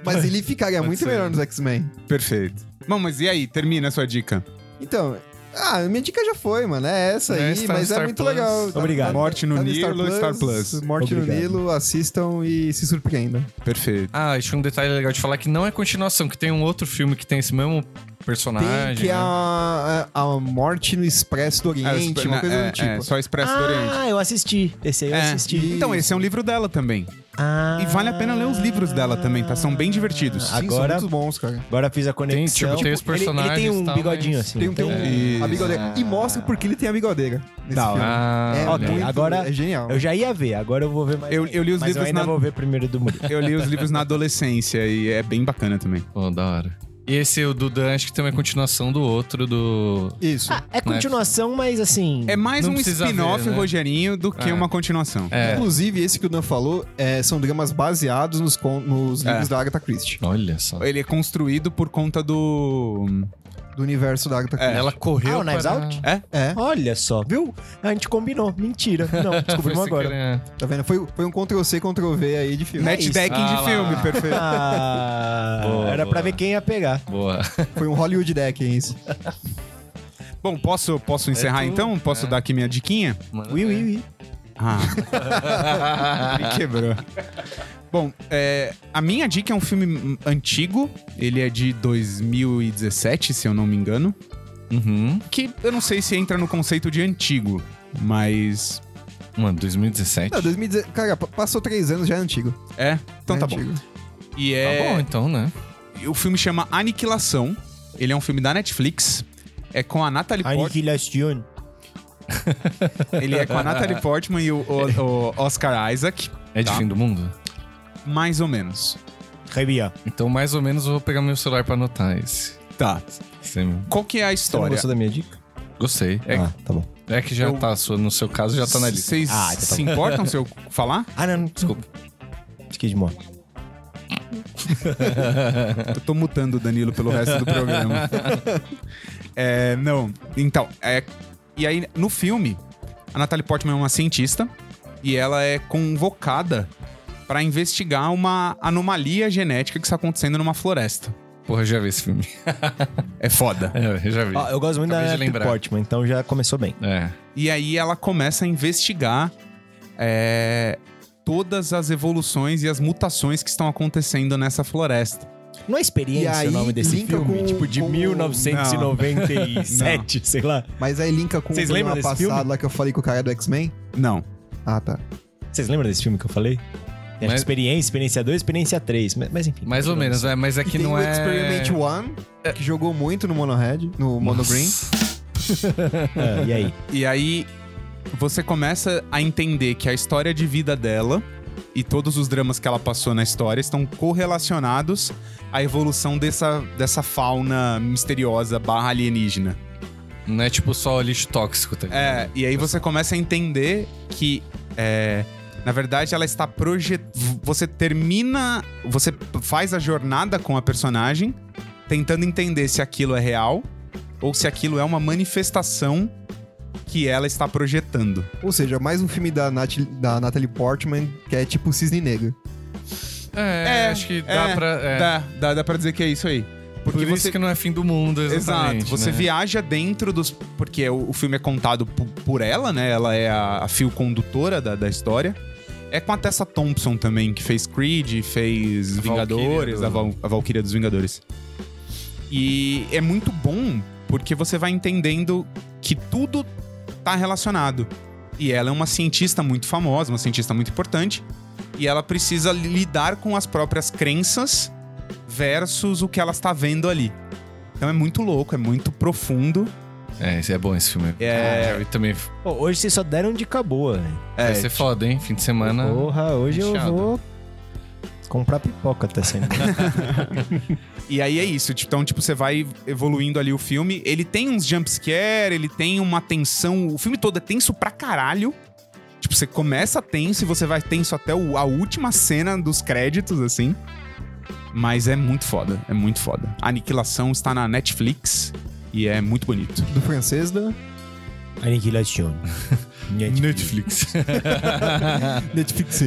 Speaker 4: Mas ele ficaria
Speaker 2: Pode
Speaker 4: muito
Speaker 2: ser.
Speaker 4: melhor nos X-Men.
Speaker 3: perfeito. Bom, mas e aí? Termina a sua dica.
Speaker 4: Então, ah, minha dica já foi, mano. É essa
Speaker 2: É,
Speaker 4: aí,
Speaker 2: está no
Speaker 4: mas é
Speaker 2: Star
Speaker 4: muito
Speaker 2: Plus.
Speaker 4: legal. Tá-
Speaker 1: Obrigado.
Speaker 3: Morte no
Speaker 4: tá
Speaker 3: Nilo, Star Plus.
Speaker 4: Morte
Speaker 1: Obrigado.
Speaker 4: no Nilo, assistam e se surpreendam.
Speaker 3: Perfeito.
Speaker 2: ah, acho um detalhe legal de falar que não é continuação, que tem um outro filme que tem esse mesmo personagem.
Speaker 4: Tem que é
Speaker 2: né?
Speaker 4: a, a a Morte no Expresso do
Speaker 3: É, o
Speaker 4: Oriente,
Speaker 3: Exp-
Speaker 4: uma coisa
Speaker 3: é,
Speaker 4: do tipo.
Speaker 3: é, só Expresso do Oriente.
Speaker 1: ah, eu assisti. Esse aí eu
Speaker 3: É.
Speaker 1: assisti.
Speaker 3: Então, esse é um livro dela também.
Speaker 1: Ah.
Speaker 3: E vale a pena ler os livros dela também, tá? São bem divertidos.
Speaker 4: Sim, são
Speaker 1: Agora-
Speaker 4: muito bons, cara.
Speaker 1: Agora fiz a conexão.
Speaker 2: tipo, tem os
Speaker 1: Ele- Ele,
Speaker 2: personagens
Speaker 1: tem um
Speaker 2: e tal,
Speaker 1: bigodinho
Speaker 2: mas-
Speaker 1: assim.
Speaker 4: Tem um, tem
Speaker 1: então-
Speaker 4: um- a
Speaker 2: Isso.
Speaker 4: bigodeira. E mostra porque ele tem a bigodeira. Nesse
Speaker 3: Da
Speaker 4: filme.
Speaker 3: hora.
Speaker 2: Ah,
Speaker 4: É
Speaker 1: ok.
Speaker 4: muito,
Speaker 1: Agora-
Speaker 4: é genial.
Speaker 1: Eu já ia ver, agora eu vou ver mais.
Speaker 3: Eu-
Speaker 1: ainda.
Speaker 3: eu li os
Speaker 1: Mas
Speaker 3: livros
Speaker 1: eu ainda
Speaker 3: na-
Speaker 1: vou ver primeiro do Murilo.
Speaker 3: Eu li os livros na adolescência e é bem bacana também.
Speaker 2: Pô, da hora. E esse o do Dan, acho que também é continuação do outro, do.
Speaker 4: Isso.
Speaker 1: [LAUGHS] Ah, é continuação, mas assim.
Speaker 3: É mais
Speaker 2: Não
Speaker 3: um
Speaker 2: precisa
Speaker 3: spin-off,
Speaker 2: ver, né?
Speaker 3: Rogerinho, do que
Speaker 2: É.
Speaker 3: uma continuação.
Speaker 2: É.
Speaker 4: Inclusive, esse que o Dan falou é, são dramas baseados nos, con- nos livros
Speaker 3: É.
Speaker 4: da Agatha Christie.
Speaker 2: Olha só.
Speaker 3: Ele é construído por conta do.
Speaker 4: Do universo da
Speaker 3: É.
Speaker 4: Agatha Christie.
Speaker 2: Ela correu.
Speaker 1: Ah, o Knives
Speaker 2: para-
Speaker 1: Out?
Speaker 4: É,
Speaker 1: Olha só, viu? A gente combinou. Mentira. [LAUGHS] Não,
Speaker 2: Foi
Speaker 1: descobrimos
Speaker 2: sem
Speaker 1: agora.
Speaker 2: querer.
Speaker 4: tá vendo? Foi, foi um Ctrl-C, Ctrl-V aí de filme.
Speaker 3: Net
Speaker 1: isso.
Speaker 3: decking
Speaker 2: Ah,
Speaker 3: de
Speaker 2: lá.
Speaker 3: filme, perfeito.
Speaker 1: Ah,
Speaker 2: Boa,
Speaker 1: era pra
Speaker 2: boa.
Speaker 1: ver quem ia pegar.
Speaker 2: Boa.
Speaker 4: Foi um Hollywood deck, hein, isso.
Speaker 3: Bom, posso, posso encerrar
Speaker 2: tu,
Speaker 3: então? Posso
Speaker 2: é.
Speaker 3: dar aqui minha diquinha?
Speaker 1: Ui, ui, ui.
Speaker 3: Ah, me quebrou. Bom, é, a minha dica é um filme hum, antigo. Ele é de 2017, se eu não me engano.
Speaker 2: [LAUGHS] Uhum.
Speaker 3: Que eu não sei se entra no conceito de antigo, mas.
Speaker 2: Mano, 2017.
Speaker 4: Não, 2010, cara, pa- passou três anos, já é antigo.
Speaker 3: É, então
Speaker 4: É
Speaker 3: tá bom.
Speaker 4: antigo.
Speaker 3: E
Speaker 2: Tá
Speaker 3: é.
Speaker 2: bom, então, né?
Speaker 3: O filme chama Aniquilação. Ele é um filme da Netflix. É com a Natalie Portman.
Speaker 1: Aniquilación.
Speaker 3: Ele é com a Natalie Portman e o, o- o Oscar Isaac.
Speaker 2: É de
Speaker 3: Tá.
Speaker 2: fim do mundo?
Speaker 3: Mais ou menos.
Speaker 1: Revia.
Speaker 2: Então, mais ou menos, eu vou pegar meu celular pra anotar esse.
Speaker 3: Tá.
Speaker 2: Você me-
Speaker 3: Qual que é a história?
Speaker 1: da minha dica?
Speaker 2: Gostei. É,
Speaker 1: Ah, tá bom.
Speaker 2: é que já
Speaker 3: Eu-
Speaker 2: tá, a sua- no seu caso, já tá na lista.
Speaker 3: Vocês
Speaker 1: Ah, então tá
Speaker 3: se importam se eu falar?
Speaker 1: Ah, não, desculpa. Skid More.
Speaker 3: Eu tô mutando o Danilo pelo resto do programa. [LAUGHS] é, não. Então, é, e aí no filme, a Natalie Portman é uma cientista e ela é convocada pra investigar uma anomalia genética que está acontecendo numa floresta.
Speaker 2: Porra, eu já vi esse filme. [LAUGHS]
Speaker 3: É foda.
Speaker 2: É, eu já vi.
Speaker 1: Ó, Ah, eu gosto muito
Speaker 2: Acabei
Speaker 1: da
Speaker 2: de
Speaker 1: Natalie
Speaker 2: lembrar.
Speaker 1: Portman, então já começou bem.
Speaker 2: É.
Speaker 3: E aí ela começa a investigar é, todas as evoluções e as mutações que estão acontecendo nessa floresta.
Speaker 1: Não é experiência
Speaker 4: E aí,
Speaker 1: o nome desse
Speaker 4: linka
Speaker 1: filme?
Speaker 4: com-
Speaker 1: tipo, de
Speaker 4: com-
Speaker 1: 1997, sei lá.
Speaker 4: Mas aí linka com
Speaker 1: Vocês
Speaker 4: o
Speaker 1: lembram
Speaker 4: programa
Speaker 1: desse
Speaker 4: passado
Speaker 1: filme?
Speaker 4: lá que eu falei com o cara do X-Men.
Speaker 3: Não.
Speaker 4: Ah, tá.
Speaker 1: Vocês lembram desse filme que eu falei? Tem acho que
Speaker 2: Mas-
Speaker 1: experiência, experiência 2, experiência 3. Mas, mas enfim.
Speaker 2: Mais ou menos, é, mas
Speaker 4: E
Speaker 2: aqui
Speaker 4: tem um
Speaker 2: não
Speaker 4: o
Speaker 2: é.
Speaker 4: Experiment One, que jogou muito no Monohead, no Monogreen.
Speaker 1: Ah, e aí?
Speaker 3: E aí você começa a entender que a história de vida dela e todos os dramas que ela passou na história estão correlacionados à evolução dessa, dessa fauna misteriosa barra alienígena.
Speaker 2: Não é tipo só lixo tóxico, tá ligado?
Speaker 3: É, e aí você começa a entender que, é, na verdade, ela está projetando. Você termina. Você faz a jornada com a personagem, tentando entender se aquilo é real ou se aquilo é uma manifestação que ela está projetando.
Speaker 4: Ou seja, mais um filme da, Nat da Natalie Portman, que é tipo Cisne Negro.
Speaker 2: É,
Speaker 3: É,
Speaker 2: acho que dá
Speaker 3: é,
Speaker 2: pra. é.
Speaker 3: Dá, dá, dá pra dizer que é isso aí.
Speaker 2: Por
Speaker 3: Porque
Speaker 2: isso
Speaker 3: você.
Speaker 2: que não é fim do mundo, exatamente.
Speaker 3: Exato, você
Speaker 2: né?
Speaker 3: viaja dentro dos. Porque o, o filme é contado por, por ela, né? Ela é a, a fio condutora da, da história. É com a Tessa Thompson também, que fez Creed, fez
Speaker 2: A Valkyria
Speaker 3: Vingadores,
Speaker 2: do-
Speaker 3: a, Val, a Valkyria dos Vingadores. E é muito bom porque você vai entendendo que tudo tá relacionado. E ela é uma cientista muito famosa, uma cientista muito importante. E ela precisa lidar com as próprias crenças versus o que ela está vendo ali. Então é muito louco, é muito profundo.
Speaker 2: É, esse é bom esse filme.
Speaker 1: É.
Speaker 2: Eu também.
Speaker 1: [LAUGHS] Pô, hoje vocês só deram de caboa, velho.
Speaker 2: Vai
Speaker 3: É,
Speaker 2: ser foda, hein? Fim de semana. [LAUGHS]
Speaker 1: Porra, hoje
Speaker 2: Fechado.
Speaker 1: eu vou comprar pipoca até sendo.
Speaker 3: E aí é isso. tipo, Então, tipo, você vai evoluindo ali o filme. Ele tem uns jumpscare, ele tem uma tensão. O filme todo é tenso pra caralho. Tipo, você começa tenso e você vai tenso até o- a última cena dos créditos, assim. Mas é muito foda, é muito foda. A Aniquilação está na Netflix e é muito bonito.
Speaker 4: Do francês, [LAUGHS] da
Speaker 1: Aniquilação.
Speaker 4: [LAUGHS]
Speaker 2: Netflix.
Speaker 4: Netflix.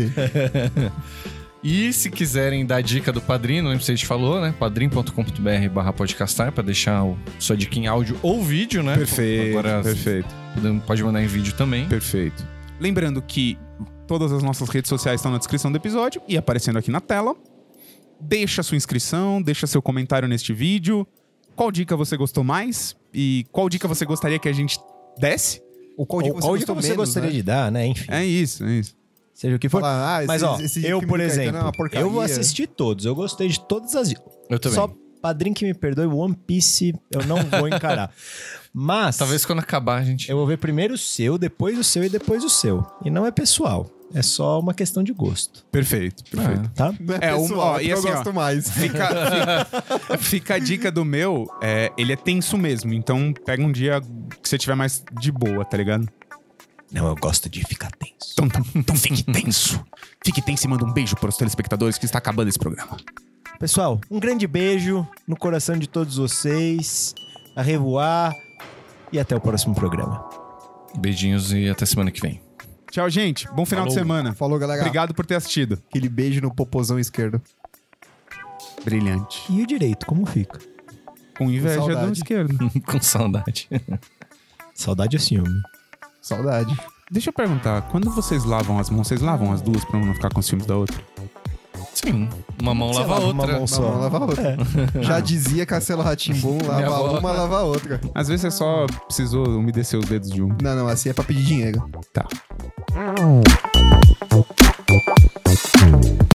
Speaker 2: E se quiserem dar dica do padrinho, lembra que a gente falou, né? padrim.com.br barra podcastar pra deixar o, sua dica em áudio ou vídeo, né? Agora
Speaker 3: perfeito,
Speaker 2: podemos- pode mandar em vídeo também.
Speaker 3: perfeito. Lembrando que todas as nossas redes sociais estão na descrição do episódio e aparecendo aqui na tela. Deixa sua inscrição, deixa seu comentário neste vídeo. Qual dica você gostou mais? E qual dica você gostaria que a gente desse?
Speaker 4: Ou qual
Speaker 1: Onde
Speaker 4: dica
Speaker 1: você,
Speaker 4: você, gostou menos,
Speaker 1: gostaria
Speaker 4: né?
Speaker 1: de dar, né? Enfim,
Speaker 3: É isso, é isso.
Speaker 1: seja o que for.
Speaker 4: Falar, ah, esse,
Speaker 1: Mas, ó,
Speaker 4: esse
Speaker 1: eu,
Speaker 4: filme
Speaker 1: por
Speaker 4: do Caetano é
Speaker 1: exemplo,
Speaker 4: uma porcaria.
Speaker 1: eu vou assistir todos. Eu gostei de todas as...
Speaker 2: Eu também.
Speaker 1: Só padrinho que me perdoe, One Piece eu não vou
Speaker 4: [LAUGHS]
Speaker 1: encarar. Mas...
Speaker 2: Talvez quando acabar a gente...
Speaker 1: Eu vou ver primeiro o seu, depois o seu e depois o seu. E não é pessoal. É só uma questão de gosto,
Speaker 3: Perfeito, perfeito.
Speaker 2: Ah,
Speaker 1: tá?
Speaker 4: Não é,
Speaker 3: É, um-
Speaker 4: pessoal,
Speaker 3: ó, e
Speaker 4: é
Speaker 3: assim,
Speaker 4: porque
Speaker 3: ó.
Speaker 4: eu gosto mais.
Speaker 3: Fica, fica- fica a dica do meu, é, ele é tenso mesmo, então pega um dia que você tiver mais de boa, tá ligado?
Speaker 1: Não, eu gosto de ficar tenso.
Speaker 3: Então, tá, então fique tenso. Fique tenso e manda um beijo para os telespectadores que está acabando esse programa.
Speaker 1: Pessoal, um grande beijo no coração de todos vocês. A revoar. E até o próximo programa.
Speaker 2: Ah, Beijinhos e até semana que vem. [LAUGHS]
Speaker 3: Tchau, gente. Bom final de semana.
Speaker 4: Falou, galera.
Speaker 3: Obrigado por ter assistido.
Speaker 4: Aquele beijo no popozão esquerdo.
Speaker 3: Brilhante.
Speaker 1: E o direito, como fica?
Speaker 3: Com inveja
Speaker 4: Com
Speaker 3: do
Speaker 4: saudade.
Speaker 3: esquerdo.
Speaker 2: Com saudade.
Speaker 1: Saudade é ciúme.
Speaker 4: Saudade.
Speaker 3: Deixa eu perguntar, quando vocês lavam as mãos, vocês lavam as duas pra uma não ficar com os filmes da outra?
Speaker 2: Sim. Uma mão
Speaker 1: Você
Speaker 2: lava a
Speaker 1: lava uma
Speaker 2: outra.
Speaker 1: mão
Speaker 4: Uma mão lava a outra. Já dizia Castelo Ratimbum,
Speaker 2: Minha
Speaker 4: lava
Speaker 2: avó.
Speaker 4: uma, lava a outra.
Speaker 3: Às vezes você só precisou umedecer os dedos de um.
Speaker 4: Não, não, assim é pra pedir dinheiro.
Speaker 3: Tá.